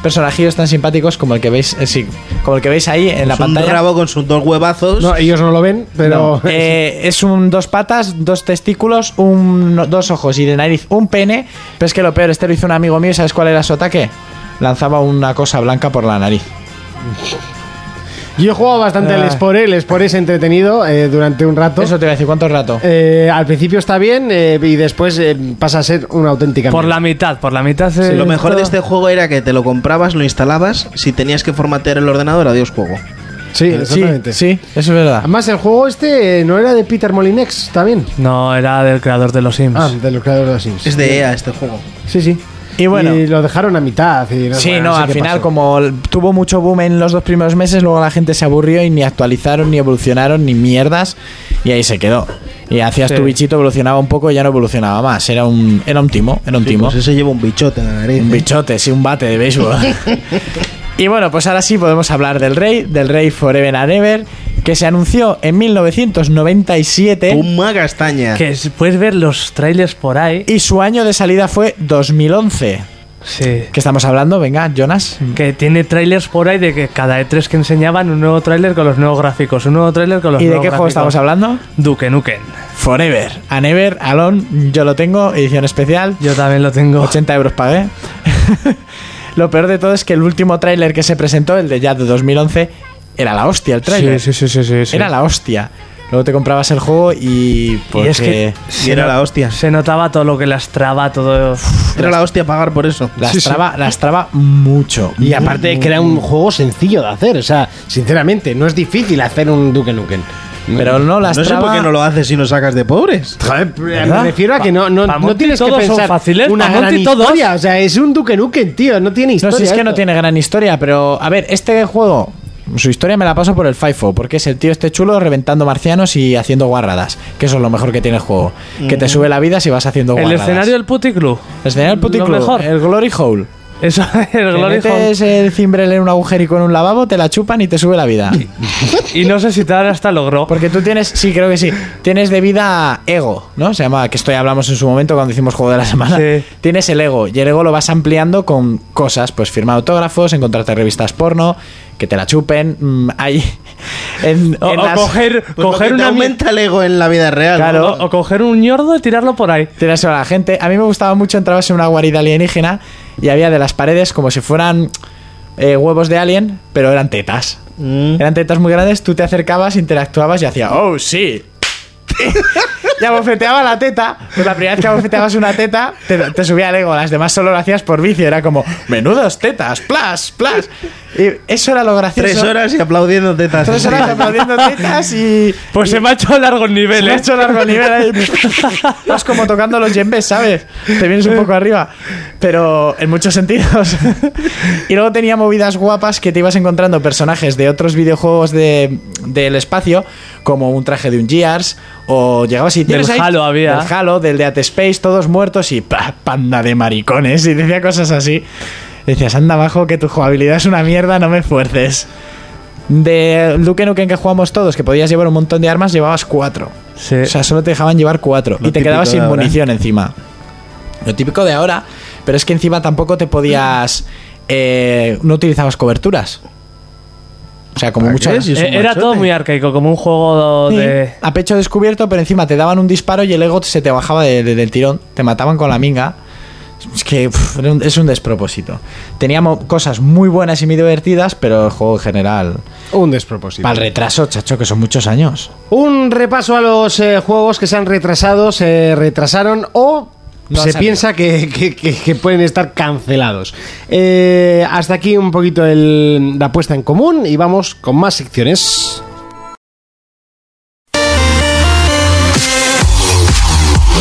[SPEAKER 5] personajillos tan simpáticos como el que veis eh, sí, como el que veis ahí en la
[SPEAKER 6] Es un
[SPEAKER 5] pantalla
[SPEAKER 6] rabo con sus dos huevazos.
[SPEAKER 10] no, ellos no lo ven, pero.
[SPEAKER 5] No, eh, es un dos patas, dos testículos, un, no, dos ojos y de nariz un pene. Pero es que lo peor, este lo hizo un amigo mío, ¿y ¿sabes cuál era su ataque? Lanzaba una cosa blanca por la nariz.
[SPEAKER 10] Yo he jugado bastante al
[SPEAKER 5] Ah.
[SPEAKER 10] Spore, el Spore es entretenido eh, durante un rato.
[SPEAKER 5] Eso te voy a decir, ¿cuánto rato?
[SPEAKER 10] Eh, al principio está bien eh, y después eh, pasa a ser una auténtica.
[SPEAKER 7] Por
[SPEAKER 10] mierda.
[SPEAKER 7] la mitad, por la mitad. se-
[SPEAKER 6] lo mejor de
[SPEAKER 7] esto-
[SPEAKER 6] este juego era que te lo comprabas, lo instalabas. Si tenías que formatear el ordenador, adiós juego.
[SPEAKER 10] Sí, exactamente.
[SPEAKER 5] Sí, sí, eso es verdad.
[SPEAKER 10] Además, el juego este eh, no era de Peter Molinex, también.
[SPEAKER 5] Pues este-
[SPEAKER 7] No, era del creador de los Sims.
[SPEAKER 10] Ah, de los creadores de los Sims.
[SPEAKER 6] Es de EA este juego.
[SPEAKER 10] Sí, sí.
[SPEAKER 5] Y bueno.
[SPEAKER 10] lo dejaron a mitad. y
[SPEAKER 5] Sí,
[SPEAKER 10] bueno,
[SPEAKER 5] no,
[SPEAKER 10] sé
[SPEAKER 5] al
[SPEAKER 10] qué
[SPEAKER 5] final
[SPEAKER 10] pasó.
[SPEAKER 5] como el- tuvo mucho boom en los dos primeros meses, luego la gente se aburrió y ni actualizaron, ni evolucionaron, ni mierdas, y ahí se quedó. Y hacías
[SPEAKER 7] Sí.
[SPEAKER 5] tu bichito, evolucionaba un poco y ya no evolucionaba más. Era un, era un timo, era un
[SPEAKER 6] Sí,
[SPEAKER 5] timo.
[SPEAKER 6] pues ese lleva un bichote en la nariz.
[SPEAKER 5] Un
[SPEAKER 6] ¿eh?
[SPEAKER 5] bichote, sí, un bate de béisbol. y bueno, pues ahora sí podemos hablar del rey, del rey Forever and Ever, que se anunció en 1997
[SPEAKER 6] Puma castaña.
[SPEAKER 7] Que es- puedes ver los trailers por ahí.
[SPEAKER 5] y su año de salida fue 2011.
[SPEAKER 7] Sí.
[SPEAKER 5] ¿Qué estamos hablando? Venga, Jonas.
[SPEAKER 7] Que tiene trailers por ahí de que cada E3 que enseñaban un nuevo trailer con los nuevos gráficos, un nuevo trailer con los
[SPEAKER 5] ¿Y de
[SPEAKER 7] nuevos
[SPEAKER 5] qué juego
[SPEAKER 7] gráficos.
[SPEAKER 5] estamos hablando?
[SPEAKER 7] Duke Nukem.
[SPEAKER 5] Forever and Ever, Alon, yo lo tengo, edición especial.
[SPEAKER 7] Yo también lo tengo.
[SPEAKER 5] 80 euros pagué. lo peor de todo es que el último tráiler que se presentó, el de ya de 2011, era la hostia el tráiler.
[SPEAKER 7] Sí, sí, sí, sí, sí.
[SPEAKER 5] Era la hostia. Luego te comprabas el juego y.
[SPEAKER 7] Y es que
[SPEAKER 5] porque
[SPEAKER 6] Y era la hostia.
[SPEAKER 7] se notaba todo lo que lastraba, todo.
[SPEAKER 6] Era la hostia pagar por eso.
[SPEAKER 5] Las, traba, las traba mucho. Mm.
[SPEAKER 10] Y aparte que era un juego sencillo de hacer. O sea, sinceramente, no es difícil hacer un Duke Nukem.
[SPEAKER 5] Pero no las
[SPEAKER 6] No sé
[SPEAKER 5] traba.
[SPEAKER 6] por qué no lo haces si no sacas de pobres.
[SPEAKER 10] Joder,
[SPEAKER 5] ¿Verdad?
[SPEAKER 10] me refiero a que no, no,
[SPEAKER 7] Pa- pa
[SPEAKER 10] no
[SPEAKER 7] Monty
[SPEAKER 10] tienes que
[SPEAKER 7] todos son
[SPEAKER 10] pensar
[SPEAKER 7] fáciles,
[SPEAKER 10] una
[SPEAKER 7] pa
[SPEAKER 10] gran
[SPEAKER 7] Monty todos.
[SPEAKER 10] historia. O sea, es un Duke Nukem, tío. No tiene
[SPEAKER 5] No,
[SPEAKER 10] historia.
[SPEAKER 5] si es que no
[SPEAKER 10] esto.
[SPEAKER 5] tiene gran historia, pero a ver, este juego, su historia me la paso por el FIFO, porque es el tío este chulo reventando marcianos y haciendo guarradas, que eso es lo mejor que tiene el juego, que te sube la vida si vas haciendo
[SPEAKER 7] El
[SPEAKER 5] guarradas.
[SPEAKER 7] escenario del Puticlub.
[SPEAKER 5] el escenario del
[SPEAKER 7] lo
[SPEAKER 5] puticlub,
[SPEAKER 7] mejor.
[SPEAKER 5] el Glory Hole.
[SPEAKER 7] Eso, el
[SPEAKER 5] Te
[SPEAKER 7] Glory Hole.
[SPEAKER 5] metes el cimbrel en un agujerico en un lavabo, te la chupan y te sube la vida.
[SPEAKER 7] Y no sé si te dan hasta logro.
[SPEAKER 5] Porque tú tienes, sí, creo que sí, tienes de vida ego, ¿no? Se llama, que esto ya hablamos en su momento cuando hicimos juego de la semana.
[SPEAKER 7] Sí.
[SPEAKER 5] Tienes el ego y el ego lo vas ampliando con cosas, pues firmar autógrafos, encontrarte revistas porno, que te la chupen, mm, ahí. En,
[SPEAKER 7] O,
[SPEAKER 5] en
[SPEAKER 7] o
[SPEAKER 5] las-
[SPEAKER 7] coger,
[SPEAKER 6] Pues lo que
[SPEAKER 7] coger
[SPEAKER 6] te
[SPEAKER 7] una. mi-
[SPEAKER 6] aumenta el ego en la vida real. ¿no?
[SPEAKER 7] Claro, o coger un ñordo y tirarlo por ahí.
[SPEAKER 5] Tienes a la gente. A mí me gustaba mucho, entrabas en una guarida alienígena y había de las paredes como si fueran eh, huevos de alien, pero eran tetas.
[SPEAKER 6] Mm.
[SPEAKER 5] Eran tetas muy grandes, tú te acercabas, interactuabas y hacía, oh, sí. y abofeteaba la teta. Pues la primera vez que abofeteabas una teta, te, te subía el ego. Las demás solo lo hacías por vicio. Era como, menudos tetas, plas, plas. Y eso era lo gracioso.
[SPEAKER 6] Tres horas y aplaudiendo tetas.
[SPEAKER 5] Tres horas aplaudiendo tetas y.
[SPEAKER 7] Pues
[SPEAKER 5] y-
[SPEAKER 7] se me ha hecho largo el
[SPEAKER 5] se
[SPEAKER 7] nivel,
[SPEAKER 5] le
[SPEAKER 7] ¿eh?
[SPEAKER 5] ha hecho largo el nivel ahí. Vas como tocando los yembes, ¿sabes? Te vienes un poco arriba. Pero en muchos sentidos. y luego tenía movidas guapas que te ibas encontrando personajes de otros videojuegos de, del espacio, como un traje de un Gears, o llegabas y tienes ahí-
[SPEAKER 7] Halo había.
[SPEAKER 5] Del Halo, del Dead Space, todos muertos y pa, panda de maricones. Y decía cosas así. Decías, anda abajo, que tu jugabilidad es una mierda, no me fuerces. De Duke Nukem que jugamos todos, que podías llevar un montón de armas, llevabas cuatro.
[SPEAKER 7] Sí.
[SPEAKER 5] O sea, solo te dejaban llevar cuatro.
[SPEAKER 6] Lo
[SPEAKER 5] y te
[SPEAKER 6] típico
[SPEAKER 5] quedabas
[SPEAKER 6] de
[SPEAKER 5] sin
[SPEAKER 6] ahora.
[SPEAKER 5] munición encima. Lo típico de ahora, pero es que encima tampoco te podías. eh, no utilizabas coberturas. O sea, como
[SPEAKER 6] ¿Para
[SPEAKER 5] muchas.
[SPEAKER 6] qué? Si es un
[SPEAKER 7] Eh, Era
[SPEAKER 6] machote.
[SPEAKER 7] todo muy arcaico, como un juego
[SPEAKER 5] Sí,
[SPEAKER 7] de.
[SPEAKER 5] A pecho descubierto, pero encima te daban un disparo y el ego se te bajaba de- de- del tirón. Te mataban con la minga. Es que pf, era un- es un despropósito. Teníamos cosas muy buenas y muy divertidas, pero el juego en general.
[SPEAKER 2] Un despropósito.
[SPEAKER 5] Para el retraso, chacho, que son muchos años.
[SPEAKER 2] Un repaso a los eh, juegos que se han retrasado, se retrasaron o
[SPEAKER 5] No han
[SPEAKER 2] se
[SPEAKER 5] salido.
[SPEAKER 2] piensa que, que- que- que pueden estar cancelados. Eh, hasta aquí un poquito el- la puesta en común y vamos con más secciones.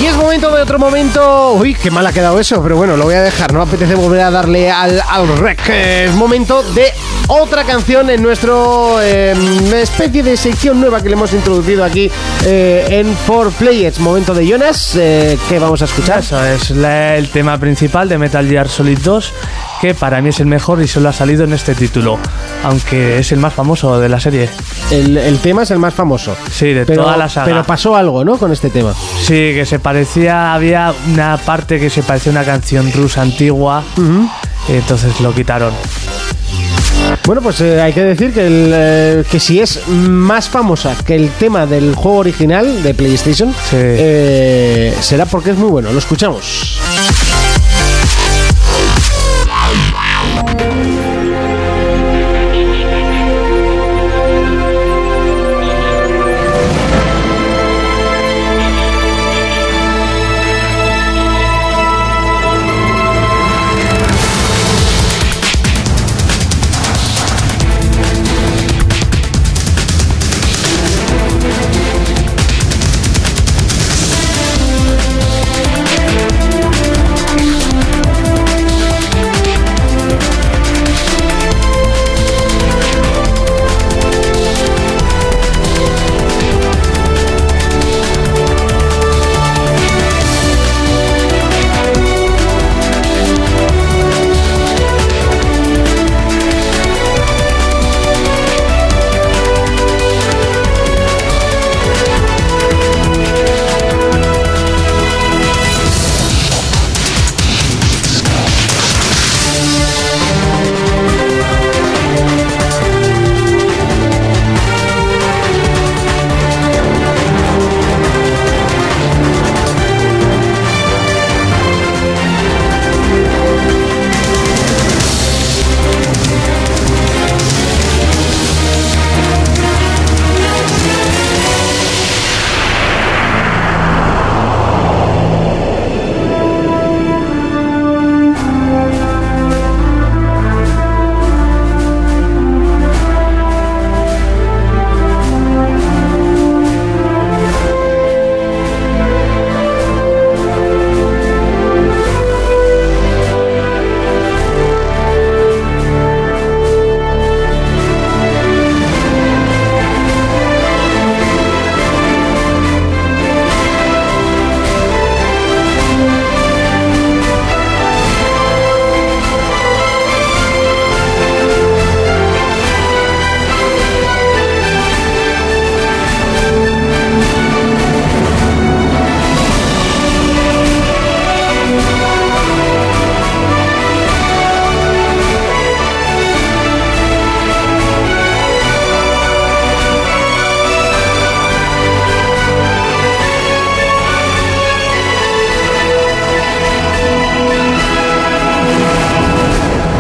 [SPEAKER 2] Y es momento de otro momento. Uy, qué mal ha quedado eso, pero bueno, lo voy a dejar. No apetece volver a darle al, al rec. Eh, Es momento de otra canción en nuestro eh, especie de sección nueva que le hemos introducido aquí eh, en 4 Players. Momento de Jonas, eh, que vamos a escuchar.
[SPEAKER 7] Eso es la- el tema principal de Metal Gear Solid 2, que para mí es el mejor y solo ha salido en este título, aunque es el más famoso de la serie.
[SPEAKER 2] El, el tema es el más famoso.
[SPEAKER 7] Sí, de
[SPEAKER 2] Pero,
[SPEAKER 7] toda la saga.
[SPEAKER 2] pero pasó algo, ¿no? Con este tema.
[SPEAKER 7] Sí, que se parecía, había una parte que se parecía a una canción rusa antigua, entonces lo quitaron.
[SPEAKER 2] Bueno, pues eh, hay que decir que, el, eh, que si es más famosa que el tema del juego original de PlayStation,
[SPEAKER 7] Sí.
[SPEAKER 2] eh, será porque es muy bueno. Lo escuchamos.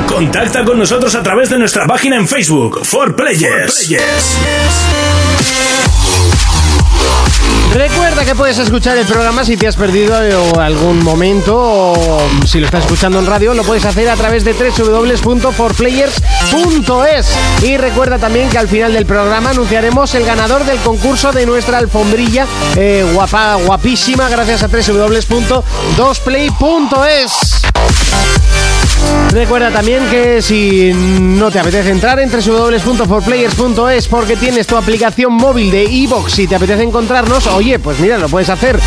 [SPEAKER 1] Contacta con nosotros a través de nuestra página en Facebook, For Players.
[SPEAKER 2] Recuerda que puedes escuchar el programa si te has perdido eh, o algún momento o mm, si lo estás escuchando en radio, lo puedes hacer a través de www.forplayers.es. Y recuerda también que al final del programa anunciaremos el ganador del concurso de nuestra alfombrilla eh, guapa, guapísima gracias a www.2play.es. Recuerda también que si no te apetece entrar en www.forplayers.es porque tienes tu aplicación móvil de iBox y te apetece encontrarnos, oye, pues mira, lo puedes hacer.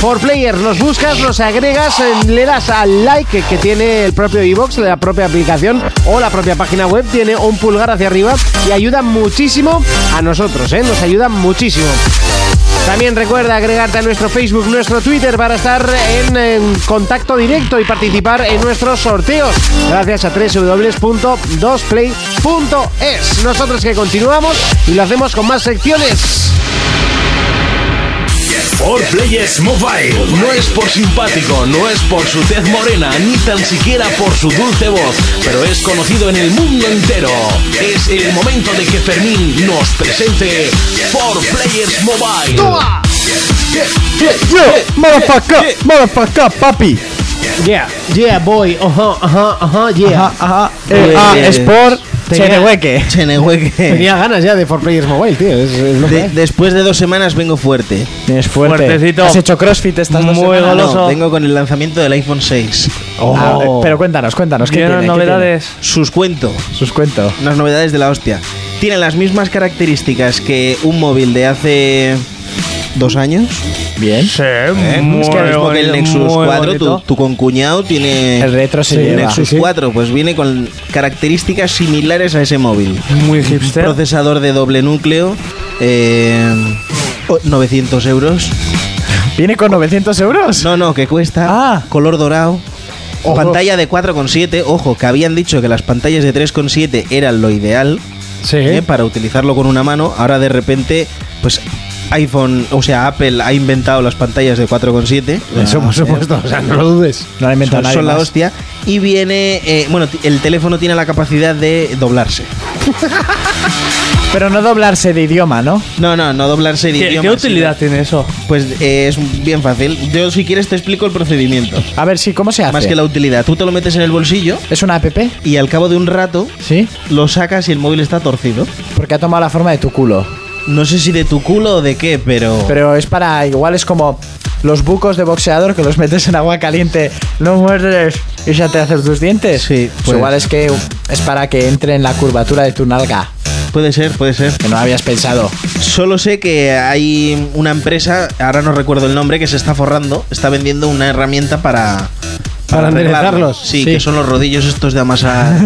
[SPEAKER 2] For Players, los buscas, los agregas, eh, le das al like que- que tiene el propio iBox, la propia aplicación o la propia página web, tiene un pulgar hacia arriba y ayuda muchísimo a nosotros, ¿eh? Nos ayuda muchísimo. También recuerda agregarte a nuestro Facebook, nuestro Twitter para estar en, en contacto directo y participar en nuestros sorteos. Gracias a www.2play.es. Nosotros que continuamos y lo hacemos con más secciones.
[SPEAKER 1] For Players Mobile.
[SPEAKER 12] No es por simpático, no es por su tez morena, ni tan siquiera por su dulce voz, pero es conocido en el mundo entero. Es el momento de que Fermín nos presente For Players Mobile.
[SPEAKER 5] Motherfucker, motherfucker, papi.
[SPEAKER 2] Yeah, yeah, boy. Ajá, ajá, ajá, yeah.
[SPEAKER 5] Ajá, eh, ah, es por Chenehueque.
[SPEAKER 6] Chenehueque.
[SPEAKER 2] Tenía ganas ya de For Players Mobile, tío. Es, es lo que
[SPEAKER 6] De-
[SPEAKER 2] hay.
[SPEAKER 6] después de dos semanas vengo fuerte.
[SPEAKER 5] Es fuerte.
[SPEAKER 7] Fuertecito.
[SPEAKER 5] Has hecho crossfit estas dos
[SPEAKER 7] Muy
[SPEAKER 5] semanas.
[SPEAKER 6] Ah, no,
[SPEAKER 7] Goloso.
[SPEAKER 6] vengo con el lanzamiento del iPhone 6.
[SPEAKER 5] Ah, eh, pero cuéntanos, cuéntanos. ¿Qué
[SPEAKER 7] Vienen
[SPEAKER 5] tiene, qué
[SPEAKER 7] novedades.
[SPEAKER 6] Sus cuento,
[SPEAKER 5] tiene? Sus cuentos.
[SPEAKER 6] unas novedades de la hostia. Tiene las mismas características que un móvil de hace dos años.
[SPEAKER 5] Bien.
[SPEAKER 7] Sí,
[SPEAKER 6] ¿eh?
[SPEAKER 7] muy
[SPEAKER 6] es que ahora mismo que el
[SPEAKER 7] boni-
[SPEAKER 6] Nexus
[SPEAKER 7] muy
[SPEAKER 6] 4,
[SPEAKER 7] bonito.
[SPEAKER 6] tu, tu concuñado tiene
[SPEAKER 5] El retro se
[SPEAKER 6] el
[SPEAKER 5] lleva.
[SPEAKER 6] Nexus
[SPEAKER 5] Sí, sí.
[SPEAKER 6] 4, pues viene con características similares a ese móvil.
[SPEAKER 7] Muy
[SPEAKER 5] ¿Eh?
[SPEAKER 7] hipster.
[SPEAKER 6] Procesador de doble núcleo, eh, o- 900 euros.
[SPEAKER 5] ¿Viene con 900 euros?
[SPEAKER 6] No, no, que cuesta.
[SPEAKER 5] Ah.
[SPEAKER 6] Color dorado. Pantalla de 4,7. Ojo, que habían dicho que las pantallas de 3,7 eran lo ideal
[SPEAKER 7] Sí.
[SPEAKER 6] ¿eh? para utilizarlo con una mano. Ahora de repente, pues iPhone, o sea, Apple ha inventado las pantallas de 4,7.
[SPEAKER 2] Eso, por supuesto, o sea, no lo dudes.
[SPEAKER 5] No lo ha inventado
[SPEAKER 6] Ah, Son,
[SPEAKER 5] nadie
[SPEAKER 6] son la
[SPEAKER 5] más.
[SPEAKER 6] hostia. Y viene, eh, bueno, t- el teléfono tiene la capacidad de doblarse.
[SPEAKER 5] Pero no doblarse de idioma, ¿no?
[SPEAKER 6] No, no, no doblarse de
[SPEAKER 7] ¿Qué,
[SPEAKER 6] idioma,
[SPEAKER 7] qué
[SPEAKER 6] sino-
[SPEAKER 7] utilidad tiene eso?
[SPEAKER 6] Pues eh, es bien fácil. Yo, si quieres, te explico el procedimiento.
[SPEAKER 5] A ver, Ah, sí, ¿cómo se hace?
[SPEAKER 6] Más que la utilidad. Tú te lo metes en el bolsillo
[SPEAKER 5] ¿Es una app?
[SPEAKER 6] y al cabo de un rato
[SPEAKER 5] Sí.
[SPEAKER 6] lo sacas y el móvil está torcido.
[SPEAKER 5] Porque ha tomado la forma de tu culo.
[SPEAKER 6] No sé si de tu culo o de qué, pero.
[SPEAKER 5] Pero es para. Igual es como los bucos de boxeador que los metes en agua caliente, no muerdes y ya te haces tus dientes.
[SPEAKER 6] Sí,
[SPEAKER 5] Pues
[SPEAKER 6] puede
[SPEAKER 5] igual
[SPEAKER 6] ser.
[SPEAKER 5] es que es para que entre en la curvatura de tu nalga.
[SPEAKER 6] Puede ser, puede ser.
[SPEAKER 5] Que no habías pensado.
[SPEAKER 6] Solo sé que hay una empresa, ahora no recuerdo el nombre, que se está forrando, está vendiendo una herramienta para.
[SPEAKER 2] Para
[SPEAKER 6] arreglarlo.
[SPEAKER 2] enderezarlos.
[SPEAKER 6] Sí,
[SPEAKER 5] Sí.
[SPEAKER 6] que son los rodillos estos de amasar.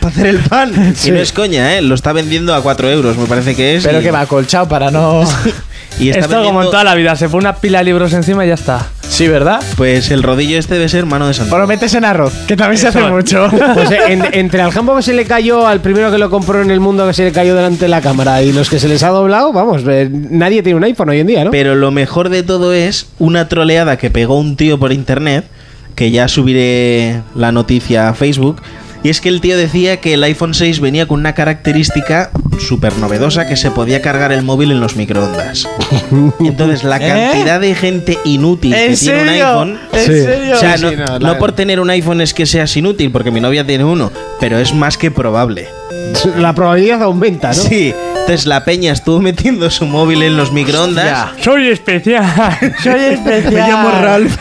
[SPEAKER 6] para hacer el pan.
[SPEAKER 5] Sí.
[SPEAKER 6] Y no es coña, ¿eh? Lo está vendiendo a 4 euros, me parece que es.
[SPEAKER 5] Pero
[SPEAKER 6] y-
[SPEAKER 5] que va colchado para no.
[SPEAKER 6] Y está
[SPEAKER 7] Esto como en
[SPEAKER 6] vendiendo-
[SPEAKER 7] toda la vida, se pone una pila de libros encima y ya está.
[SPEAKER 5] sí, ¿verdad?
[SPEAKER 6] Pues el rodillo este debe ser mano de
[SPEAKER 5] O
[SPEAKER 6] santo.
[SPEAKER 5] lo metes en arroz, que también se hace mucho.
[SPEAKER 2] Pues eh, en- entre al jambo que se le cayó, al primero que lo compró en el mundo que se le cayó delante de la cámara y los que se les ha doblado, vamos, eh, nadie tiene un iPhone hoy en día, ¿no?
[SPEAKER 6] Pero lo mejor de todo es una troleada que pegó un tío por internet, que ya subiré la noticia a Facebook. Y es que el tío decía que el iPhone 6 venía con una característica súper novedosa que se podía cargar el móvil en los microondas. Entonces, la
[SPEAKER 5] ¿Eh?
[SPEAKER 6] cantidad de gente inútil que
[SPEAKER 5] ¿En
[SPEAKER 6] tiene un
[SPEAKER 5] serio?
[SPEAKER 6] iPhone.
[SPEAKER 5] ¿En
[SPEAKER 2] Sí.
[SPEAKER 5] serio?
[SPEAKER 6] O sea,
[SPEAKER 2] Sí,
[SPEAKER 6] no,
[SPEAKER 2] sí, no, la-
[SPEAKER 6] no por tener un iPhone es que seas inútil, porque mi novia tiene uno, pero es más que probable.
[SPEAKER 2] La probabilidad aumenta, ¿no?
[SPEAKER 6] Sí, entonces la peña estuvo metiendo su móvil en los microondas.
[SPEAKER 5] Ya.
[SPEAKER 7] Soy especial.
[SPEAKER 5] Soy especial.
[SPEAKER 6] Me llamo Ralph.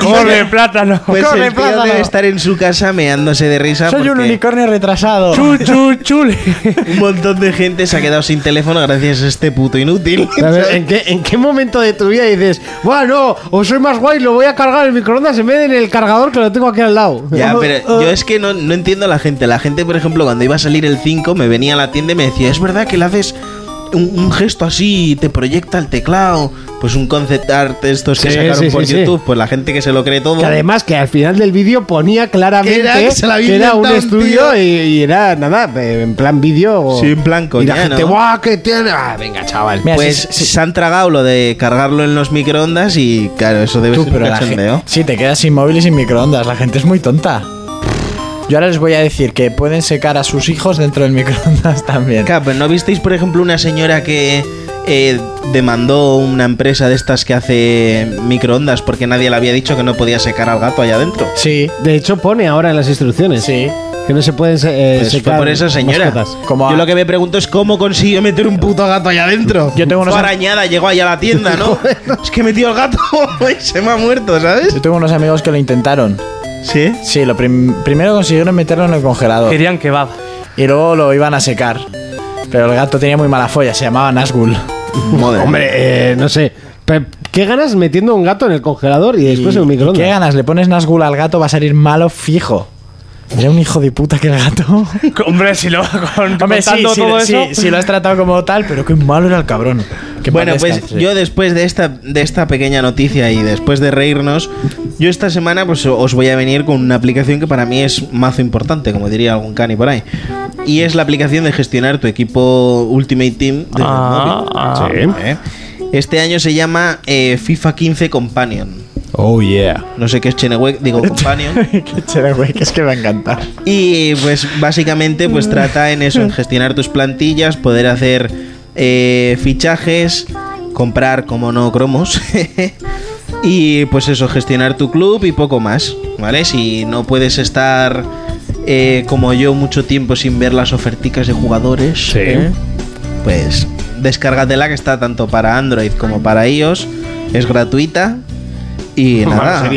[SPEAKER 7] Come plátano.
[SPEAKER 6] Pues
[SPEAKER 5] Corre,
[SPEAKER 6] el tío
[SPEAKER 5] plátano.
[SPEAKER 6] debe estar en su casa meándose de risa
[SPEAKER 5] Soy un
[SPEAKER 6] porque
[SPEAKER 5] unicornio retrasado.
[SPEAKER 7] Chu, chu, chule.
[SPEAKER 6] un montón de gente se ha quedado sin teléfono gracias a este puto inútil.
[SPEAKER 2] A ver, ¿en, qué, en qué momento de tu vida dices, bueno, o soy más guay, lo voy a cargar en el microondas en vez de en el cargador que lo tengo aquí al lado?
[SPEAKER 6] Ya, pero
[SPEAKER 2] Oh,
[SPEAKER 6] yo es que no, no entiendo a la gente. La gente, por ejemplo, cuando iba a salir el 5, me venía a la tienda y me decía, es verdad que le haces un, un gesto así y te proyecta el teclado. Pues un concept art de estos que
[SPEAKER 2] Sí,
[SPEAKER 6] sacaron
[SPEAKER 2] sí,
[SPEAKER 6] por
[SPEAKER 2] sí, sí.
[SPEAKER 6] YouTube, pues la gente que se lo cree todo.
[SPEAKER 2] Que además que al final del vídeo ponía claramente
[SPEAKER 6] Que era- que se la había
[SPEAKER 2] que era un
[SPEAKER 6] inventado un
[SPEAKER 2] estudio
[SPEAKER 6] tío.
[SPEAKER 2] y, y era nada, eh, en plan vídeo.
[SPEAKER 6] Sí, en plan
[SPEAKER 2] Y
[SPEAKER 6] coña,
[SPEAKER 2] la gente,
[SPEAKER 6] ¿no?
[SPEAKER 2] guau, que tiene. Ah, venga, chaval.
[SPEAKER 5] Mira,
[SPEAKER 6] pues
[SPEAKER 5] si- si-
[SPEAKER 6] se han tragado lo de cargarlo en los microondas y claro, eso debe
[SPEAKER 5] Tú,
[SPEAKER 6] ser un
[SPEAKER 5] pero la
[SPEAKER 6] cachondeo.
[SPEAKER 5] gen- Sí, te quedas sin móvil y sin microondas. La gente es muy tonta. Yo ahora les voy a decir que pueden secar a sus hijos dentro del microondas también.
[SPEAKER 6] Claro, pero ¿no visteis, por ejemplo, una señora que eh, demandó una empresa de estas que hace microondas porque nadie le había dicho que no podía secar al gato allá adentro?
[SPEAKER 5] Sí,
[SPEAKER 2] De hecho, pone ahora en las instrucciones
[SPEAKER 5] sí.
[SPEAKER 2] que no se pueden eh,
[SPEAKER 6] Pues fue
[SPEAKER 2] secar
[SPEAKER 6] por esa señora.
[SPEAKER 2] mascotas.
[SPEAKER 5] Como a-
[SPEAKER 6] Yo lo que me pregunto es cómo consiguió meter un puto gato allá adentro.
[SPEAKER 5] Yo tengo unos
[SPEAKER 6] Fue
[SPEAKER 5] am-
[SPEAKER 6] arañada, llegó allá a la tienda, ¿no? es que metió el gato y se me ha muerto, ¿sabes?
[SPEAKER 5] Yo tengo unos amigos que lo intentaron.
[SPEAKER 6] Sí.
[SPEAKER 5] Sí, lo prim- primero consiguieron meterlo en el congelador
[SPEAKER 7] Querían kebab.
[SPEAKER 5] y luego lo iban a secar. Pero el gato tenía muy mala folla, se llamaba Nazgul.
[SPEAKER 6] Madre.
[SPEAKER 2] Hombre, eh, no sé. Pe- ¿Qué ganas metiendo un gato en el congelador y después en un microondas?
[SPEAKER 5] ¿Qué ganas? Le pones Nazgul al gato, va a salir malo fijo. Era un hijo de puta que el gato.
[SPEAKER 7] Hombre, si lo con,
[SPEAKER 5] Hombre, sí,
[SPEAKER 7] contando
[SPEAKER 5] sí,
[SPEAKER 7] todo
[SPEAKER 5] sí,
[SPEAKER 7] eso.
[SPEAKER 5] sí, lo has tratado como tal, pero qué malo era el cabrón. Que en
[SPEAKER 6] Bueno,
[SPEAKER 5] paz
[SPEAKER 6] pues
[SPEAKER 5] descanse.
[SPEAKER 6] yo después de esta, de esta pequeña noticia y después de reírnos, yo esta semana pues o- os voy a venir con una aplicación que para mí es mazo importante, como diría algún cani por ahí. Y es la aplicación de gestionar tu equipo Ultimate Team desde el
[SPEAKER 7] Ah,
[SPEAKER 6] móvil.
[SPEAKER 7] ah.
[SPEAKER 6] ¿Eh? Este año se llama eh, FIFA 15 Companion.
[SPEAKER 5] Oh, yeah.
[SPEAKER 6] No sé qué es Chenewek, digo Companion.
[SPEAKER 5] qué chévere, güey, que es que me encanta.
[SPEAKER 6] Y pues básicamente pues trata en eso, en gestionar tus plantillas, poder hacer eh, fichajes, comprar como no cromos. y pues eso, gestionar tu club y poco más, ¿vale? Si no puedes estar eh, como yo mucho tiempo sin ver las oferticas de jugadores, ¿eh? pues descárgatela que está tanto para Android como para iOS, es gratuita. Y nada,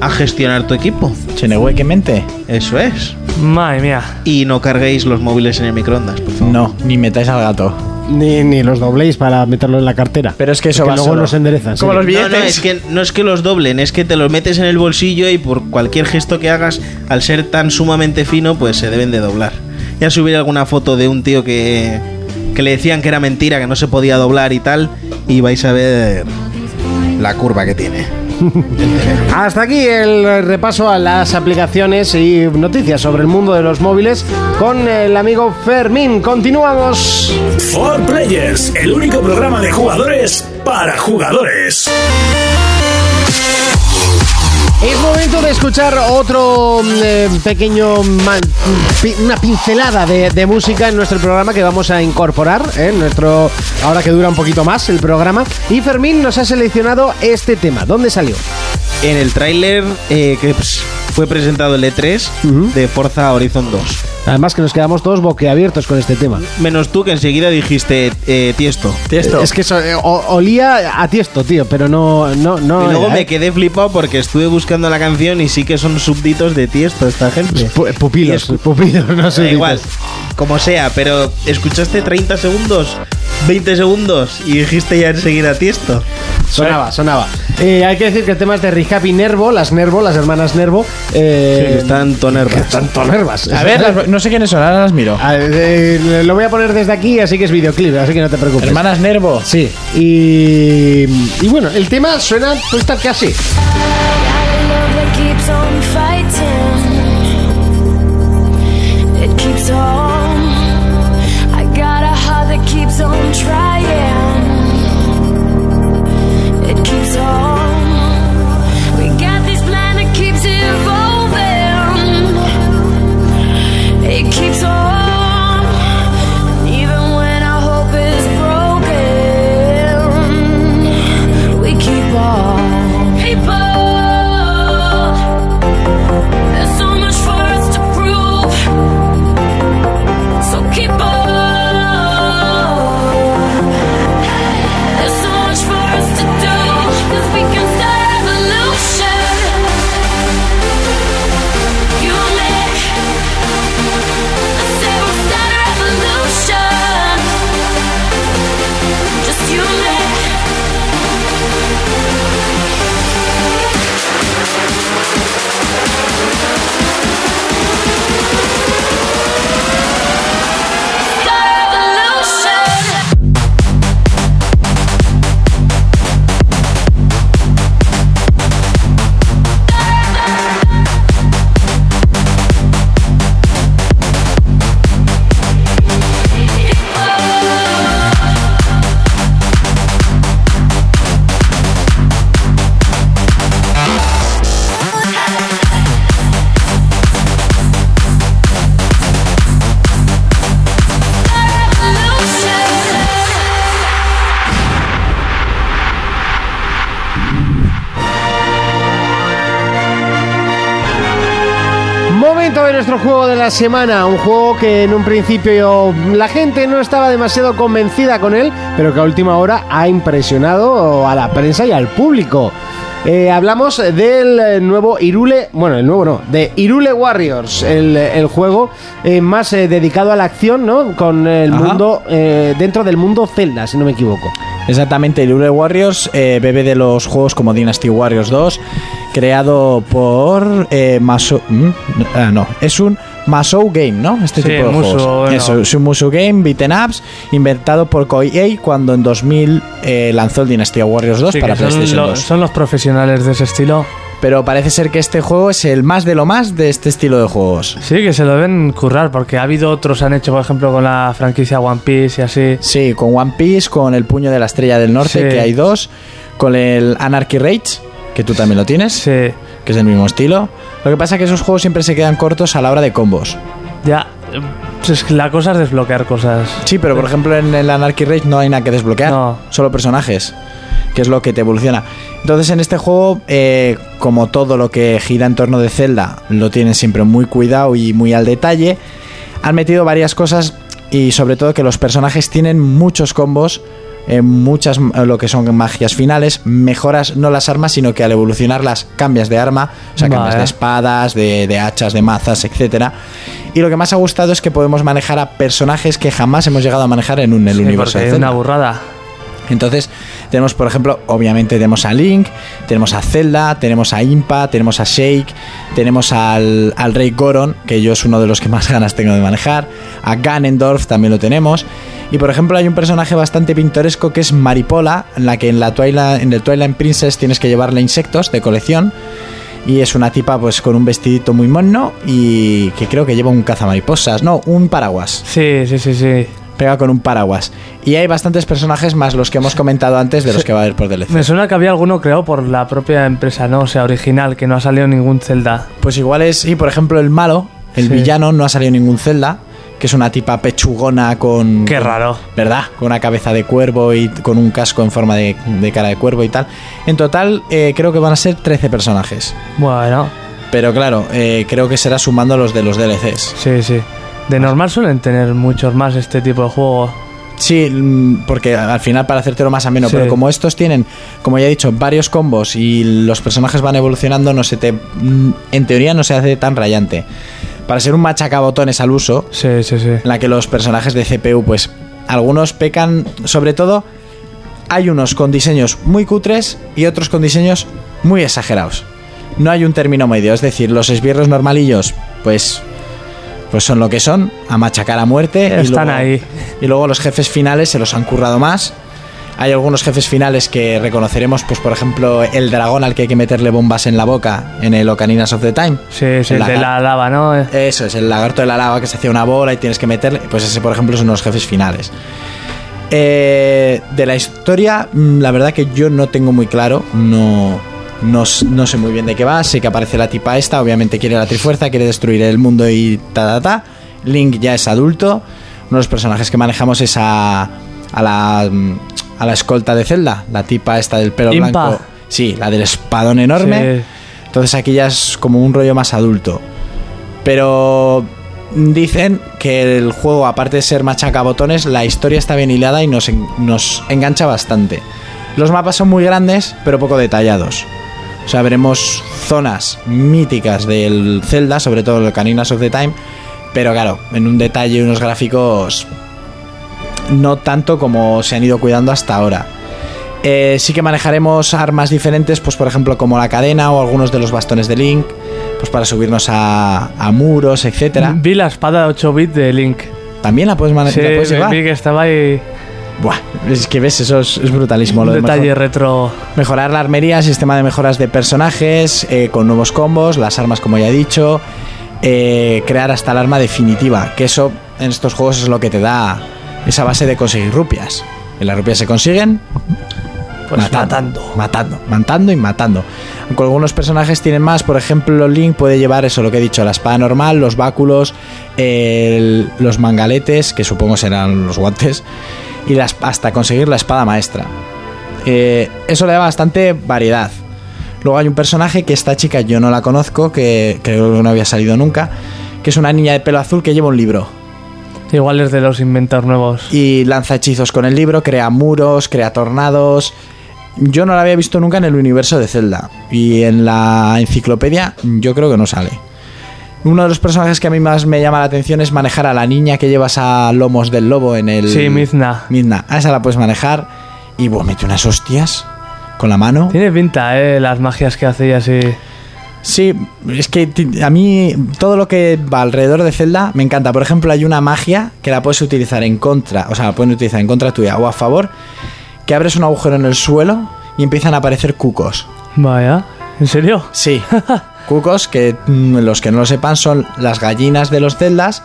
[SPEAKER 6] a gestionar tu equipo.
[SPEAKER 5] Chenehue, que mente.
[SPEAKER 6] Eso es.
[SPEAKER 7] Madre mía.
[SPEAKER 6] Y no carguéis los móviles en el microondas, por favor.
[SPEAKER 5] No, ni metáis al gato.
[SPEAKER 2] Ni, ni los dobléis para meterlo en la cartera.
[SPEAKER 5] Pero es que eso
[SPEAKER 2] Porque
[SPEAKER 5] va
[SPEAKER 2] luego
[SPEAKER 5] solo.
[SPEAKER 2] los enderezan. sí.
[SPEAKER 5] Como los
[SPEAKER 6] No,
[SPEAKER 5] billetes.
[SPEAKER 6] no, es que, no es que los doblen, es que te los metes en el bolsillo y por cualquier gesto que hagas, al ser tan sumamente fino, pues se deben de doblar. Ya subiré alguna foto de un tío que, que le decían que era mentira, que no se podía doblar y tal, y vais a ver la curva que tiene.
[SPEAKER 2] Hasta aquí el repaso a las aplicaciones y noticias sobre el mundo de los móviles con el amigo Fermín. Continuamos.
[SPEAKER 1] For Players, el único programa de jugadores para jugadores.
[SPEAKER 2] Es momento de escuchar otro mm, eh, pequeño, man- pi- una pincelada de, de música en nuestro programa que vamos a incorporar, ¿eh? en nuestro, ahora que dura un poquito más el programa. Y Fermín nos ha seleccionado este tema. ¿Dónde salió?
[SPEAKER 6] En el tráiler eh, que pues, fue presentado el E3 de Forza Horizon 2.
[SPEAKER 2] Además que nos quedamos todos boquiabiertos con este tema.
[SPEAKER 6] Menos tú que enseguida dijiste eh, tiesto.
[SPEAKER 5] Tiesto.
[SPEAKER 2] Es que eso, eh, o- olía a tiesto, tío, pero no... no, no
[SPEAKER 6] y luego
[SPEAKER 2] era,
[SPEAKER 6] me
[SPEAKER 2] ¿eh?
[SPEAKER 6] quedé flipado porque estuve buscando la canción y sí que son súbditos de tiesto esta gente.
[SPEAKER 2] Pu- eh, Pupilos, pupilos, no sé.
[SPEAKER 6] Da igual, como sea, pero escuchaste 30 segundos, 20 segundos y dijiste ya enseguida tiesto.
[SPEAKER 2] Sonaba, sonaba. Eh, hay que decir que el tema es de Rehab y Nervo, las Nervo, las hermanas Nervo. Eh,
[SPEAKER 6] Están tonervas.
[SPEAKER 2] Tanto Nervas.
[SPEAKER 5] A ver, las- no sé quiénes son, ahora las miro.
[SPEAKER 2] A ver, eh, lo voy a poner desde aquí, así que es videoclip, así que no te preocupes.
[SPEAKER 5] Hermanas Nervo.
[SPEAKER 2] Sí. Y, y bueno, el tema suena pues tal que así.
[SPEAKER 13] It keeps on, even when our hope is broken. We keep on. People, there's so much for us to prove. So keep on. There's so much for us to do, 'cause we can start a revolution. You and me. I say we'll start a revolution. Just you and me. Start a revolution.
[SPEAKER 2] Momento de nuestro juego de la semana, un juego que en un principio la gente no estaba demasiado convencida con él, pero que a última hora ha impresionado a la prensa y al público. Eh, hablamos del eh, nuevo Irule, bueno, el nuevo no, de Irule Warriors, el, el juego eh, más eh, dedicado a la acción, ¿no? Con el
[SPEAKER 5] Ajá.
[SPEAKER 2] mundo, eh, dentro del mundo Zelda, si no me equivoco.
[SPEAKER 5] Exactamente, Irule Warriors eh, bebe de los juegos como Dynasty Warriors 2, creado por eh, Maso- ¿Mm? Ah, no, es un Masou Game, ¿no? Este
[SPEAKER 7] Sí,
[SPEAKER 5] tipo de
[SPEAKER 7] Musou,
[SPEAKER 5] juegos.
[SPEAKER 7] bueno.
[SPEAKER 5] Eso, es un Musou Game beaten ups inventado por Koei cuando en 2000 eh, lanzó el Dynasty Warriors 2
[SPEAKER 7] Sí,
[SPEAKER 5] para
[SPEAKER 7] que son,
[SPEAKER 5] PlayStation
[SPEAKER 7] lo-
[SPEAKER 5] 2.
[SPEAKER 7] son los profesionales de ese estilo.
[SPEAKER 5] Pero parece ser que este juego es el más de lo más de este estilo de juegos.
[SPEAKER 7] Sí, que se lo deben currar, porque ha habido otros, han hecho, por ejemplo, con la franquicia One Piece y así.
[SPEAKER 5] Sí, con One Piece, con el puño de la estrella del norte,
[SPEAKER 7] Sí.
[SPEAKER 5] que hay dos, con el Anarchy Rage, que tú también lo tienes, que es del mismo estilo. Lo que pasa es que esos juegos siempre se quedan cortos a la hora de combos.
[SPEAKER 7] Ya, eh, es que la cosa es desbloquear cosas.
[SPEAKER 5] Sí, pero por ejemplo en el Anarchy Rage no hay nada que desbloquear, solo personajes, que es lo que te evoluciona. Entonces en este juego, eh, como todo lo que gira en torno de Zelda, lo tienen siempre muy cuidado y muy al detalle, han metido varias cosas y sobre todo que los personajes tienen muchos combos, eh, muchas eh, lo que son magias finales, mejoras no las armas, sino que al evolucionarlas cambias de arma, o sea, cambias
[SPEAKER 7] Vale.
[SPEAKER 5] de espadas, de, de hachas, de mazas, etcétera. Y lo que más ha gustado es que podemos manejar a personajes que jamás hemos llegado a manejar en un el
[SPEAKER 7] Sí,
[SPEAKER 5] universo.
[SPEAKER 7] porque
[SPEAKER 5] de
[SPEAKER 7] es una
[SPEAKER 5] Zelda.
[SPEAKER 7] burrada.
[SPEAKER 5] Entonces, tenemos, por ejemplo, obviamente tenemos a Link, tenemos a Zelda, tenemos a Impa, tenemos a Shake, tenemos al, al Rey Goron, que yo es uno de los que más ganas tengo de manejar, a Ganondorf también lo tenemos. Y por ejemplo, hay un personaje bastante pintoresco que es Maripola, en la que en, la Twilight, en el Twilight Princess tienes que llevarle insectos de colección. Y es una tipa pues con un vestidito muy mono y que creo que lleva un cazamariposas, no, un paraguas.
[SPEAKER 7] Sí, sí, sí, sí.
[SPEAKER 5] Pega con un paraguas. Y hay bastantes personajes más los que hemos comentado antes de los que va a haber por DLC.
[SPEAKER 7] Me suena que había alguno creado por la propia empresa, ¿no? O sea, original, que no ha salido ningún Zelda.
[SPEAKER 5] Pues igual es, y por ejemplo el malo, el
[SPEAKER 7] Sí.
[SPEAKER 5] villano, no ha salido ningún Zelda, que es una tipa pechugona con...
[SPEAKER 7] Qué
[SPEAKER 5] con-
[SPEAKER 7] raro.
[SPEAKER 5] ¿Verdad? Con una cabeza de cuervo y con un casco en forma de, de cara de cuervo y tal. En total eh, creo que van a ser 13 personajes.
[SPEAKER 7] Bueno,
[SPEAKER 5] Pero claro, eh, creo que será sumando los de los DLCs.
[SPEAKER 7] sí, sí. De normal suelen tener muchos más este tipo de juego.
[SPEAKER 5] Sí, mm, porque al final para hacértelo más ameno,
[SPEAKER 7] Sí.
[SPEAKER 5] pero como estos tienen, como ya he dicho, varios combos y los personajes van evolucionando, no se te mm, en teoría no se hace tan rayante. Para ser un machacabotones al uso,
[SPEAKER 7] sí, sí, sí.
[SPEAKER 5] en la que los personajes de CPU pues algunos pecan, sobre todo hay unos con diseños muy cutres y otros con diseños muy exagerados. No hay un término medio, es decir, los esbirros normalillos, pues pues son lo que son, a machacar a muerte.
[SPEAKER 7] Están ahí.
[SPEAKER 5] Y luego los jefes finales se los han currado más. Hay algunos jefes finales que reconoceremos, pues por ejemplo, el dragón al que hay que meterle bombas en la boca en el Ocaninas of the Time.
[SPEAKER 7] Sí, sí, el de la lava, ¿no?
[SPEAKER 5] Eso, es el lagarto de la lava que se hacía una bola y tienes que meterle. Pues ese, por ejemplo, es uno de los jefes finales. Eh, de la historia, mm, la verdad que yo no tengo muy claro, no, no, s- no sé muy bien de qué va, sé que aparece la tipa esta, obviamente quiere la trifuerza, quiere destruir el mundo y ta ta ta. Link ya es adulto, uno de los personajes que manejamos es a, a la, mm, a la escolta de Zelda, la tipa esta del pelo
[SPEAKER 7] Impa.
[SPEAKER 5] blanco, sí, la del espadón enorme.
[SPEAKER 7] Sí.
[SPEAKER 5] Entonces aquí ya es como un rollo más adulto. Pero dicen que el juego, aparte de ser machacabotones, la historia está bien hilada y nos, en- nos engancha bastante. Los mapas son muy grandes, pero poco detallados. O sea, veremos zonas míticas del Zelda, sobre todo el Caninas of the Time, pero claro, en un detalle y unos gráficos no tanto como se han ido cuidando hasta ahora. Eh, sí que manejaremos armas diferentes, pues por ejemplo como la cadena o algunos de los bastones de Link, pues para subirnos a, a muros, etcétera.
[SPEAKER 7] Vi la espada 8 bit de Link.
[SPEAKER 5] También la puedes
[SPEAKER 7] Sí,
[SPEAKER 5] manejar.
[SPEAKER 7] vi- vi que estaba ahí.
[SPEAKER 5] Buah, es que ves, eso es, es brutalismo. Lo
[SPEAKER 7] Un
[SPEAKER 5] de
[SPEAKER 7] detalle
[SPEAKER 5] mejor-
[SPEAKER 7] retro.
[SPEAKER 5] Mejorar la armería, sistema de mejoras de personajes, eh, con nuevos combos, las armas como ya he dicho, eh, crear hasta el arma definitiva, que eso en estos juegos es lo que te da esa base de conseguir rupias. Y las rupias se consiguen
[SPEAKER 7] Pues
[SPEAKER 5] matando, matando, matando y matando. Aunque algunos personajes tienen más, por ejemplo, Link puede llevar eso, lo que he dicho, la espada normal, los báculos, el- los mangaletes, que supongo serán los guantes, y las- hasta conseguir la espada maestra. Eh, eso le da bastante variedad. Luego hay un personaje que esta chica yo no la conozco, que creo que no había salido nunca, que es una niña de pelo azul que lleva un libro.
[SPEAKER 7] Igual es de los inventos nuevos.
[SPEAKER 5] Y lanza hechizos con el libro, crea muros, crea tornados. Yo no la había visto nunca en el universo de Zelda. Y en la enciclopedia yo creo que no sale. Uno de los personajes que a mí más me llama la atención es manejar a la niña que llevas a lomos del lobo en el...
[SPEAKER 7] Sí, Mizna.
[SPEAKER 5] Mizna. A esa la puedes manejar. Y bueno, mete unas hostias con la mano.
[SPEAKER 7] Tiene pinta, eh, las magias que hace y así.
[SPEAKER 5] Sí, es que ti- a mí todo lo que va alrededor de Zelda me encanta. Por ejemplo, hay una magia que la puedes utilizar en contra, o sea, la pueden utilizar en contra tuya o a favor, que abres un agujero en el suelo y empiezan a aparecer cucos.
[SPEAKER 7] Vaya. ¿En serio?
[SPEAKER 5] Sí. Cucos, que mm, los que no lo sepan, son las gallinas de los celdas,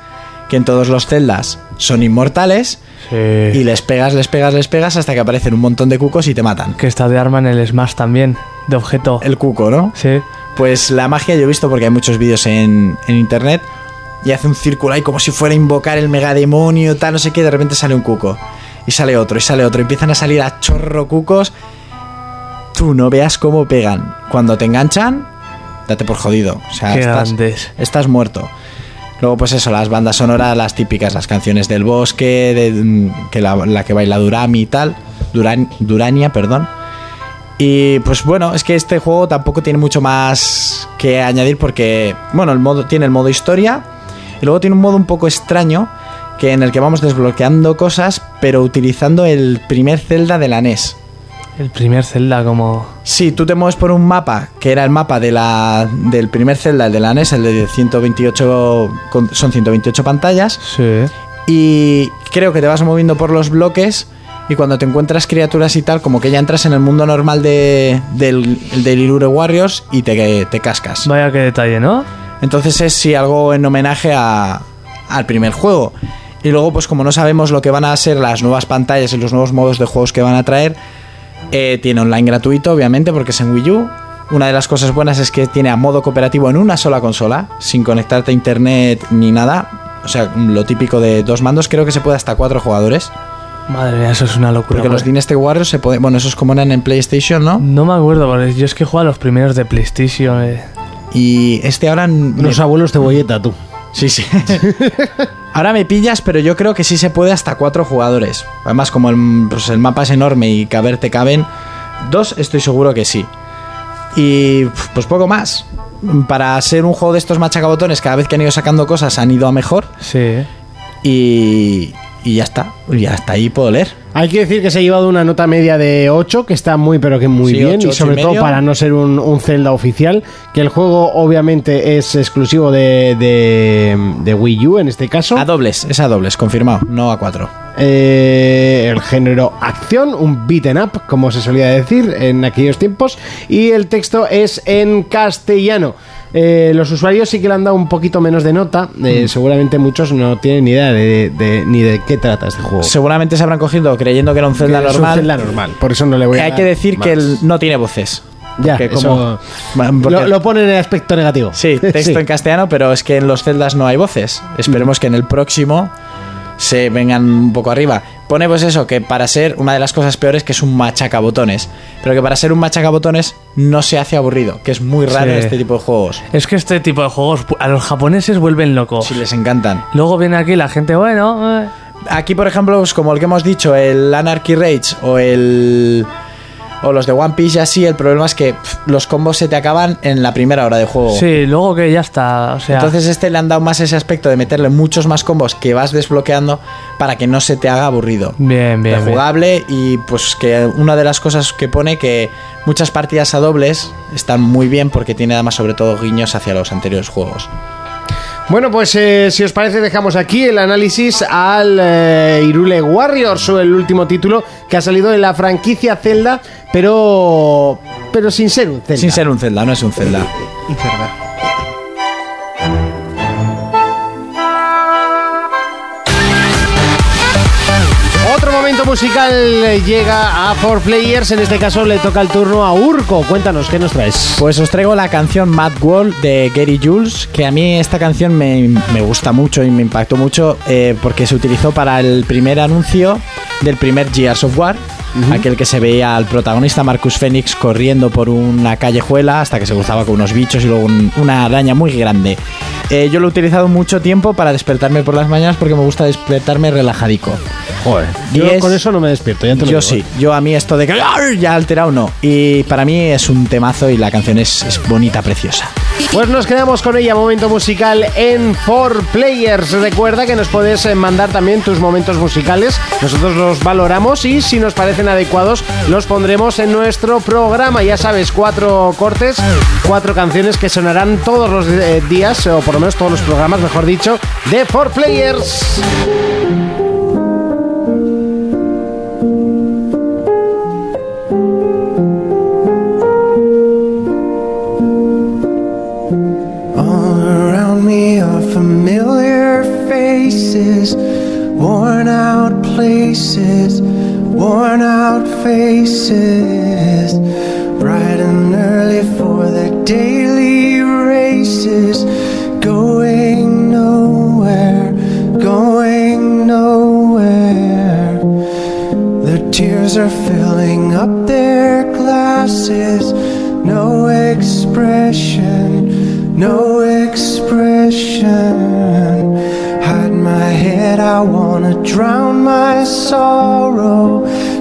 [SPEAKER 5] que en todos los celdas son inmortales. Y les pegas, les pegas, les pegas hasta que aparecen un montón de cucos y te matan.
[SPEAKER 7] Que está de arma en el Smash también, de objeto.
[SPEAKER 5] El cuco, ¿no?
[SPEAKER 7] Sí.
[SPEAKER 5] Pues la magia yo he visto porque hay muchos vídeos en, en internet y hace un círculo ahí como si fuera a invocar el megademonio, tal, no sé qué, y de repente sale un cuco. Y sale otro, y sale otro. Empiezan a salir a chorro cucos. Tú no veas cómo pegan. Cuando te enganchan, date por jodido. O sea,
[SPEAKER 7] Qué
[SPEAKER 5] Ah, estás, Pues, estás muerto. Luego, pues eso, las bandas sonoras, las típicas, las canciones del bosque, de, mm, que la, la que baila Durami y tal. Duran, Durania, perdón. Y pues bueno, es que este juego tampoco tiene mucho más que añadir porque, bueno, el modo, tiene el modo historia y luego tiene un modo un poco extraño que en el que vamos desbloqueando cosas pero utilizando el primer celda de la E NES.
[SPEAKER 7] El primer Zelda como...
[SPEAKER 5] Sí, tú te mueves por un mapa, que era el mapa de la, del primer Zelda, el de la NES, el de 128, con- son 128 pantallas.
[SPEAKER 7] Sí.
[SPEAKER 5] Y creo que te vas moviendo por los bloques y cuando te encuentras criaturas y tal, como que ya entras en el mundo normal de, del, del Irure Warriors y te, te cascas.
[SPEAKER 7] Vaya qué detalle, ¿no?
[SPEAKER 5] Entonces es sí, algo en homenaje a- al primer juego. Y luego, pues como no sabemos lo que van a ser las nuevas pantallas y los nuevos modos de juegos que van a traer, eh, tiene online gratuito, obviamente, porque es en Wii U. Una de las cosas buenas es que tiene a modo cooperativo en una sola consola, sin conectarte a internet ni nada. O sea, lo típico de dos mandos, creo que se puede hasta cuatro jugadores.
[SPEAKER 7] Madre mía, eso es una locura.
[SPEAKER 5] Porque los
[SPEAKER 7] joder.
[SPEAKER 5] Dynasty Warriors se pueden. Bueno, eso es como eran en PlayStation, ¿no?
[SPEAKER 7] No me acuerdo, porque yo es que juego a los primeros de PlayStation. eh.
[SPEAKER 5] Y este ahora. Los
[SPEAKER 2] abuelos de bolleta, tú.
[SPEAKER 5] Sí, sí. ahora me pillas, pero yo creo que sí se puede hasta cuatro jugadores. Además, como el, pues el mapa es enorme y caber te caben, dos estoy seguro que sí. Y pues poco más. Para ser un juego de estos machacabotones, cada vez que han ido sacando cosas han ido a mejor. ¿eh?
[SPEAKER 7] Sí.
[SPEAKER 5] Y, y ya está. Y hasta ahí puedo leer.
[SPEAKER 2] Hay que decir que se ha llevado una nota media de 8, que está muy pero que muy
[SPEAKER 5] Sí,
[SPEAKER 2] bien,
[SPEAKER 5] ocho,
[SPEAKER 2] y
[SPEAKER 5] ocho
[SPEAKER 2] sobre
[SPEAKER 5] y
[SPEAKER 2] todo
[SPEAKER 5] medio.
[SPEAKER 2] para no ser un, un Zelda oficial, que el juego obviamente es exclusivo de, de, de Wii U en este caso.
[SPEAKER 5] A dobles, es a dobles, confirmado, no a cuatro.
[SPEAKER 2] Eh, el género acción, un beaten up, como se solía decir en aquellos tiempos, y el texto es en castellano. Eh, los usuarios sí que le han dado un poquito menos de nota,
[SPEAKER 5] Mm.
[SPEAKER 2] eh, seguramente muchos no tienen ni idea de, de- ni de qué trata este juego.
[SPEAKER 5] Seguramente se habrán cogido creyendo que era un Zelda
[SPEAKER 2] Que es un
[SPEAKER 5] normal.
[SPEAKER 2] Zelda normal, por eso no le voy a
[SPEAKER 5] Hay
[SPEAKER 2] dar
[SPEAKER 5] que decir que
[SPEAKER 2] más.
[SPEAKER 5] el- no tiene voces.
[SPEAKER 2] Ya,
[SPEAKER 5] Porque
[SPEAKER 2] eso-
[SPEAKER 5] como- porque-
[SPEAKER 2] lo, lo ponen en el aspecto negativo.
[SPEAKER 5] Sí, texto en castellano, pero es que en los celdas no hay voces. Esperemos que en el próximo se vengan un poco arriba. Pone pues eso, que para ser una de las cosas peores que es un machacabotones. Pero que para ser un machacabotones no se hace aburrido, que es muy raro
[SPEAKER 7] Sí.
[SPEAKER 5] en este tipo de juegos.
[SPEAKER 7] Es que este tipo de juegos pu- a los japoneses vuelven locos.
[SPEAKER 5] Si les encantan.
[SPEAKER 7] Luego viene aquí la gente, bueno... eh,
[SPEAKER 5] Aquí, por ejemplo, pues como el que hemos dicho, el Anarchy Rage o el. O los de One Piece y así, el problema es que pf, los combos se te acaban en la primera hora de juego.
[SPEAKER 7] Sí, luego que ya está, o sea...
[SPEAKER 5] Oh. Entonces este le han dado más ese aspecto de meterle muchos más combos que vas desbloqueando para que no se te haga aburrido.
[SPEAKER 7] Bien, bien, bien.
[SPEAKER 5] Rejugable y pues que una de las cosas que pone que muchas partidas a dobles están muy bien porque tiene además sobre todo guiños hacia los anteriores juegos.
[SPEAKER 2] Bueno, pues eh, si os parece dejamos aquí el análisis al eh, Irule Warriors o el último título que ha salido de la franquicia Zelda, pero pero sin ser un Zelda.
[SPEAKER 5] Sin ser un Zelda, no es un Zelda.
[SPEAKER 2] Otro momento musical eh, llega a 4 Players, en este caso le toca el turno a Urco. Cuéntanos qué nos traes.
[SPEAKER 5] Pues os traigo la canción Mad World de Gary Jules, que a mí esta canción me, me gusta mucho y me impactó mucho eh, porque se utilizó para el primer anuncio del primer Gears of War, aquel que se veía al protagonista Marcus Phoenix corriendo por una callejuela hasta que se cruzaba con unos bichos y luego un- una araña muy grande. Eh, yo lo he utilizado mucho tiempo para despertarme por las mañanas porque me gusta despertarme relajadico.
[SPEAKER 2] Joder,
[SPEAKER 5] Y
[SPEAKER 2] yo
[SPEAKER 5] es-
[SPEAKER 2] con eso no me despierto, ya te lo
[SPEAKER 5] Pues, Yo
[SPEAKER 2] digo. ¿eh?
[SPEAKER 5] sí, yo a mí esto de que "Arr", ya alterado no. Y para mí es un temazo y la canción es- es bonita, preciosa.
[SPEAKER 2] Pues nos quedamos con ella, momento musical en 4 Players. Recuerda que nos puedes eh, mandar también tus momentos musicales. Nosotros los valoramos y si nos parecen adecuados los pondremos en nuestro programa. Ya sabes, cuatro cortes, cuatro canciones que sonarán todos los eh, días, o por lo menos todos los programas, mejor dicho, de 4 Players.
[SPEAKER 14] I
[SPEAKER 15] faces, worn out places, worn out faces, bright and early for their daily races, going nowhere, going nowhere. Their tears are filling up their glasses, no expression, no expression. Hide my head, I wanna drown my sorrow.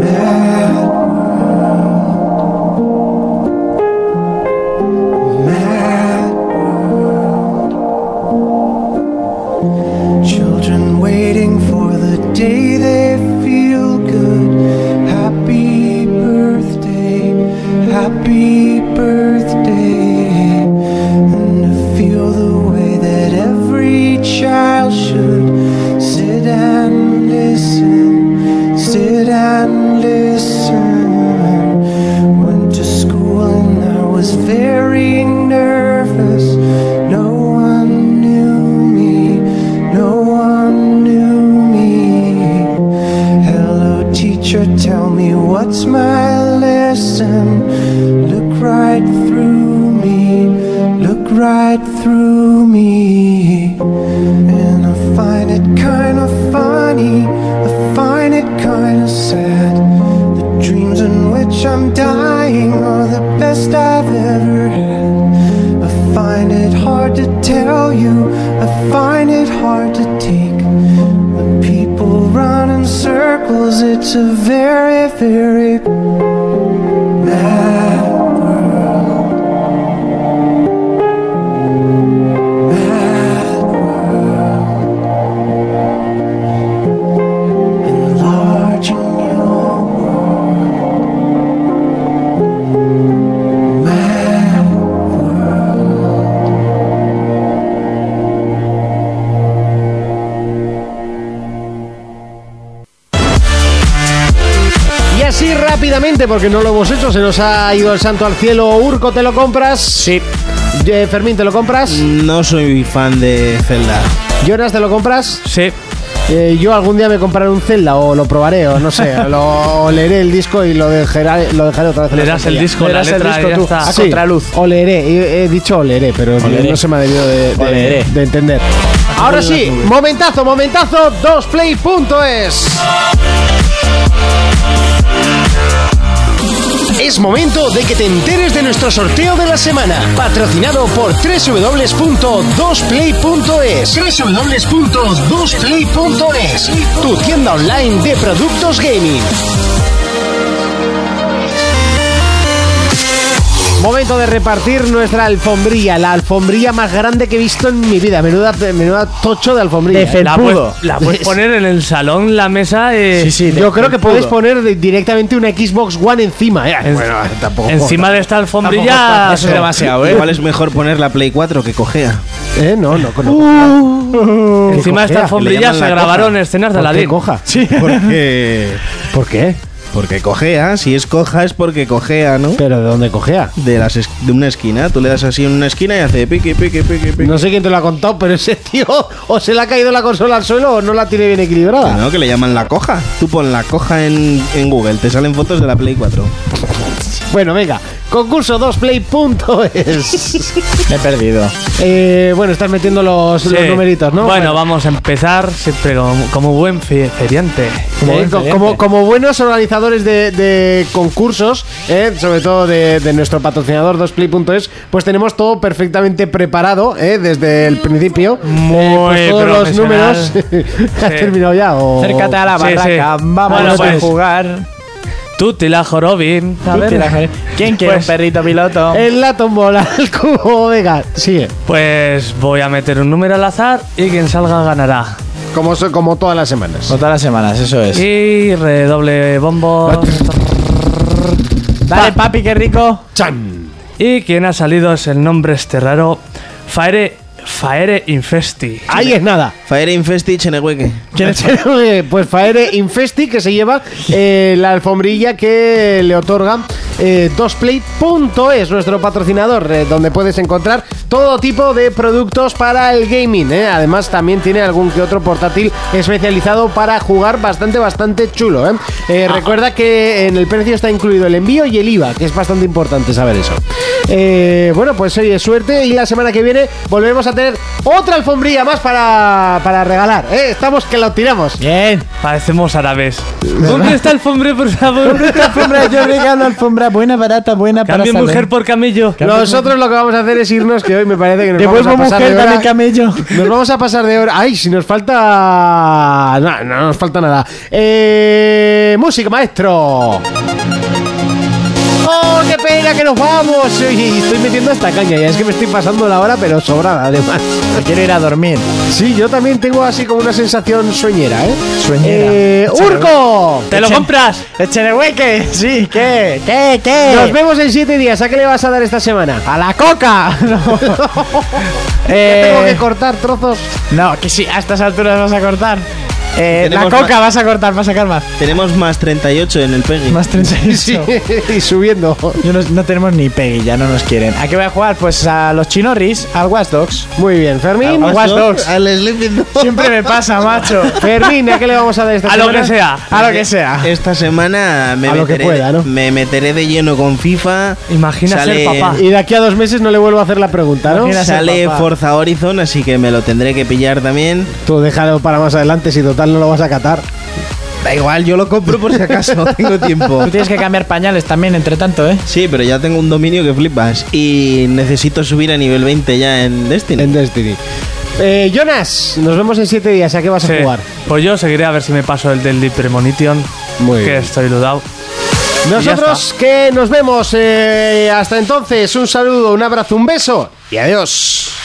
[SPEAKER 15] mad world. Mad world. Children waiting for the day they feel good. Happy birthday, happy birthday. And to feel the way that every child should sit and listen, sit and listen. Went to school and I was very nervous. No one knew me, no one knew me. Hello, teacher, tell me what's my lesson. Look right through me, look right through me. And I find it kinda funny, I find it kinda sad. The dreams in which I'm dying are the best I've ever had. I find it hard to tell you, I find it hard to take. The people run in circles, it's a very, very mad world. Mad world. Enlarging your world. Mad
[SPEAKER 2] Y así rápidamente, porque no lo hemos hecho, se nos ha ido el santo al cielo. Urco, ¿te lo compras? Sí. Eh, Fermín, ¿te lo compras?
[SPEAKER 6] No soy fan de Zelda.
[SPEAKER 2] Jonas, ¿te lo compras?
[SPEAKER 7] Sí.
[SPEAKER 2] Eh, yo algún día me compraré un Zelda o lo probaré o no sé, lo o leeré el disco y lo dejaré, lo dejaré otra vez. en la
[SPEAKER 7] Leerás el
[SPEAKER 2] estantería.
[SPEAKER 7] disco, la
[SPEAKER 2] Leerás el
[SPEAKER 7] letra,
[SPEAKER 2] disco
[SPEAKER 7] y ya
[SPEAKER 2] tú.
[SPEAKER 7] está. A
[SPEAKER 2] Sí,
[SPEAKER 7] contraluz.
[SPEAKER 2] O leeré, he, he dicho o leeré, pero
[SPEAKER 5] leeré.
[SPEAKER 2] no se me ha debido de, de-
[SPEAKER 5] leeré.
[SPEAKER 2] de entender. Ahora sí, momentazo, momentazo, 2play.es. Es momento de que te enteres de nuestro sorteo de la semana, patrocinado por www.2play.es. www.2play.es, tu tienda online de productos gaming. Momento de repartir nuestra alfombrilla, la alfombrilla más grande que he visto en mi vida. Menuda, menuda tocho de alfombrilla.
[SPEAKER 7] La puedes, la puedes poner en el salón, la mesa. eh,
[SPEAKER 2] Yo creo que
[SPEAKER 7] felpudo.
[SPEAKER 2] puedes poner de- directamente una Xbox One encima. eh.
[SPEAKER 7] En-
[SPEAKER 2] Bueno, tampoco.
[SPEAKER 7] Encima de esta alfombrilla.
[SPEAKER 6] Eso es demasiado, ¿eh? Igual es mejor poner la Play 4 que cojea.
[SPEAKER 2] Eh, no, no, no.
[SPEAKER 7] Uh. Encima de esta alfombrilla se grabaron escenas de
[SPEAKER 6] la
[SPEAKER 7] Aladdin.
[SPEAKER 2] coja?
[SPEAKER 6] Sí, porque...
[SPEAKER 2] ¿Por qué?
[SPEAKER 6] Porque cojea, si es coja es porque cojea, ¿no?
[SPEAKER 2] ¿Pero de dónde cojea?
[SPEAKER 6] De, las es- de una esquina, tú le das así en una esquina y hace piqui, piqui, piqui, piqui.
[SPEAKER 2] No sé quién te lo ha contado, pero ese tío o se le ha caído la consola al suelo o no la tiene bien equilibrada.
[SPEAKER 6] No, que le llaman la coja. Tú pon la coja en, en Google, te salen fotos de la Play 4.
[SPEAKER 2] Bueno, venga, concurso 2play.es.
[SPEAKER 5] Me he perdido.
[SPEAKER 2] Eh, bueno, estás metiendo los, los
[SPEAKER 7] Sí.
[SPEAKER 2] numeritos, ¿no?
[SPEAKER 7] Bueno, vamos a empezar siempre como, como buen fe- feriante.
[SPEAKER 2] Eh, co- como, como buenos organizadores de, de concursos, eh, sobre todo de, de nuestro patrocinador 2play.es, pues tenemos todo perfectamente preparado eh, desde el principio. Eh, pues todos los
[SPEAKER 7] profesional.
[SPEAKER 2] números. ¿Has terminado ya? O...
[SPEAKER 5] Acércate a la
[SPEAKER 7] Sí, sí.
[SPEAKER 5] barraca, vamos
[SPEAKER 7] Bueno,
[SPEAKER 5] a
[SPEAKER 7] pues,
[SPEAKER 5] jugar.
[SPEAKER 7] Tutti la Jorobin. A ver. Pues
[SPEAKER 5] Tutti la Jorobin. ¿Quién quiere un perrito piloto?
[SPEAKER 7] En
[SPEAKER 2] la tombola, el cubo, venga, sigue.
[SPEAKER 7] Pues voy a meter un número al azar y quien salga ganará.
[SPEAKER 2] Como, so- como todas las semanas.
[SPEAKER 5] Como todas las semanas, eso es.
[SPEAKER 7] Y redoble bombo.
[SPEAKER 5] Dale, papi, qué rico.
[SPEAKER 2] Chan.
[SPEAKER 7] Y quien ha salido es el nombre este raro. Faere. Faere Infesti.
[SPEAKER 2] Ahí es nada.
[SPEAKER 6] Faere Infesti Chenehueque.
[SPEAKER 2] pues Faere Infesti que se lleva eh, la alfombrilla que le otorga eh, Dosplay.es, nuestro patrocinador, eh, donde puedes encontrar todo tipo de productos para el gaming. eh. Además, también tiene algún que otro portátil especializado para jugar bastante, bastante chulo. eh. Eh, Recuerda que en el precio está incluido el envío y el IVA, que es bastante importante saber eso. Eh, bueno, pues oye, suerte y la semana que viene volvemos a tener otra alfombrilla más para, para regalar. ¿eh? Estamos que lo tiramos.
[SPEAKER 5] Bien.
[SPEAKER 7] Parecemos árabes. ¿Dónde está el alfombre, por favor?
[SPEAKER 5] ¿Dónde está la alfombra? Yo regalo alfombra buena, barata, buena para
[SPEAKER 7] Cambio
[SPEAKER 5] saber.
[SPEAKER 7] mujer por camello.
[SPEAKER 2] Nosotros lo que vamos a hacer es irnos, que hoy me parece que nos
[SPEAKER 5] Devuelvo
[SPEAKER 2] vamos a pasar
[SPEAKER 5] mujer,
[SPEAKER 2] de hora.
[SPEAKER 5] dame camello.
[SPEAKER 2] Nos vamos a pasar de hora. Ay, si nos falta... No, no nos falta nada. Eh, música, maestro. ¡Oh, qué pena que nos vamos! Uy, estoy metiendo esta caña ya. Es que me estoy pasando la hora, pero sobrada además.
[SPEAKER 5] Quiero ir a dormir.
[SPEAKER 2] Sí, yo también tengo así como una sensación sueñera, ¿eh?
[SPEAKER 5] Sueñera.
[SPEAKER 2] Eh, ¡Urco!
[SPEAKER 7] ¡Te lo compras!
[SPEAKER 5] ¡Echenehueque! Sí, ¿qué? ¿Qué? ¿Qué?
[SPEAKER 2] Nos vemos en siete días. ¿A qué le vas a dar esta semana?
[SPEAKER 5] ¡A la coca! No.
[SPEAKER 2] Ya tengo que
[SPEAKER 5] eh,
[SPEAKER 2] cortar trozos.
[SPEAKER 5] no, que sí, a estas alturas vas a cortar. Eh, la
[SPEAKER 6] Tenemos
[SPEAKER 5] coca
[SPEAKER 6] más-
[SPEAKER 5] vas a cortar, vas a sacar más.
[SPEAKER 6] Tenemos más 38 en el Peggy.
[SPEAKER 5] Más 38.
[SPEAKER 2] y subiendo.
[SPEAKER 5] Yo no, no tenemos ni Peggy, ya no nos quieren. ¿A qué voy a jugar? Pues a los chinorris, al Watch Dogs.
[SPEAKER 2] Muy bien, Fermín.
[SPEAKER 5] Al Watch Dogs.
[SPEAKER 6] Al Sleeping Dog.
[SPEAKER 5] Siempre me pasa, macho.
[SPEAKER 2] Fermín, ¿a qué le vamos a dar esta
[SPEAKER 7] A
[SPEAKER 2] semana?
[SPEAKER 7] lo que sea.
[SPEAKER 5] A lo que sea.
[SPEAKER 6] Esta semana me,
[SPEAKER 2] A lo que
[SPEAKER 6] meteré,
[SPEAKER 2] pueda, ¿no?
[SPEAKER 6] me meteré de lleno con FIFA.
[SPEAKER 7] Imagina
[SPEAKER 6] Sale-
[SPEAKER 7] ser papá.
[SPEAKER 2] Y de aquí a dos meses no le vuelvo a hacer la pregunta, ¿no?
[SPEAKER 5] Imagina- Mira, ser
[SPEAKER 6] Sale
[SPEAKER 5] papá.
[SPEAKER 6] Forza Horizon, así que me lo tendré que pillar también.
[SPEAKER 2] Tú déjalo para más adelante, si total no lo vas a catar.
[SPEAKER 6] Da igual, yo lo compro por si acaso, tengo tiempo.
[SPEAKER 5] Tú tienes que cambiar pañales también, entre tanto, ¿eh?
[SPEAKER 6] Sí, pero ya tengo un dominio que flipas. Y necesito subir a nivel 20 ya en Destiny.
[SPEAKER 2] En Destiny. Eh, Jonas, nos vemos en siete días. ¿A qué vas
[SPEAKER 7] Sí.
[SPEAKER 2] a jugar?
[SPEAKER 7] Pues yo seguiré a ver si me paso el del Deep Premonition.
[SPEAKER 2] Muy
[SPEAKER 7] que
[SPEAKER 2] bien.
[SPEAKER 7] estoy dudado.
[SPEAKER 2] Nosotros que nos vemos eh, hasta entonces. Un saludo, un abrazo, un beso y adiós.